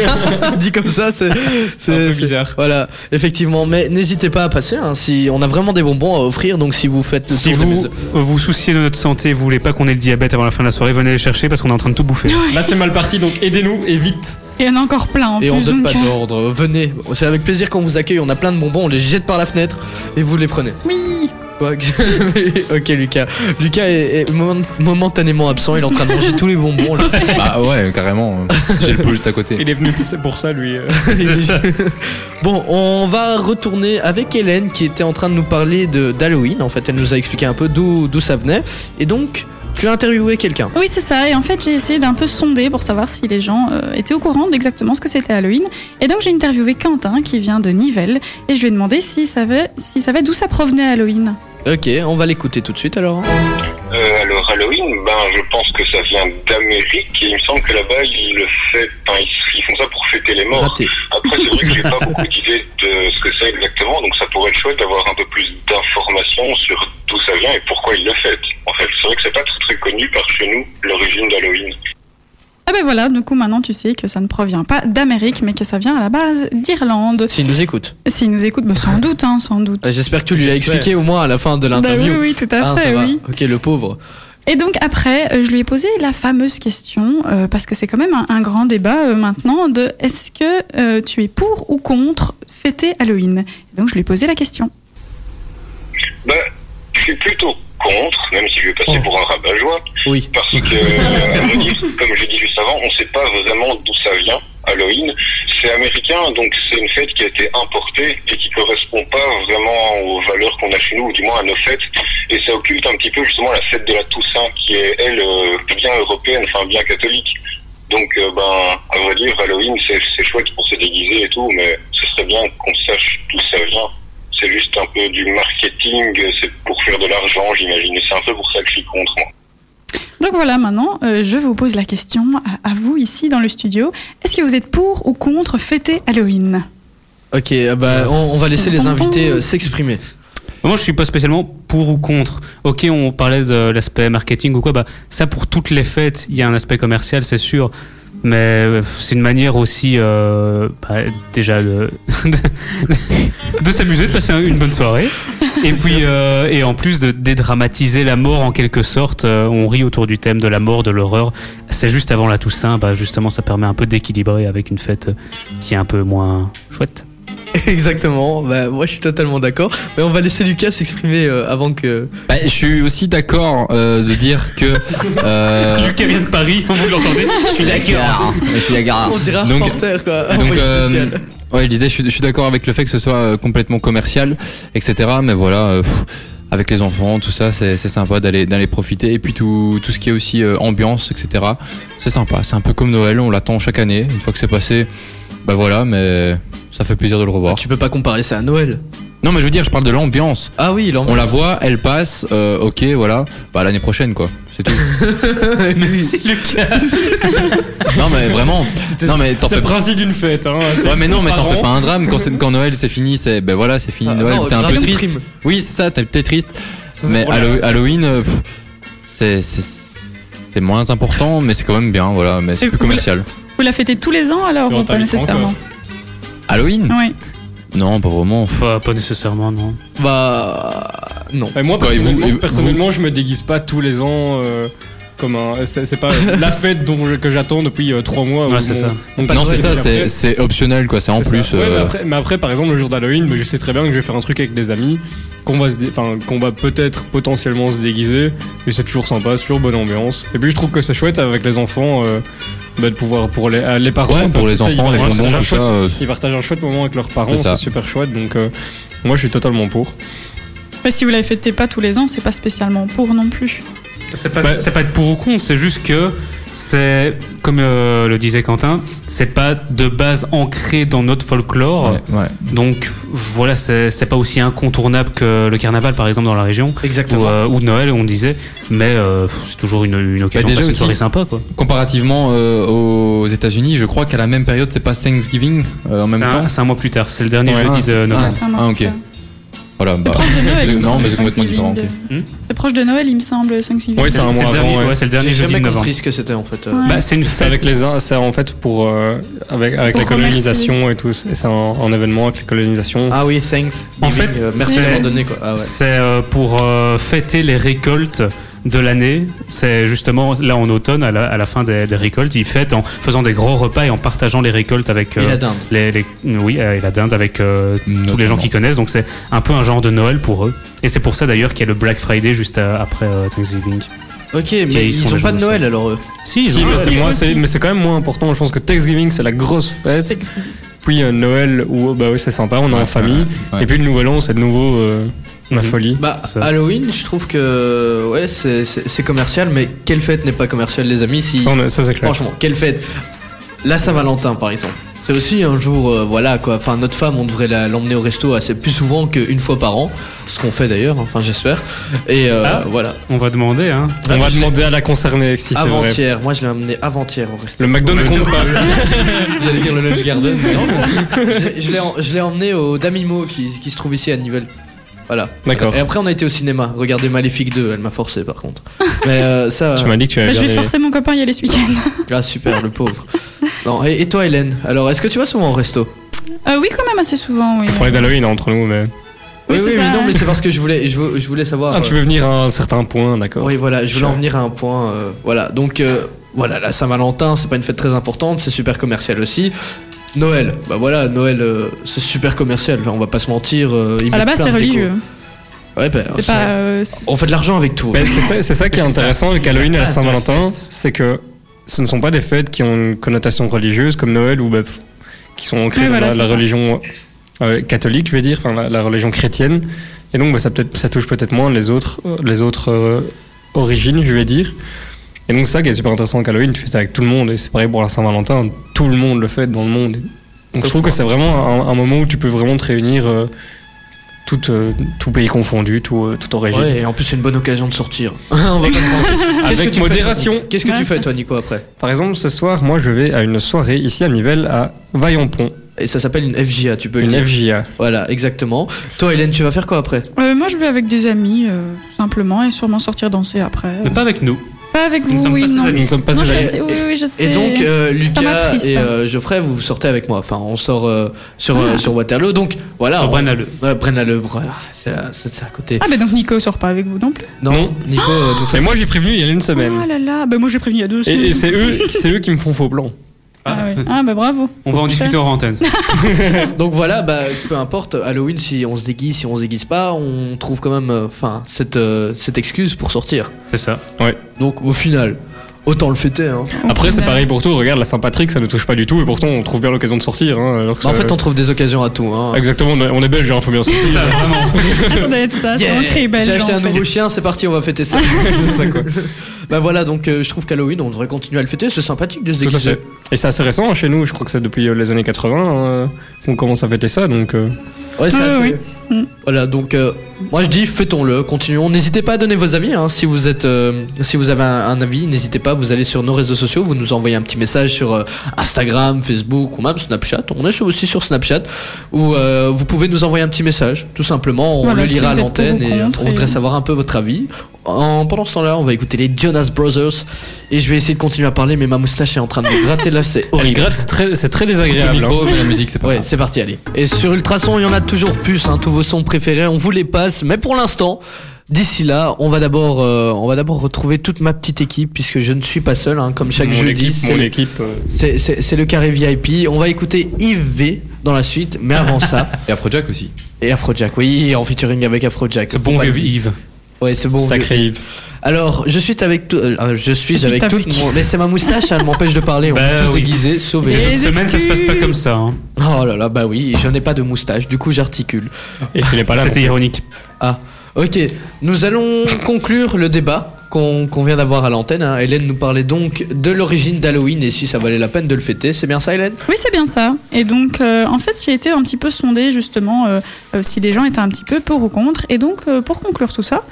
S1: dit comme ça, c'est c'est-
S4: Un peu
S1: c'est-
S4: bizarre.
S1: Voilà, effectivement. Mais n'hésitez pas à passer. hein, si on a vraiment des bonbons à offrir, donc si vous faites le
S6: Si
S1: tour des
S6: vous
S1: maisons-
S6: vous souciez de notre santé, vous voulez pas qu'on ait le diabète avant la fin de la soirée, venez les chercher parce qu'on est en train de tout bouffer.
S4: Là, c'est mal parti, donc aidez-nous et vite.
S5: et il y en a encore plein en
S1: et on
S5: plus.
S1: donne
S5: donc,
S1: pas d'ordre. Venez, c'est avec plaisir qu'on vous accueille. On a plein de bonbons, on les jette par la fenêtre et vous les prenez.
S5: oui,
S1: Quoi que- ok, Lucas. Lucas est, est moment- momentanément absent. Il est en train de manger tous les bonbons. là.
S7: Bah ouais, carrément. J'ai le pot juste à côté.
S4: Il est venu, c'est pour ça, lui. euh.
S6: C'est ça.
S1: Bon, on va retourner avec Hélène qui était en train de nous parler de- d'Halloween. En fait, elle nous a expliqué un peu d'où d'où ça venait. Et donc, tu as interviewé quelqu'un.
S5: oui c'est ça. Et en fait, j'ai essayé d'un peu sonder pour savoir si les gens euh, étaient au courant d'exactement ce que c'était Halloween. Et donc, j'ai interviewé Quentin qui vient de Nivelles et je lui ai demandé s'il savait, s'il savait d'où ça provenait Halloween.
S1: Ok, on va l'écouter tout de suite alors. hein.
S10: Euh, alors Halloween, ben je pense que ça vient d'Amérique et il me semble que là-bas ils le fêtent, enfin, ils, ils font ça pour fêter les morts.
S1: Raté.
S10: Après c'est vrai que j'ai pas beaucoup d'idées de ce que c'est exactement, donc ça pourrait être chouette d'avoir un peu plus d'informations sur d'où ça vient et pourquoi ils le fêtent. En fait, c'est vrai que c'est pas très très connu par chez nous l'origine d'Halloween.
S5: Ah ben voilà, du coup maintenant tu sais que ça ne provient pas d'Amérique, mais que ça vient à la base d'Irlande.
S1: S'il nous écoute.
S5: S'il nous écoute, bah, sans doute, hein, sans doute.
S1: Euh, J'espère que tu lui as
S4: J'espère.
S1: expliqué au moins à la fin de
S5: Bah oui,
S1: l'interview.
S5: oui, tout à
S1: Ah, ça
S5: fait,
S1: va.
S5: oui.
S1: Ok, le pauvre.
S5: Et donc après, euh, je lui ai posé la fameuse question, euh, parce que c'est quand même un, un grand débat euh, maintenant, de est-ce que euh, tu es pour ou contre fêter Halloween Donc je lui ai posé la question.
S10: Ben je suis plutôt contre, même si je vais passer
S1: Oh.
S10: pour un rabat-joie,
S1: Oui.
S10: parce que, euh, à mon avis, comme je l'ai dit juste avant, on ne sait pas vraiment d'où ça vient, Halloween. C'est américain, donc c'est une fête qui a été importée et qui correspond pas vraiment aux valeurs qu'on a chez nous, ou du moins à nos fêtes. Et ça occulte un petit peu justement la fête de la Toussaint, qui est, elle, euh, bien européenne, enfin bien catholique. Donc, euh, ben, à vrai dire, Halloween, c'est c'est chouette pour se déguiser et tout, mais ce serait bien qu'on sache d'où ça vient. C'est juste un peu du marketing, c'est pour faire de l'argent, j'imagine. Et c'est un peu pour ça que je suis contre, moi.
S5: Donc voilà, maintenant, euh, je vous pose la question à, à vous ici dans le studio. Est-ce que vous êtes pour ou contre fêter Halloween
S1: Ok, ah bah, on, on va laisser les invités euh, s'exprimer.
S6: Moi, je suis pas spécialement pour ou contre. Ok, on parlait de l'aspect marketing ou quoi. Bah, ça, pour toutes les fêtes, il y a un aspect commercial, c'est sûr. Mais euh, c'est une manière aussi, euh, bah, déjà, de, de, de s'amuser, de passer un- une bonne soirée. Et puis, euh, et en plus de dédramatiser la mort en quelque sorte, euh, on rit autour du thème de la mort, de l'horreur. C'est juste avant la Toussaint, bah, justement, ça permet un peu d'équilibrer avec une fête euh, qui est un peu moins chouette.
S1: Exactement, bah, moi je suis totalement d'accord. Mais on va laisser Lucas s'exprimer euh, avant que.
S7: Bah, je suis aussi d'accord euh, de dire que. euh,
S6: Lucas vient de Paris, vous l'entendez Je suis
S7: Je suis d'accord.
S1: On dirait un
S7: Donc,
S1: reporter quoi.
S7: donc,
S1: envoyé
S7: euh,
S1: Ah, spécial.
S7: Ouais, je disais, je suis, je suis d'accord avec le fait que ce soit euh, complètement commercial, etc. Mais voilà, euh, pff, avec les enfants, tout ça, c'est c'est sympa d'aller d'aller profiter. Et puis tout, tout ce qui est aussi euh, ambiance, etc. C'est sympa. C'est un peu comme Noël, on l'attend chaque année. Une fois que c'est passé, bah voilà, mais ça fait plaisir de le revoir.
S1: Tu peux pas comparer ça à Noël.
S7: Ah, Non, mais je veux dire, je parle de l'ambiance.
S1: Ah oui,
S7: On la voit, elle passe, euh, ok, voilà, bah l'année prochaine quoi, c'est tout. non mais vraiment, non mais t'en
S4: C'est
S7: fais
S4: le
S7: pas.
S4: principe d'une fête. Hein.
S7: Ouais, mais non, mais t'en
S4: parents.
S7: fais pas un drame quand, c'est- quand Noël c'est fini, c'est ben voilà, c'est fini
S1: Ah,
S7: Noël,
S1: non,
S7: t'es un
S1: grave
S7: peu
S1: une
S7: triste.
S1: prime.
S7: Oui, c'est ça, t'es t'es triste.
S4: Ça, c'est
S7: mais
S4: pour la-
S7: Hallo- Halloween, euh, pff, c'est c'est- c'est moins important, mais c'est quand même bien, voilà, mais c'est
S5: Et
S7: plus
S5: vous-
S7: commercial.
S5: Vous la fêtez tous les ans alors
S4: Et on
S5: ou pas
S4: t'invitera
S5: nécessairement
S7: Halloween
S5: Oui.
S7: Non, pas vraiment. pff.
S6: Pas, pas nécessairement, non.
S1: Bah. Non.
S4: Et moi,
S7: Quand
S4: personnellement,
S7: et vous- et vous-
S4: personnellement, je me déguise pas tous les ans. euh, Comme un, c'est c'est pas la fête dont je- que j'attends depuis 3 mois.
S6: Ouais,
S4: ou
S6: c'est
S4: mon-
S6: ça.
S4: mon
S7: Non, Ah, c'est
S4: passe-droit,
S7: ça,
S4: et puis
S7: c'est
S4: après-
S7: c'est optionnel quoi, c'est en
S4: C'est
S7: plus.
S4: ça. Ouais, mais,
S7: euh,
S4: après, mais après, par exemple, le jour d'Halloween, mais je sais très bien que je vais faire un truc avec des amis, qu'on va, se dé- enfin, qu'on va peut-être potentiellement se déguiser, et c'est toujours sympa, c'est toujours bonne ambiance. Et puis je trouve que c'est chouette avec les enfants euh, bah, de pouvoir, pour les, euh, les parents,
S7: Ouais, pour
S4: parce
S7: les
S4: que ça, ils
S7: enfants, les
S4: partagent
S7: bonbons,
S4: un
S7: tout ça.
S4: chouette-
S7: euh,
S4: Ils partagent un chouette moment avec leurs parents,
S7: C'est ça.
S4: c'est super chouette, donc euh, moi je suis totalement pour.
S5: Mais si vous la fêtez pas tous les ans, c'est pas spécialement pour non plus.
S6: C'est pas, c'est pas être pour ou contre, c'est juste que c'est, comme euh, le disait Quentin, c'est pas de base ancré dans notre folklore.
S7: Ouais, ouais.
S6: Donc voilà, c'est c'est pas aussi incontournable que le carnaval, par exemple, dans la région.
S1: Exactement.
S6: Ou, euh, ou Noël, on disait. Mais euh, pff, c'est toujours une, une occasion
S7: Bah, déjà
S6: de passer une
S7: aussi-
S6: soirée sympa, quoi.
S7: Comparativement euh, aux États-Unis, je crois qu'à la même période, c'est pas Thanksgiving euh, en même
S6: C'est un-
S7: temps.
S6: Ah, C'est un mois plus tard, c'est le dernier
S7: Ouais.
S6: jeudi de
S7: Ah,
S6: novembre.
S5: C'est un mois
S7: Ah,
S5: plus
S7: ok.
S5: tard.
S7: Voilà, bah.
S5: proche de Noël, il me
S7: non,
S5: semble,
S7: mais c'est complètement
S5: Thanksgiving.
S7: différent. ok. Hmm
S5: C'est proche de Noël, il me semble, le Thanksgiving.
S4: Ouais, c'est un
S6: le
S4: mois avant,
S6: dernier,
S4: ouais.
S6: ouais, c'est le dernier
S1: J'ai
S6: jeudi
S1: jamais
S6: de novembre.
S1: compris ce que c'était en fait. euh.
S5: Ouais.
S6: Bah, c'est une
S4: C'est
S6: fête.
S4: avec les Indiens, c'est en fait pour euh, avec, avec
S5: Pour
S4: la colonisation et tout. C'est c'est un, un événement avec la colonisation.
S1: Ah oui, thanks.
S6: En
S1: Giving,
S6: fait,
S1: euh, merci
S6: c'est-
S1: d'avoir donné quoi. Ah ouais.
S6: C'est euh, pour euh, fêter les récoltes de l'année. C'est justement là en automne, à la, à la fin des, des récoltes, ils fêtent en faisant des gros repas et en partageant les récoltes avec euh,
S1: Et la dinde.
S6: les, les- oui euh, et la dinde avec euh, tous les
S7: Notamment.
S6: gens qui connaissent. Donc c'est un peu un genre de Noël pour eux. Et c'est pour ça d'ailleurs qu'il y a le Black Friday juste à- après euh, Thanksgiving.
S1: Ok, mais
S6: ils sont
S1: ils ont
S6: les
S1: pas de
S6: gens de
S1: Noël
S6: ça.
S1: alors euh, eux.
S6: Si,
S4: Si,
S6: ils ont-
S4: mais c'est moins- c'est- mais c'est quand même moins important. Je pense que Thanksgiving, c'est la grosse fête. Puis euh, Noël, où bah oui, c'est sympa, on est en famille.
S7: ouais.
S4: Et puis le Nouvel An, c'est de nouveau euh, la
S6: Mhm.
S4: folie.
S1: Bah
S6: C'est ça.
S1: Halloween, je trouve que ouais c'est- c'est c'est commercial, mais quelle fête n'est pas commerciale les amis si
S4: Ça, on est- ça, c'est clair.
S1: franchement quelle fête La Saint-Valentin par exemple. C'est aussi un jour euh, voilà quoi. Enfin notre femme on devrait la- l'emmener au resto assez plus souvent qu'une fois par an, ce qu'on fait d'ailleurs. Enfin j'espère. Et euh,
S6: Ah.
S1: voilà.
S6: on va demander. Hein.
S4: On
S1: Ah,
S4: va
S1: je l'ai-
S4: demander à la concerner si c'est vrai.
S1: Avant-hier, moi je l'ai amenée avant-hier au resto.
S4: Le McDo ne compte pas.
S1: J'allais dire le Lodge Garden, mais non. je je l'ai en- je l'ai emmené au Damimo qui, qui se trouve ici à Nivelles. Voilà.
S4: D'accord.
S1: Et après, on a été au cinéma. Regardez Maléfique 2, elle m'a forcé par contre. Mais euh, ça.
S4: Tu m'as dit que tu
S5: Bah,
S4: allais
S5: je vais
S4: bien aimer.
S5: forcer mon copain à y aller ce week-end.
S1: Ah, super, le pauvre. Non, et, et toi, Hélène Alors, est-ce que tu vas souvent au resto
S5: Euh, oui, quand même assez souvent, oui.
S4: On parlait d'Halloween hein, entre nous, mais.
S5: Oui, c'est
S1: oui,
S5: ça.
S1: non, mais c'est parce que je voulais, je vou- je voulais savoir.
S4: Ah, tu
S1: euh,
S4: veux venir à un certain point, d'accord.
S1: Oui, voilà, je voulais en
S4: Sure.
S1: venir à un point. euh, voilà, donc euh, voilà, la Saint-Valentin, c'est pas une fête très importante, c'est super commercial aussi. Noël, bah voilà, Noël, euh, c'est super commercial, on va pas se mentir. euh, ils
S5: À la
S1: mettent plein
S5: base, c'est
S1: de décos.
S5: religieux.
S1: Ouais, bah,
S5: C'est
S1: ça-
S5: pas. euh, c'est-
S1: On fait de l'argent avec tout.
S4: Mais c'est ça, c'est ça qui est
S6: C'est ça.
S4: intéressant avec Halloween et la
S6: Ah, c'est la
S4: Saint-Valentin,
S6: fête.
S4: c'est que ce ne sont pas des fêtes qui ont une connotation religieuse comme Noël ou bah, pff, qui sont ancrées
S5: Oui,
S4: dans
S5: voilà,
S4: la,
S5: c'est
S4: la
S5: ça.
S4: religion euh, catholique, je vais dire, enfin, la, la religion chrétienne. Et donc bah, ça, peut ça touche peut-être moins les autres, euh, les autres euh, origines, je vais dire. Et donc c'est ça qui est super intéressant avec Halloween, tu fais ça avec tout le monde et c'est pareil pour la Saint-Valentin, tout le monde le fait dans le monde. Donc je trouve que c'est vraiment un, un moment où tu peux vraiment te réunir. euh, tout, euh, tout pays confondu, tout, euh, toute origine.
S1: Ouais, et en plus, c'est une bonne occasion de sortir. On va pas se mentir. Qu'est-ce
S4: Avec
S1: que tu fais,
S4: modération.
S1: toi Qu'est-ce que tu
S5: Ouais.
S1: fais, toi, Nico, après
S4: Par exemple, ce soir, moi, je vais à une soirée ici à Nivelles à Vaillanpont,
S1: Et ça s'appelle une FJA, tu peux le
S4: une
S1: dire.
S4: FJA.
S1: Voilà, exactement. Toi, Hélène, tu vas faire quoi après
S5: euh, moi, je vais avec des amis, euh, tout simplement, et sûrement sortir danser après.
S6: Mais pas avec nous.
S5: Pas avec
S6: Nous ne
S5: vous,
S6: sommes
S5: oui,
S6: pas ses
S5: non.
S6: amis.
S4: Nous ne sommes pas
S5: Non, je
S4: séparés.
S5: sais, oui, oui, je sais.
S1: Et donc, euh, Lucas
S5: m'attriste,
S1: et
S5: hein. Ah.
S1: euh, Geoffrey, vous sortez avec moi. Enfin, on sort euh, sur, euh, sur Waterloo. Donc, voilà.
S6: Sur
S1: on-
S6: Braine-l'Alleud.
S1: Ouais, Braine-l'Alleud, Bra- c'est à, c'est à côté.
S5: Ah, bah donc Nico sort pas avec vous non plus.
S1: non,
S4: non.
S1: Nico euh, nous fait-
S4: Mais moi, j'ai prévenu il y a une
S5: Oh
S4: semaine.
S5: là là, bah moi j'ai prévenu il y a deux
S4: Et,
S5: semaines.
S4: et c'est eux, c'est eux qui me font faux plan.
S5: Ah, ouais. Ah, bah bravo.
S6: On va en discuter hors antenne.
S1: Donc voilà, bah, peu importe, Halloween, si on se déguise, si on se déguise pas, on trouve quand même euh, enfin, cette, euh, cette excuse pour sortir.
S6: C'est ça.
S1: Donc au final, autant le fêter. hein.
S4: Après, c'est
S5: Bah,
S4: pareil pour tout. Regarde, la Saint-Patrick, ça ne touche pas du tout, et pourtant, on trouve bien l'occasion de sortir. hein, alors que
S1: Bah, en
S4: ça-
S1: fait, on trouve des occasions à tout. hein.
S4: Exactement, on est- on est belge, hein, faut bien sortir.
S6: C'est ça, vraiment.
S5: Ça doit être Ah, ça,
S1: Yeah.
S5: c'est ancré belge.
S1: J'ai acheté
S5: en
S1: un
S5: fait.
S1: nouveau chien, c'est parti, on va fêter ça.
S4: C'est ça, quoi.
S1: bah voilà, donc euh, je trouve qu'Halloween, on devrait continuer à le fêter, c'est sympathique de se
S4: Tout à
S1: déguiser.
S4: fait. Et c'est assez récent hein, chez nous, je crois que c'est depuis euh, les années 80 hein, qu'on commence à fêter ça, donc euh,
S1: Ouais, c'est
S5: Ouais,
S1: assez-
S5: ouais, Mm.
S1: Voilà, donc euh, moi je dis fêtons-le, continuons. N'hésitez pas à donner vos avis. hein, si vous êtes, euh, si vous avez un, un avis, n'hésitez pas. Vous allez sur nos réseaux sociaux, vous nous envoyez un petit message sur euh, Instagram, Facebook ou même Snapchat. On est sur- aussi sur Snapchat où euh, vous pouvez nous envoyer un petit message, tout simplement. On
S5: Voilà,
S1: le
S5: si
S1: lira à
S5: vous êtes pour
S1: l'antenne
S5: ou
S1: et euh,
S5: contre,
S1: on voudrait
S5: et-
S1: savoir un peu votre avis. En, pendant ce temps-là, on va écouter les Jonas Brothers et je vais essayer de continuer à parler, mais ma moustache est en train de me gratter là, c'est
S4: elle
S1: horrible.
S4: gratte, c'est très, c'est très
S7: Le
S4: désagréable. hein.
S7: micro, mais la musique, c'est pas
S1: Ouais,
S7: grave.
S1: c'est parti, allez. Et sur Ultrason, il y en a toujours plus, hein, tous vos sons préférés, on vous les passe, mais pour l'instant, d'ici là, on va d'abord euh, on va d'abord retrouver toute ma petite équipe, puisque je ne suis pas seul, hein, comme chaque
S4: Mon
S1: jeudi,
S4: équipe,
S1: c'est
S4: mon
S1: le-
S4: équipe, euh,
S1: c'est- c'est c'est le carré VIP. On va écouter Yves V dans la suite, mais avant ça,
S7: Et Afrojack aussi.
S1: et Afrojack, oui, en featuring avec Afrojack.
S6: Ce bon
S1: Faut pas
S6: vieux
S1: le-
S6: Yves.
S1: Ouais, c'est bon.
S4: sacré Yves.
S1: Alors, je suis avec tout, euh, je suis
S5: suis
S1: avec,
S5: avec.
S1: tout le monde. Mais c'est ma moustache, elle m'empêche de parler. On
S6: Bah
S1: est tous
S6: oui.
S1: déguisés, sauvés.
S6: Les
S5: Les
S6: autres semaines, ça se passe pas comme ça. hein.
S1: Oh là là, bah oui, je n'ai pas de moustache, du coup j'articule.
S4: Et tu n'es pas là.
S6: C'était ironique.
S1: Ah, ok. Nous allons conclure le débat qu'on qu'on vient d'avoir à l'antenne. hein. Hélène nous parlait donc de l'origine d'Halloween et si ça valait la peine de le fêter. C'est bien ça, Hélène
S5: Oui, c'est bien ça. Et donc, euh, en fait, j'ai été un petit peu sondée justement euh, euh, si les gens étaient un petit peu pour ou contre. Et donc, euh, pour conclure tout ça,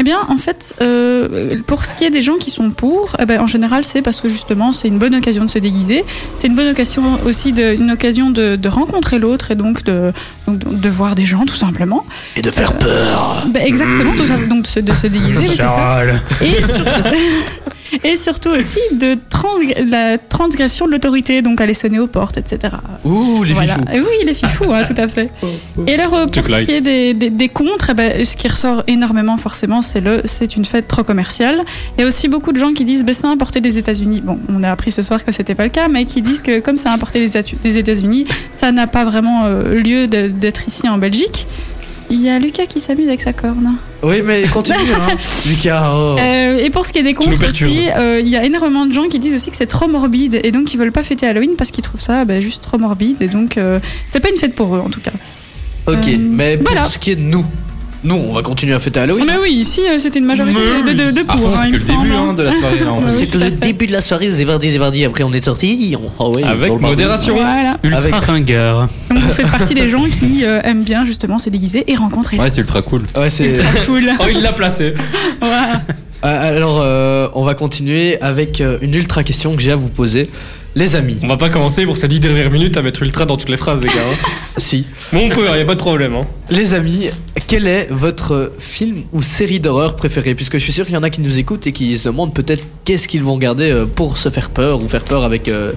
S5: eh bien, en fait, euh, pour ce qui est des gens qui sont pour, eh ben, en général, c'est parce que justement, c'est une bonne occasion de se déguiser. C'est une bonne occasion aussi, de, une occasion de, de rencontrer l'autre et donc de, donc de- de voir des gens, tout simplement.
S1: Et de faire peur
S5: Ben, exactement, tout ça, donc de se, de se déguiser. oui, c'est ça.
S1: Ah,
S5: Et surtout, et surtout aussi de transg- la transgression de l'autorité, donc aller sonner aux portes, etc.
S1: Ouh, les
S5: Voilà.
S1: fifous. Oh,
S5: Et Oui, il est fifou, hein, tout à fait. Et alors, euh, pour
S4: Check
S5: ce
S4: light.
S5: qui est des, des, des contres, eh ben, ce qui ressort énormément, forcément, c'est le c'est une fête trop commerciale. Il y a aussi beaucoup de gens qui disent ben, c'est importé des États-Unis. Bon, on a appris ce soir que c'était pas le cas, mais qui disent que comme c'est importé des, Atu- des États-Unis, ça n'a pas vraiment euh, lieu de- d'être ici en Belgique. Il y a Lucas qui s'amuse avec sa corne.
S1: Oui, mais continue, hein. Lucas. oh.
S5: Euh, et pour ce qui est des
S4: nous
S5: contres
S4: perturbes.
S5: aussi, euh, il y a énormément de gens qui disent aussi que c'est trop morbide et donc ils veulent pas fêter Halloween parce qu'ils trouvent ça ben, juste trop morbide et donc euh, c'est pas une fête pour eux en tout cas.
S1: Ok,
S5: euh,
S1: mais pour
S5: voilà.
S1: ce qui est de nous, nous, on va continuer à fêter Halloween.
S5: Mais oui, ici euh, c'était une majorité de, de, de
S7: À
S5: pour,
S7: fond,
S5: hein,
S7: Ah,
S5: il
S7: c'est que
S5: me
S7: le début
S5: semble.
S7: hein, de la soirée. là, en
S1: Ah,
S5: Ouais,
S7: fait.
S5: oui, tout à fait.
S1: de la soirée, Zévardi, Zévardi, après on est sorti. Oh oui,
S4: Avec modération.
S5: Voilà.
S6: Ultra
S1: Avec-
S6: ringard.
S5: Donc vous faites partie des gens qui euh, aiment bien justement se déguiser et rencontrer.
S7: Ouais, c'est ultra cool.
S1: Ouais, c'est.
S5: Cool.
S6: Oh, il l'a placé.
S5: Voilà.
S1: Euh, Alors, euh, on va continuer avec euh, une ultra question que j'ai à vous poser. Les amis,
S4: On va pas commencer pour ces 10 dernières minutes à mettre ultra dans toutes les phrases, les gars. hein.
S1: si.
S4: Bon, on peut, y a pas de problème. Hein.
S1: Les amis, quel est votre film ou série d'horreur préférée Puisque je suis sûr qu'il y en a qui nous écoutent et qui se demandent peut-être qu'est-ce qu'ils vont regarder euh, pour se faire peur ou faire peur avec, euh,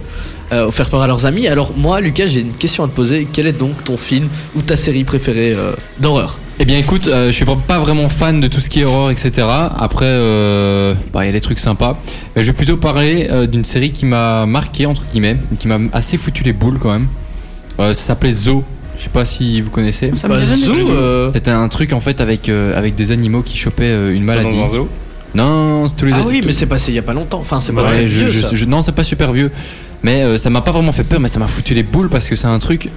S1: euh, ou faire peur à leurs amis. Alors moi, Lucas, j'ai une question à te poser. Quel est donc ton film ou ta série préférée euh, d'horreur
S7: Eh bien écoute, euh, je suis pas- pas vraiment fan de tout ce qui est horreur, etc. Après, euh, bah, il y a des trucs sympas. Mais je vais plutôt parler euh, d'une série qui m'a marqué, entre guillemets, qui m'a assez foutu les boules quand même. Euh, ça s'appelait Zo. Je sais pas si vous connaissez.
S5: Ça me dit rien du
S1: Zoo,
S5: tout.
S1: euh,
S7: C'était un truc en fait avec, euh, avec des animaux qui chopaient euh, une maladie.
S4: Dans un zoo.
S7: Non, c'est tous les
S1: Ah
S7: a-
S1: oui,
S7: tous-
S1: mais c'est passé il y a pas longtemps. Enfin, c'est pas
S7: Ouais,
S1: très
S7: je-
S1: vieux,
S7: je-
S1: ça.
S7: je- non, c'est pas super vieux. Mais euh, ça m'a pas vraiment fait peur, mais ça m'a foutu les boules parce que c'est un truc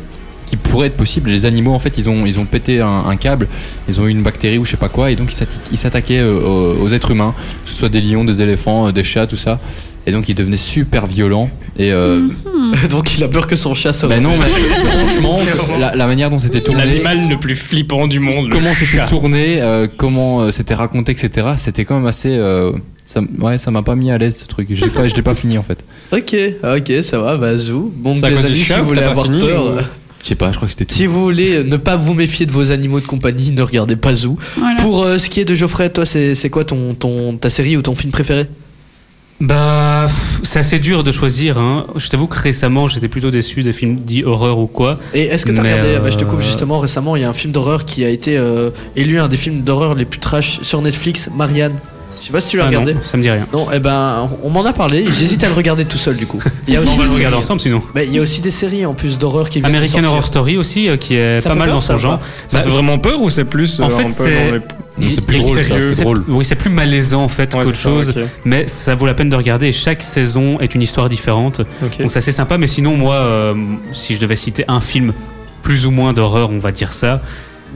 S7: qui pourrait être possible. Les animaux, en fait, ils ont, ils ont pété un, un câble, ils ont eu une bactérie ou je sais pas quoi, et donc ils s'atta- ils s'attaquaient euh, aux, aux êtres humains, que ce soit des lions, des éléphants, euh, des chats, tout ça. Et donc ils devenaient super violents. Et euh,
S4: Mhm.
S1: Donc il a peur que son chat se
S7: bah non, mais franchement, la, la manière dont c'était tourné,
S4: L'animal le plus flippant du monde.
S7: comment c'était
S4: chat.
S7: tourné, euh, comment euh, c'était raconté, etc. C'était quand même assez. euh, ça, ouais, ça m'a pas mis à l'aise ce truc. Je l'ai pas, je l'ai pas fini en fait.
S1: Ok, ok, ça va, bah zou. Bon,
S4: C'est à
S1: les
S4: cause du
S1: amis, si
S4: chat
S1: vous
S4: ou
S1: voulez
S4: t'as pas
S1: avoir
S4: fini,
S1: peur,
S4: ou-
S1: euh,
S7: Je sais pas, je crois que c'était tout.
S1: si vous voulez ne pas vous méfier de vos animaux de compagnie, ne regardez pas Zoo.
S5: Voilà.
S1: Pour euh, ce qui est de Geoffrey, toi, c'est c'est quoi ton, ton, ta série ou ton film préféré
S6: Bah, pff, c'est assez dur de choisir. Hein. Je t'avoue que récemment, j'étais plutôt déçu des films dits horreur ou quoi.
S1: Et est-ce que t'as
S6: Mais,
S1: regardé,
S6: euh,
S1: bah, je te coupe justement, récemment, il y a un film d'horreur qui a été euh, élu un des films d'horreur les plus trash sur Netflix, Marianne. Je sais pas si tu l'as
S6: Ah non,
S1: regardé.
S6: ça me dit rien.
S1: Non, eh ben, on m'en a parlé, j'hésite à le regarder tout seul du coup. Il y a
S6: Non,
S1: aussi
S6: on va
S1: des
S6: le regarder
S1: séries-
S6: ensemble sinon.
S1: mais il y a aussi des séries en plus d'horreur qui viennent de
S6: American
S1: sortir.
S6: Horror Story aussi, euh, qui est
S1: Ça
S6: pas
S1: fait
S6: mal
S1: peur, Bah,
S6: dans
S1: ça,
S6: son
S1: ou
S6: genre.
S1: pas
S4: Ça fait vraiment peur ou c'est plus.
S6: En
S4: euh,
S6: fait,
S4: un peu
S6: c'est-
S4: dans les-
S7: Non, c'est plus drôle, ça,
S6: extérieur.
S7: c'est drôle.
S6: Oui, c'est plus malaisant en fait
S4: Ouais,
S6: qu'autre
S4: c'est ça,
S6: chose,
S4: ok.
S6: mais ça vaut la peine de regarder. Chaque saison est une histoire différente,
S4: Ok.
S6: donc c'est assez sympa. Mais sinon, moi, euh, si je devais citer un film plus ou moins d'horreur, on va dire ça,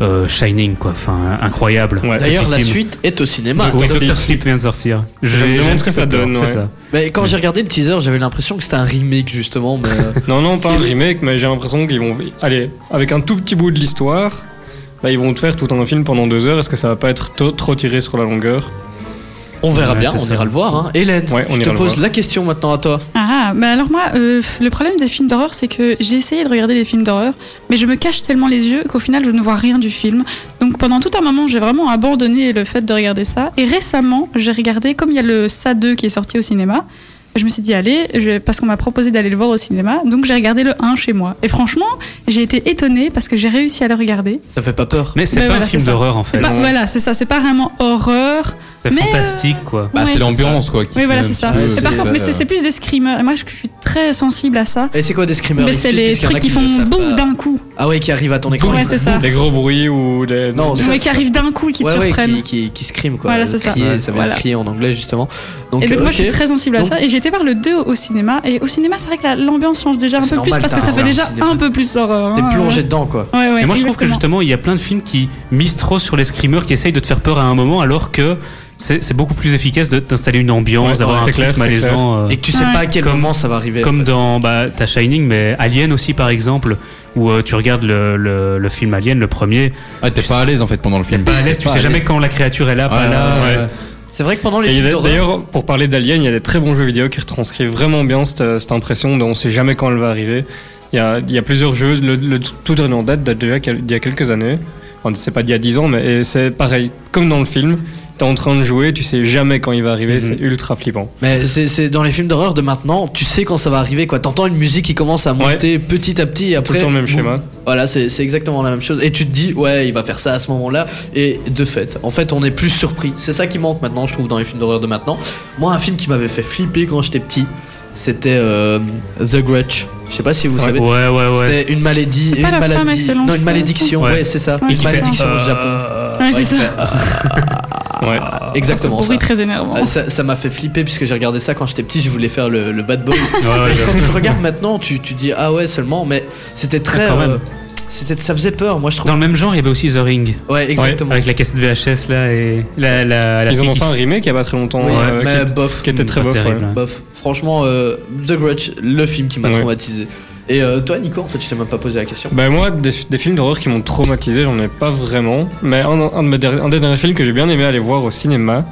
S6: euh, Shining, quoi. Enfin, incroyable.
S4: Ouais.
S1: D'ailleurs, la
S6: Petitissime.
S1: suite est au cinéma.
S6: Oui,
S4: Doctor
S6: Doctor
S4: Sleep
S6: Sleep vient de sortir.
S4: me
S6: J'ai-
S4: demande
S6: j'ai un
S4: ce que
S6: petit
S4: ça
S6: peu peur,
S4: donne,
S6: c'est
S4: ouais.
S6: ça.
S1: Mais quand j'ai regardé le teaser, j'avais l'impression que c'était un remake justement. Mais... euh,
S4: Non, non, pas un
S1: Parce que-
S4: remake, mais j'ai l'impression qu'ils vont. Allez, avec un tout petit bout de l'histoire, bah, ils vont te faire tout un film pendant deux heures. Est-ce que ça va pas être tôt- trop tiré sur la longueur
S1: on verra
S6: Ouais,
S1: bien,
S6: c'est
S1: on
S6: ça.
S1: ira le voir. hein. Hélène,
S4: Ouais, on
S1: je te
S4: ira le
S1: pose
S4: voir.
S1: la question maintenant à toi.
S5: Ah, bah alors moi, euh, le problème des films d'horreur, c'est que j'ai essayé de regarder des films d'horreur, mais je me cache tellement les yeux qu'au final, je ne vois rien du film. Donc pendant tout un moment, j'ai vraiment abandonné le fait de regarder ça. Et récemment, j'ai regardé, comme il y a le SA 2 qui est sorti au cinéma, je me suis dit, allez, je- parce qu'on m'a proposé d'aller le voir au cinéma, donc j'ai regardé le 1 chez moi. Et franchement, j'ai été étonnée parce que j'ai réussi à le regarder.
S1: Ça fait pas peur.
S6: Mais c'est
S5: Mais
S6: pas
S5: voilà,
S6: un film
S5: c'est ça.
S6: d'horreur en
S5: C'est
S6: fait.
S5: pas- voilà, c'est ça, c'est pas vraiment horreur.
S6: C'est
S5: Mais, euh,
S6: fantastique, quoi.
S7: Bah,
S5: Ouais,
S7: c'est l'ambiance quoi. qui
S5: Oui, voilà,
S7: fait
S5: c'est
S7: un
S5: ça.
S7: petit peu,
S5: Et par contre,
S7: euh,
S5: mais c'est c'est plus des screamers. Et moi, je je suis très sensible à ça.
S1: Et c'est quoi des screamers
S5: Mais c'est
S1: Explique,
S5: les
S1: puisqu'il y en a
S5: trucs qui
S1: ne
S5: font
S1: savent
S5: boum
S1: pas.
S5: d'un coup.
S1: Ah ouais, qui arrivent à ton écran.
S5: Ouais, c'est ça.
S4: Des gros bruits ou des.
S1: Non, ça-
S5: Mais qui arrivent d'un coup et qui te
S1: Ouais, ouais,
S5: surprennent.
S1: qui, qui, qui scream quoi.
S5: Voilà, c'est ça.
S1: Crier,
S5: Ouais.
S1: ça vient
S5: Voilà.
S1: de crier en anglais justement. Donc,
S5: Et donc, moi,
S1: ok.
S5: je suis très sensible à
S1: Donc-
S5: ça. Et j'ai été voir le 2 au cinéma. Et au cinéma, c'est vrai que la- l'ambiance change déjà un
S1: C'est
S5: peu plus
S1: normal,
S5: parce que
S1: t'as
S5: ça
S1: un
S5: fait
S1: regard
S5: déjà
S1: cinéma.
S5: un peu plus horreur.
S1: T'es
S5: hein,
S1: plongé
S5: ouais.
S1: dedans quoi.
S5: Ouais, ouais,
S6: Mais moi, je trouve que
S5: exactement.
S6: justement, il y a plein de films qui misent trop sur les screamers, qui essayent de te faire peur à un moment, alors que c'est c'est beaucoup plus efficace de- d'installer une ambiance,
S4: Ouais,
S6: d'avoir
S4: ouais,
S6: un
S4: c'est
S6: truc
S4: clair, c'est
S6: malaisant. euh,
S1: Et que tu sais
S5: Ouais.
S1: pas à quel
S6: Comme-
S1: moment ça va arriver.
S6: Comme dans bah, ta Shining, mais Alien aussi par exemple, où euh, tu regardes le, le- le film Alien, le premier,
S7: Ah, t'es pas à l'aise en fait pendant le film.
S6: pas à l'aise, tu
S7: Pas
S6: sais
S7: à
S6: jamais
S7: l'aise.
S6: quand la créature est là, pas
S7: Ouais,
S6: là.
S7: ouais,
S6: c'est-
S7: ouais.
S1: C'est vrai que pendant les
S4: Et il y
S1: films
S4: a-
S1: d'horreur,
S4: D'ailleurs, pour parler d'Alien, il y a des très bons jeux vidéo qui retranscrivent vraiment bien cette, cette impression de on sait jamais quand elle va arriver. Il y a, il y a plusieurs jeux, le, le tout dernier en date date d'il y a- d'il y a quelques années. Enfin, c'est pas d'il y a 10 ans, mais et c'est pareil, comme dans le film, t'es en train de jouer, tu sais jamais quand il va arriver, c'est ultra flippant.
S1: mais c'est c'est dans les films d'horreur de maintenant, tu sais quand ça va arriver quoi. T'entends une musique qui commence à monter petit à petit et
S4: Tout
S1: après.
S4: le temps le même
S1: boum.
S4: schéma.
S1: Voilà, c'est c'est exactement la même chose. Et tu te dis, ouais, il va faire ça à ce moment-là. Et de fait, en fait, on est plus surpris. C'est ça qui manque maintenant, je trouve, dans les films d'horreur de maintenant. Moi, un film qui m'avait fait flipper quand j'étais petit, c'était euh, The Grudge. Je sais pas si vous savez.
S6: Ouais, ouais, ouais.
S1: euh, C'était une maladie,
S5: C'est
S1: une
S5: pas la femme avec
S1: maladie,
S5: ses longs
S1: non, une
S5: cheveux.
S1: malédiction. Ouais,
S6: Ouais.
S1: c'est ça.
S5: Ouais,
S1: une
S5: c'est ça.
S1: malédiction au
S6: Euh,
S1: Japon.
S5: Ouais, c'est ça.
S1: ah,
S4: Ouais.
S6: Ah,
S1: Exactement. ça.
S5: Bruit très énervant.
S1: Euh, Ça ça m'a fait flipper puisque j'ai regardé ça quand j'étais petit, je voulais faire le, le bad boy.
S6: Ouais, ouais,
S1: Et quand tu le regardes maintenant, tu, tu dis ah ouais seulement, mais c'était très,
S6: Ah, quand même.
S1: euh, c'était ça faisait peur, moi je trouve.
S6: Dans le même genre, il y avait aussi The Ring,
S1: Ouais exactement.
S6: avec la cassette VHS là et la, la, la
S4: Ils
S6: fille
S4: en ont
S6: qui
S4: fait un
S6: s-
S4: remake il y a pas très longtemps,
S1: Oui,
S4: euh, qui,
S1: mais
S4: était-
S1: bof,
S4: qui était très
S6: Pas
S4: bof.
S6: terrible,
S4: ouais.
S6: ouais.
S1: bof. Franchement, euh, The Grudge, le film qui m'a
S4: Ouais.
S1: traumatisé. Et euh, toi Nico, en fait, je t'ai même pas posé la question.
S4: Ben moi, des, des films d'horreur qui m'ont traumatisé, j'en ai pas vraiment. Mais un, un de mes derni- un des derniers films que j'ai bien aimé aller voir au cinéma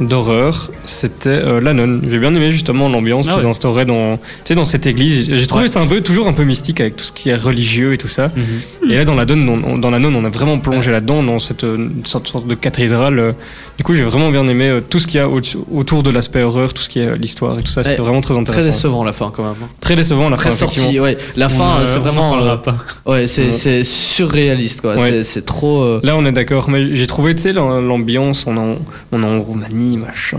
S4: d'horreur, c'était euh, La Nonne. J'ai bien aimé justement l'ambiance
S6: Ah
S4: qu'ils
S6: ouais.
S4: instauraient dans, tu sais, dans cette église. J'ai- J'ai trouvé ça un peu, toujours un peu mystique avec tout ce qui est religieux et tout ça.
S6: Mhm.
S4: Et là, dans La Nonne, on, on- dans La Nonne, on a vraiment plongé là-dedans, dans cette euh, sorte, sorte de cathédrale. euh. Du coup, j'ai vraiment bien aimé euh, tout ce qu'il y a au- autour de l'aspect horreur, tout ce qui est euh, l'histoire et tout ça. C'était
S1: Ouais.
S4: vraiment très
S1: Très
S4: intéressant.
S1: décevant la fin quand même. hein.
S4: Très décevant à la
S1: Très
S4: fin, effectivement.
S1: sorti, ouais. La fin,
S6: On,
S1: euh,
S6: euh,
S1: c'est
S6: on en
S1: vraiment,
S6: parlera
S1: euh,
S6: pas.
S1: ouais, c'est
S4: Ouais.
S1: c'est surréaliste quoi.
S4: Ouais.
S1: C'est- C'est trop. euh,
S4: Là, on est d'accord, mais j'ai trouvé, tu sais, l'am- l'ambiance, on est en, on est en Roumanie, machin,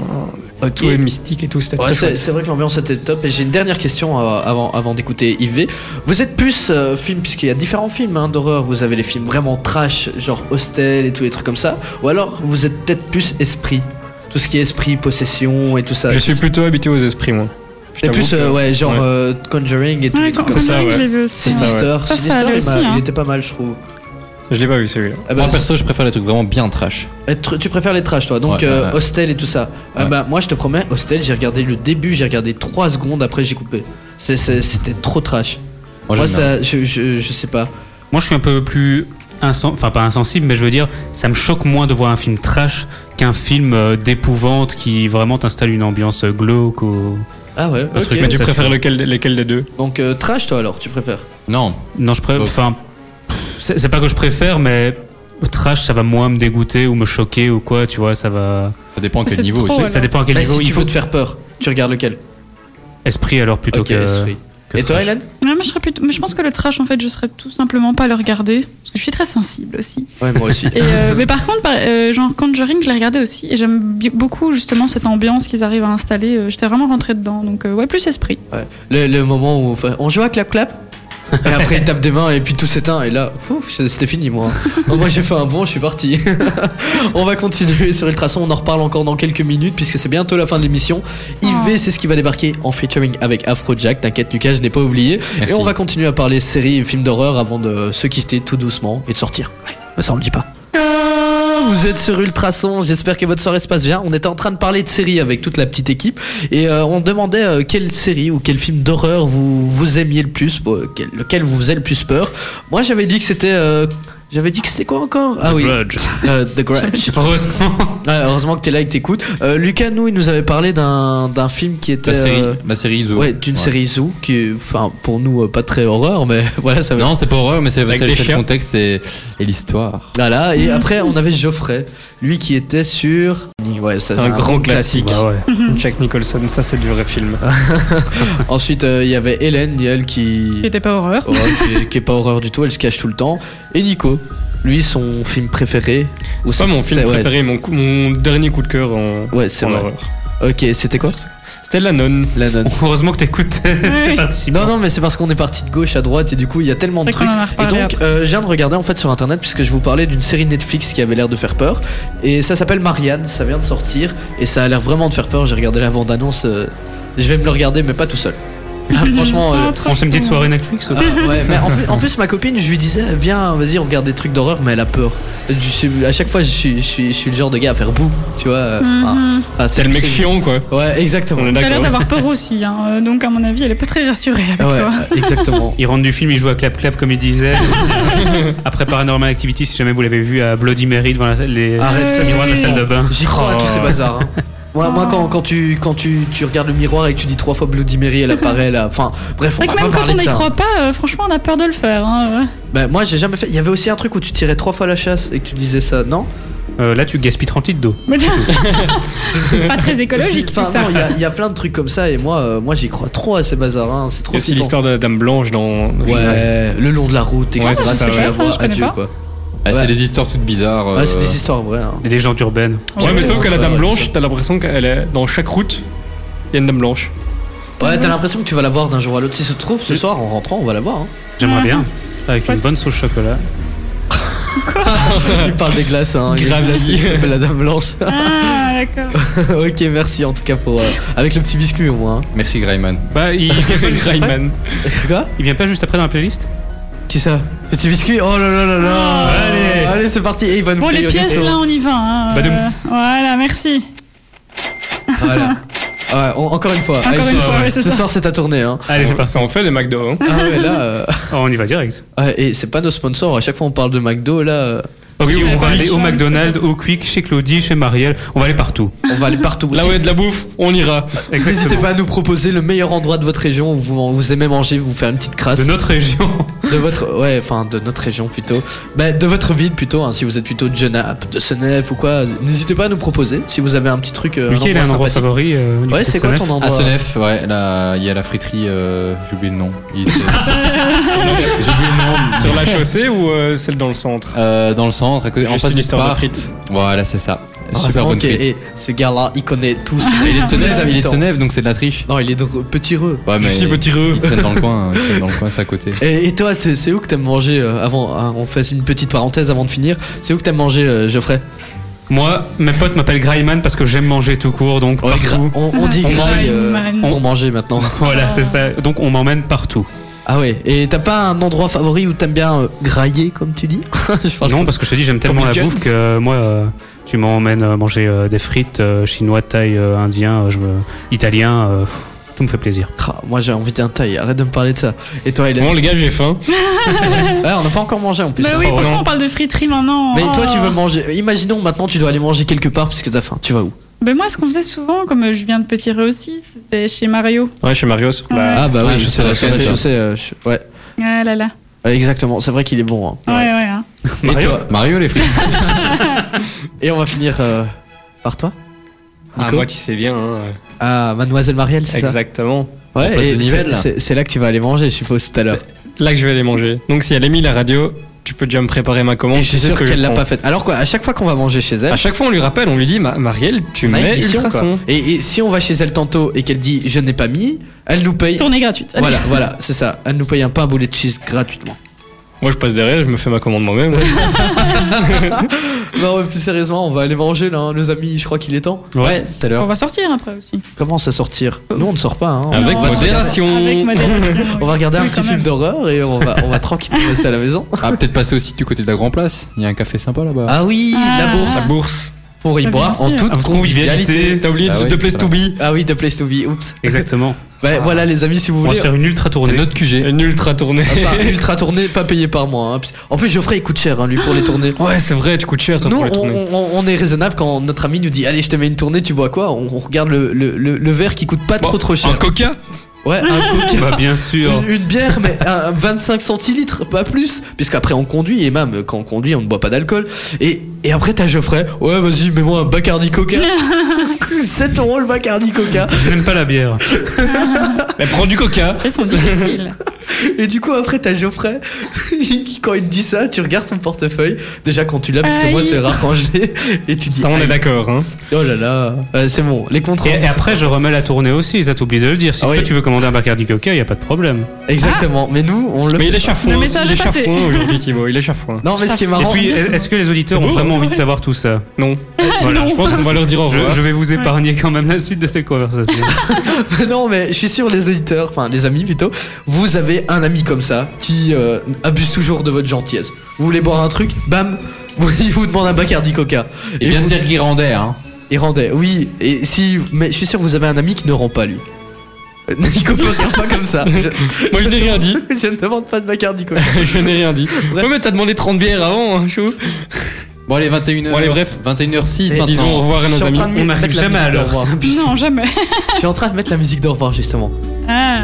S1: ok.
S4: tout est mystique et tout, c'était
S1: Ouais,
S4: très
S1: c'est
S4: chouette.
S1: c'est vrai que l'ambiance était top. Et j'ai une dernière question euh, avant, avant d'écouter Yves. Vous êtes plus euh, film, puisqu'il y a différents films hein, d'horreur. Vous avez les films vraiment trash, genre Hostel et tous les trucs comme ça. Ou alors vous êtes peut-être plus esprit. Tout ce qui est esprit, possession et tout ça.
S4: Je suis plutôt habité aux esprits, moi. Je
S1: Et
S4: t'avoue
S1: plus,
S4: que-
S1: euh, ouais, genre euh, Conjuring et tout.
S5: Ouais, quand-
S4: comme ça,
S5: Conjuring,
S4: ouais.
S5: je l'ai vu aussi.
S4: ça, ouais.
S1: Sinister.
S5: Ça, ça
S1: Sinister,
S5: allait
S1: il, m'a-
S5: aussi, hein.
S1: il était pas mal, je trouve.
S4: Je l'ai pas vu celui-là.
S1: Ah bah,
S7: Moi perso, je préfère les trucs vraiment bien trash.
S1: Et tr- Tu préfères les trash toi, donc
S7: Ouais, ouais,
S1: euh,
S7: ouais.
S1: Hostel et tout ça. Ah
S7: Ouais.
S1: bah, moi je te promets, Hostel, j'ai regardé le début, j'ai regardé 3 secondes, après j'ai coupé. C'est- c'est- C'était trop trash.
S7: Moi,
S1: moi
S7: j'aime bien.
S1: ça, je, je, je sais pas.
S6: Moi, je suis un peu plus. insen- Enfin, pas insensible, mais je veux dire, ça me choque moins de voir un film trash qu'un film euh, d'épouvante qui vraiment t'installe une ambiance euh, glauque. Ou...
S1: Ah ouais, ok.
S6: truc
S4: Mais tu
S6: ça
S4: préfères
S6: fait-
S4: lequel, lesquels des deux
S1: Donc euh, trash toi alors, tu préfères
S7: Non,
S6: Non, je préfère.
S7: Bof.
S6: Enfin, pff, c'est c'est pas que je préfère, mais trash, ça va moins me dégoûter ou me choquer ou quoi, tu vois, ça va.
S7: ça dépend à quel
S5: C'est
S7: niveau
S5: trop,
S7: aussi.
S5: ouais.
S6: Ça dépend à quel
S1: Là,
S6: niveau.
S1: Bah, si tu
S6: Il faut
S1: veux te faire peur, tu regardes lequel
S6: esprit alors plutôt
S1: Ok,
S6: que.
S1: esprit.
S6: euh, que
S1: Et toi
S6: trash.
S1: Hélène
S5: Ouais, moi, je serais plutôt- mais je pense que le trash, en fait, je serais tout simplement pas à le regarder. Parce que je suis très sensible aussi.
S1: Ouais, moi aussi.
S5: Et, euh, mais par contre, par- euh, genre Conjuring, je l'ai regardé aussi. Et j'aime bi- beaucoup, justement, cette ambiance qu'ils arrivent à installer. Euh, J'étais vraiment rentrée dedans. Donc, euh, ouais, plus esprit.
S1: le, le moment où on, fait- on joue à clap clap et après il tape des mains et puis tout s'éteint et là ouf, c'était fini moi. Bon, moi j'ai fait un bon, je suis parti. on va continuer sur Ultrason, on en reparle encore dans quelques minutes puisque c'est bientôt la fin de l'émission.
S5: Oh.
S1: IV c'est ce qui va débarquer en featuring avec Afrojack, t'inquiète Lucas, je n'ai pas oublié.
S7: Merci.
S1: Et on va continuer à parler séries et films d'horreur avant de se quitter tout doucement et de sortir. Ouais, mais ça on le dit pas. Ah, Vous êtes sur Ultrason, j'espère que votre soirée se passe bien. On était en train de parler de séries avec toute la petite équipe et euh, on demandait euh, quelle série ou quel film d'horreur vous, vous aimiez le plus, bon, quel- lequel vous faisait le plus peur. Moi j'avais dit que c'était... euh, j'avais dit que c'était quoi encore Ah oui,
S6: Grudge.
S1: euh, The Grudge.
S6: Heureusement.
S1: Ouais, heureusement que t'es là et que t'écoutes. Euh, Lucas, nous, il nous avait parlé d'un d'un film qui était...
S7: La série,
S1: euh,
S7: la série Iso.
S1: Ouais, d'une série Zoo, qui est, enfin, pour nous, euh, pas très horreur, mais voilà, ça va.
S7: Non, c'est pas horreur, mais c'est
S6: C'est avec
S7: c'est-
S6: des
S7: c'est le
S6: chiens.
S7: contexte et, et l'histoire.
S1: Voilà, et après, on avait Geoffrey, lui qui était sur. Ouais, ça, c'est
S4: Un grand classique.
S6: Bah ouais.
S4: Jack Nicholson, ça c'est du vrai film.
S1: Ah, Ensuite, euh, il y avait Hélène, elle qui.
S5: C'était pas horreur.
S1: Ouais, qui, est, qui est pas horreur du tout, elle se cache tout le temps. Et Nico, lui, son film préféré. ou
S4: C'est pas
S1: son-
S4: mon film
S1: c'est- ouais,
S4: préféré, mon, Oh, coup- mon dernier coup de cœur en,
S1: Ouais, c'est
S4: en
S1: vrai.
S4: horreur.
S1: Ok, c'était quoi
S4: C'était La Nonne.
S1: La nonne.
S6: Heureusement que t'écoutes. euh,
S5: Ouais.
S1: Non, non, mais c'est parce qu'on est parti de gauche à droite et du coup, il y a tellement de
S5: C'est vrai
S1: trucs.
S5: qu'on en a
S1: Et
S5: reparlé
S1: donc,
S5: après.
S1: euh, je viens de regarder en fait sur internet, puisque je vous parlais d'une série Netflix qui avait l'air de faire peur. Et ça s'appelle Marianne, ça vient de sortir. Et ça a l'air vraiment de faire peur. J'ai regardé la bande-annonce. euh, je vais me le regarder, mais pas tout seul. Ah, franchement, euh,
S6: On se fait une petite soirée Netflix ou quoi
S1: ah, ouais, mais en, plus, en plus, ma copine, je lui disais, viens, vas-y, on regarde des trucs d'horreur, mais elle a peur. Euh, Je suis- à chaque fois, je suis, je suis- je suis le genre de gars à faire boum, tu vois. euh,
S5: Mhm.
S1: ah, ah,
S4: C'est le mec fion, quoi.
S1: Ouais, exactement.
S4: On est
S5: T'as l'air
S4: d'accord.
S5: d'avoir peur aussi, hein, euh, donc à mon avis, elle est pas très rassurée avec
S1: Ah ouais,
S5: toi.
S1: exactement.
S6: Il rentre du film, il joue à Clap Clap comme il disait. Après Paranormal Activity, si jamais vous l'avez vu à Bloody Mary devant la, les
S1: Arrête, ça
S6: les miroirs de la
S5: suffit.
S6: salle de bain.
S1: J'y crois à tous ces bazars. hein. Moi, moi
S5: Ah.
S1: quand, quand, tu, quand tu, tu regardes le miroir et que tu dis trois fois Bloody Mary, elle apparaît là. Enfin, bref, on
S5: C'est vrai
S1: va
S5: que
S1: pas
S5: même quand
S1: parler
S5: on
S1: de
S5: n'y
S1: ça.
S5: croit pas, euh, franchement, on a peur de le faire. hein,
S1: Bah, moi, j'ai jamais fait. Il y avait aussi un truc où tu tirais trois fois la chasse et que tu disais ça, non
S6: Euh, là, tu gaspilles 30 litres d'eau.
S5: ouais. C'est pas très écologique
S1: Enfin,
S5: tout ça.
S1: non, Il y a- il y, a plein de trucs comme ça et moi, euh, moi j'y crois trop à ces bazars. hein. C'est
S4: Il
S1: trop
S4: y a aussi
S1: flippant.
S4: l'histoire de la Dame Blanche dans.
S1: Ouais, le long de la route, etc.
S4: Ouais, c'est
S1: tu
S4: ça,
S1: la
S4: ouais.
S5: Ça,
S1: vois,
S5: je connais
S1: adieu,
S5: pas.
S1: quoi.
S7: Ah,
S1: Ouais.
S7: C'est des histoires toutes bizarres.
S1: Ouais, c'est
S7: euh,
S1: des histoires vraies. hein.
S6: Des légendes urbaines.
S4: Ouais, mais sauf que la
S1: Ouais,
S4: Dame
S1: ouais,
S4: Blanche,
S1: c'est ça.
S4: t'as l'impression qu'elle est dans chaque route, il y a une Dame Blanche.
S1: Ouais, t'as l'impression que tu vas la voir d'un jour à l'autre. Si ça se trouve, ce soir, en rentrant, on va la voir. hein.
S6: J'aimerais
S5: Ouais.
S6: bien. Avec une bonne sauce chocolat.
S1: Il parle des glaces, hein.
S4: Grave.
S1: Il y a des glaces, il s'appelle la Dame Blanche.
S5: Ah, d'accord.
S1: ok, merci en tout cas pour. euh, avec le petit biscuit au moins. hein.
S7: euh, Merci Greyman.
S6: Bah, il vient, pas juste après
S4: Greyman.
S1: Quoi
S6: il vient pas juste après dans la playlist
S1: Qui ça Petit biscuit Oh là là là là
S6: Allez.
S1: Allez, c'est parti. Et il va nous
S5: Bon, les
S1: prioriser.
S5: pièces, là, on y va. hein,
S1: Bah,
S6: Badoum.
S5: voilà, merci.
S1: Voilà. Ouais, on- encore une fois. Allez,
S5: Encore une
S1: ce-
S5: fois, ouais, Ah, c'est
S1: ce
S5: ça.
S1: soir, c'est ta tournée. Hein.
S6: Allez, c'est parti.
S4: Ça en fait les McDo. hein.
S1: Ah ouais, là. euh,
S6: Oh, on y va direct.
S1: ouais, et c'est pas nos sponsors. À chaque fois, on parle de McDo. Là, euh,
S6: Ok,
S5: Oui,
S6: on
S5: on
S6: va
S5: va
S6: aller au
S5: faire un
S6: McDonald's, au Quick, chez Claudie, chez Marielle. On va aller partout.
S1: on va aller partout.
S4: Là où il y a de la bouffe, on ira.
S1: N'hésitez
S6: Exactement.
S1: pas à nous proposer le meilleur endroit de votre région où vous, vous aimez manger, vous faire une petite crasse.
S6: De notre région.
S1: De votre, ouais, enfin de notre région plutôt, bah, de votre ville plutôt. hein, si vous êtes plutôt de Genappe, de Senef ou quoi, n'hésitez pas à nous proposer. Si vous avez un petit truc, euh,
S6: Mickey, il a un endroit
S1: sympathique.
S6: favori. euh, du
S1: Ouais,
S6: côté
S1: c'est
S6: de
S1: quoi
S6: Senef
S1: ton endroit
S7: À Senef, Ah, ouais, là, il y a la friterie, euh, j'ai oublié le nom. Il- j'ai oublié le nom.
S4: Sur la chaussée ou euh, celle dans le centre
S7: Euh, dans le centre, à côté- en
S4: Juste
S7: face
S4: une
S7: du
S4: histoire de
S7: spa.
S4: frites.
S7: Voilà, c'est ça.
S1: Ah, c'est
S7: Super
S1: bon,
S7: bonne Ah.
S1: ok,
S7: frite.
S1: et ce gars-là, il connaît tous.
S7: Il est de Senef, il est de
S1: habitants.
S7: Senef, donc c'est de la triche.
S1: Non, il est de Re- petit reux.
S7: Ouais,
S4: Je
S7: mais
S4: suis
S7: il
S4: petit reux.
S7: traîne dans le coin, hein, il traîne dans le coin, c'est à côté.
S1: Et, et toi, t'es- c'est où que t'aimes manger euh, avant hein, On fait une petite parenthèse avant de finir. C'est où que t'aimes manger, euh, Geoffrey
S6: Moi, mes potes m'appellent Greyman parce que j'aime manger tout court, donc
S1: gra-
S6: partout.
S1: on, on dit
S5: On
S1: graille euh,
S5: mange.
S1: pour manger maintenant.
S6: Voilà, c'est ça. Donc on m'emmène partout.
S1: Ah ouais. Et t'as pas un endroit favori où t'aimes bien euh, grailler, comme tu dis Je pense
S6: non, parce que je te dis, j'aime tellement la
S4: Communicants.
S6: bouffe que euh, moi, euh, tu m'emmènes euh, manger euh, des frites euh, chinois, thaï, euh, indien, euh, je me- italien, euh, pff, tout me fait plaisir.
S1: Ah, Moi j'ai envie d'un taille, arrête de me parler de ça. Et toi, Hélène
S4: Bon, les gars, j'ai faim.
S1: Ouais, on n'a pas encore mangé en plus.
S5: Bah
S1: hein.
S5: oui,
S4: oh,
S5: pourquoi
S4: non.
S5: on parle de friterie maintenant
S1: Mais toi,
S5: Oh.
S1: tu veux manger. Imaginons maintenant, tu dois aller manger quelque part parce que t'as faim. Tu vas où
S5: Ben moi, ce qu'on faisait souvent, comme euh, je viens de Petit Ré aussi, c'était chez Mario.
S4: Ouais, chez Mario sur la.
S1: Ah bah oui,
S7: ouais, je
S1: je
S7: sais,
S1: sais,
S7: je sais,
S1: je
S7: je
S1: sais. euh, je- Ouais,
S5: Ah là là.
S1: Ouais, exactement. C'est vrai qu'il est bon. hein.
S5: Ouais, ouais. hein.
S1: Et toi
S7: Mario, les frites.
S1: Et on va finir euh, par toi.
S4: Ah,
S1: Nico
S4: moi, tu sais bien. hein,
S1: Ah, Mademoiselle Marielle, c'est ça
S4: Exactement.
S7: En
S1: Ouais,
S7: place de
S1: et
S7: Nivelles,
S1: c'est-
S7: là.
S1: c'est- c'est là que tu vas aller manger, je suppose, tout à l'heure.
S4: Là que je vais aller manger. Donc, si elle a mis la radio, tu peux déjà me préparer ma commande.
S1: Et je Ah, suis
S4: tu sais
S1: sûr
S4: ce que je
S1: qu'elle l'a
S4: prends.
S1: pas faite. Alors quoi, à chaque fois qu'on va manger chez elle,
S4: À chaque fois, on lui rappelle, on lui dit, Ma- Marielle, tu
S1: on a une
S4: mets
S1: mission,
S4: ultrason.
S1: quoi. Et, et si on va chez elle tantôt et qu'elle dit je n'ai pas mis, elle nous paye.
S5: Tournée gratuite. Allez.
S1: Voilà, voilà, c'est ça. Elle nous paye un pain boulet de cheese gratuitement.
S4: Moi, je passe derrière, je me fais ma commande moi-même. ouais.
S1: Non, mais plus sérieusement, on va aller manger là, hein, les amis. Je crois qu'il est temps.
S6: Ouais.
S1: tout à
S5: On
S1: l'heure.
S5: va sortir après aussi.
S1: Commence à sortir. Nous, on ne sort pas. Hein.
S4: Avec
S1: on, va se regarder-
S4: modération.
S5: Avec modération.
S1: on va regarder un
S5: Oui,
S1: petit
S5: quand
S1: film
S5: même.
S1: d'horreur et on va, on va tranquillement rester à la maison.
S7: Ah, peut-être passer aussi du côté de la Grand Place. Il y a un café sympa là-bas.
S1: Ah oui, la
S5: Ah.
S1: bourse.
S5: La
S1: bourse. Pour y
S5: Ah, bien
S1: boire en
S5: sûr.
S1: toute
S6: Ah,
S1: convivialité.
S4: T'as oublié
S7: Ah
S4: de
S7: oui,
S4: de Place to Be.
S1: Ah oui, The Place to Be. Oups.
S6: Exactement.
S1: Bah, Voilà, les amis, si vous
S6: On va se
S1: voulez.
S6: faire une ultra tournée.
S7: C'est notre QG.
S4: Une ultra tournée.
S1: Enfin, ultra tournée, pas payé par mois. hein. En plus, Geoffrey, il coûte cher, hein, lui, pour les tournées.
S6: Ah,
S4: Ouais, c'est vrai, tu coûtes cher, toi,
S1: Nous,
S4: pour les
S1: on,
S4: tournées.
S1: on- on est raisonnable quand notre ami nous dit Allez, je te mets une tournée, tu bois quoi on, on regarde le, le, le- le verre qui coûte pas trop trop cher.
S4: Un coca
S1: ouais, un coca.
S6: Bah, bien sûr.
S1: Une, une bière, mais un, un 25 centilitres, pas plus. Puisqu'après, on conduit, et même quand on conduit, on ne boit pas d'alcool. Et, et après, t'as Geoffrey Ouais, vas-y, mets-moi un Bacardi Coca. 7 euros le Bacardi Coca.
S6: Je n'aime pas la bière.
S4: Mais prends du coca
S5: Après, ils sont difficiles.
S1: Et du coup, après, t'as Geoffrey qui, quand il te dit ça, tu regardes ton portefeuille. Déjà, quand tu l'as, parce que moi,
S5: Aïe.
S1: c'est rare quand je l'ai. Et tu te dis.
S4: Ça, on est
S1: aïe,
S4: d'accord. Hein.
S1: Oh là là. Euh, c'est bon, les contrats.
S6: Et, et après, je remets la tournée aussi, ça t'oublies de le dire. Si
S1: Ah
S6: toi,
S1: oui.
S6: tu veux commander un Bacardi Coca, il n'y a pas de problème.
S1: Exactement. Mais nous, on le fait
S4: Mais il est
S1: pas.
S5: Le
S4: chafouin,
S5: message
S4: il est
S5: est passé.
S4: chafouin aujourd'hui, Thibaut. Il est chafouin.
S1: Non, mais ce qui Oh, est
S6: Et
S1: marrant.
S6: puis, est-ce que les auditeurs
S4: C'est
S6: ont
S4: beau,
S6: vraiment
S4: hein.
S6: envie de savoir tout ça
S4: Non.
S6: Voilà,
S4: Je pense qu'on va leur dire au
S6: Je,
S4: revoir.
S6: je vais vous épargner quand même la suite de cette conversation.
S1: non, mais je suis sûr, les éditeurs, enfin les amis plutôt, vous avez un ami comme ça qui euh, abuse toujours de votre gentillesse. Vous voulez boire un truc Bam vous- il vous demande un Bacardi Coca.
S7: Il vient de
S1: vous-
S7: dire Guirandais, hein.
S1: il rendait, oui. Et si, mais je suis sûr, vous avez un ami qui ne rend pas lui. Euh, Nico, ne regarde pas comme ça. Je,
S4: Moi, je n'ai rien dit.
S1: je ne demande pas de Bacardi Coca.
S4: Je n'ai rien dit.
S1: Bref.
S4: Ouais, mais t'as demandé 30 bières avant, hein, chou.
S7: Bon, allez, 21h.
S4: Bon, allez, bref.
S7: 21h06
S1: Et
S7: maintenant.
S4: Disons au revoir à
S1: Je
S4: nos
S1: suis en
S4: amis.
S1: train de
S6: on
S1: mettre
S6: n'arrive
S1: la
S6: jamais
S1: musique
S6: à
S1: d'au
S6: l'heure,
S1: revoir.
S6: c'est
S5: Non, jamais.
S1: Je suis en train de mettre la musique d'au revoir justement.
S5: Ah.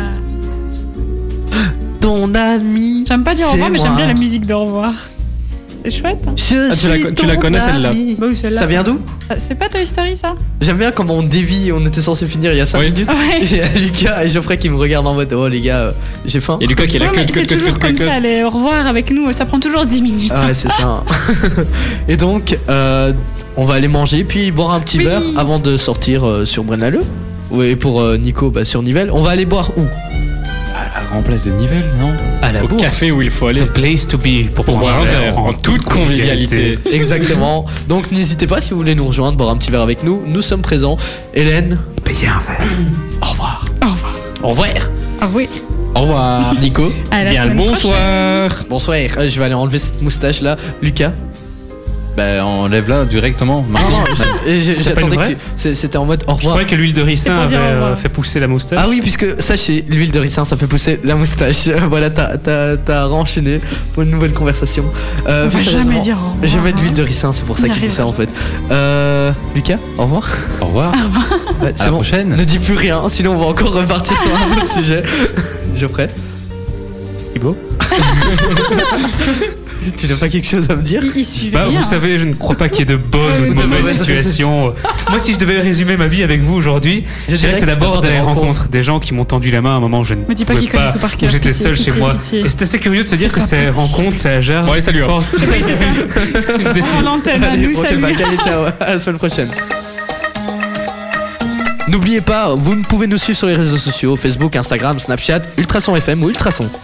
S1: Ton ami.
S5: J'aime pas dire au
S1: c'est
S5: revoir, mais j'aime
S1: moi.
S5: bien la musique d'au revoir. C'est chouette. hein.
S1: Je
S4: Ah, tu la
S1: suis
S4: con- tu la
S1: ton
S4: connais, celle-là
S1: ami.
S5: Bah oui, celle-là.
S1: Ça vient d'où
S5: Ça- C'est pas Toy Story ça Ah
S1: J'aime bien comment on dévie, on était censé finir il y a 5
S4: Oui.
S1: minutes.
S5: Ouais.
S1: Et il y a Lucas et Geoffrey qui me regardent en mode Oh les gars, euh, j'ai faim.
S4: Et Lucas qui est là,
S5: Non, mais
S4: cut,
S5: C'est
S4: cut, cut,
S5: toujours
S4: cut,
S5: comme
S4: cut.
S5: ça, les au revoir avec nous, ça prend toujours 10 minutes.
S1: Ah ouais, c'est ça. et donc, euh, on va aller manger puis boire un petit
S5: Oui.
S1: verre avant de sortir euh, sur Brennaleux. Oui, pour euh, Nico, bah, sur Nivelle. On va aller boire où
S7: À la grande place de Nivelles, non
S6: À la
S4: Au
S6: bourse.
S4: café où il faut aller
S6: The place to be pour,
S4: pour boire un verre en toute convivialité.
S1: Exactement. donc, n'hésitez pas si vous voulez nous rejoindre, boire un petit verre avec nous. Nous sommes présents. Hélène,
S6: Payer un verre.
S1: au revoir. Au revoir. Au revoir.
S5: Ah oui.
S7: Au revoir.
S1: Nico,
S5: À la
S4: Bien le
S5: semaine prochaine.
S4: bonsoir.
S1: bonsoir. Euh, je vais aller enlever cette moustache là. Lucas.
S7: Bah, on lève là directement. Maintenant.
S1: Et j'ai-
S6: C'était pas
S1: j'attendais que
S6: une
S1: tu- c'est- C'était en mode au
S6: Je
S1: revoir.
S6: croyais que l'huile de ricin
S5: C'est pour
S6: avait
S5: dire au revoir.
S6: euh, fait pousser la moustache.
S1: Ah oui, puisque sachez, l'huile de ricin, ça fait pousser la moustache. voilà, t'as- t'as t'as renchaîné pour une nouvelle conversation. Euh,
S5: On va
S1: malheureusement,
S5: jamais dire au revoir.
S1: Je mets de l'huile de ricin, c'est pour ça
S5: On y
S1: qu'il dit
S5: arrive.
S1: ça en fait. Euh, Lucas, au revoir.
S7: Au revoir.
S1: Ouais,
S7: À la prochaine.
S1: Ne dis plus rien, sinon on va encore repartir sur un autre sujet. Geoffrey,
S6: Thibaut
S1: tu n'as pas quelque chose à me dire
S5: Il, il suivait
S6: Bah,
S5: rien. hein.
S6: vous savez, je ne crois pas qu'il y ait de bonnes ou de mauvaises situations. Moi, si je devais résumer ma vie avec vous aujourd'hui, je dirais que c'est d'abord des rencontres, des gens qui m'ont tendu la main à un moment où je ne
S5: Me dis pas
S6: pouvais
S5: qu'ils connaissent tout par
S6: où
S5: cœur,
S6: j'étais
S5: pitié,
S6: seul chez
S5: pitié,
S6: moi.
S5: pitié.
S6: Et c'est assez curieux de se
S5: C'est
S6: dire que
S5: pas
S6: ces
S5: possible.
S6: rencontres, ça gère.
S4: Bon, allez, salut. hein.
S5: Oui, c'est ça. Prends l'antenne, à
S1: Allez,
S5: nous
S1: on fait le
S5: salut.
S1: bac. Allez, ciao, à la semaine prochaine. N'oubliez pas, vous pouvez nous suivre sur les réseaux sociaux, Facebook, Instagram, Snapchat, Ultrason FM ou Ultrason.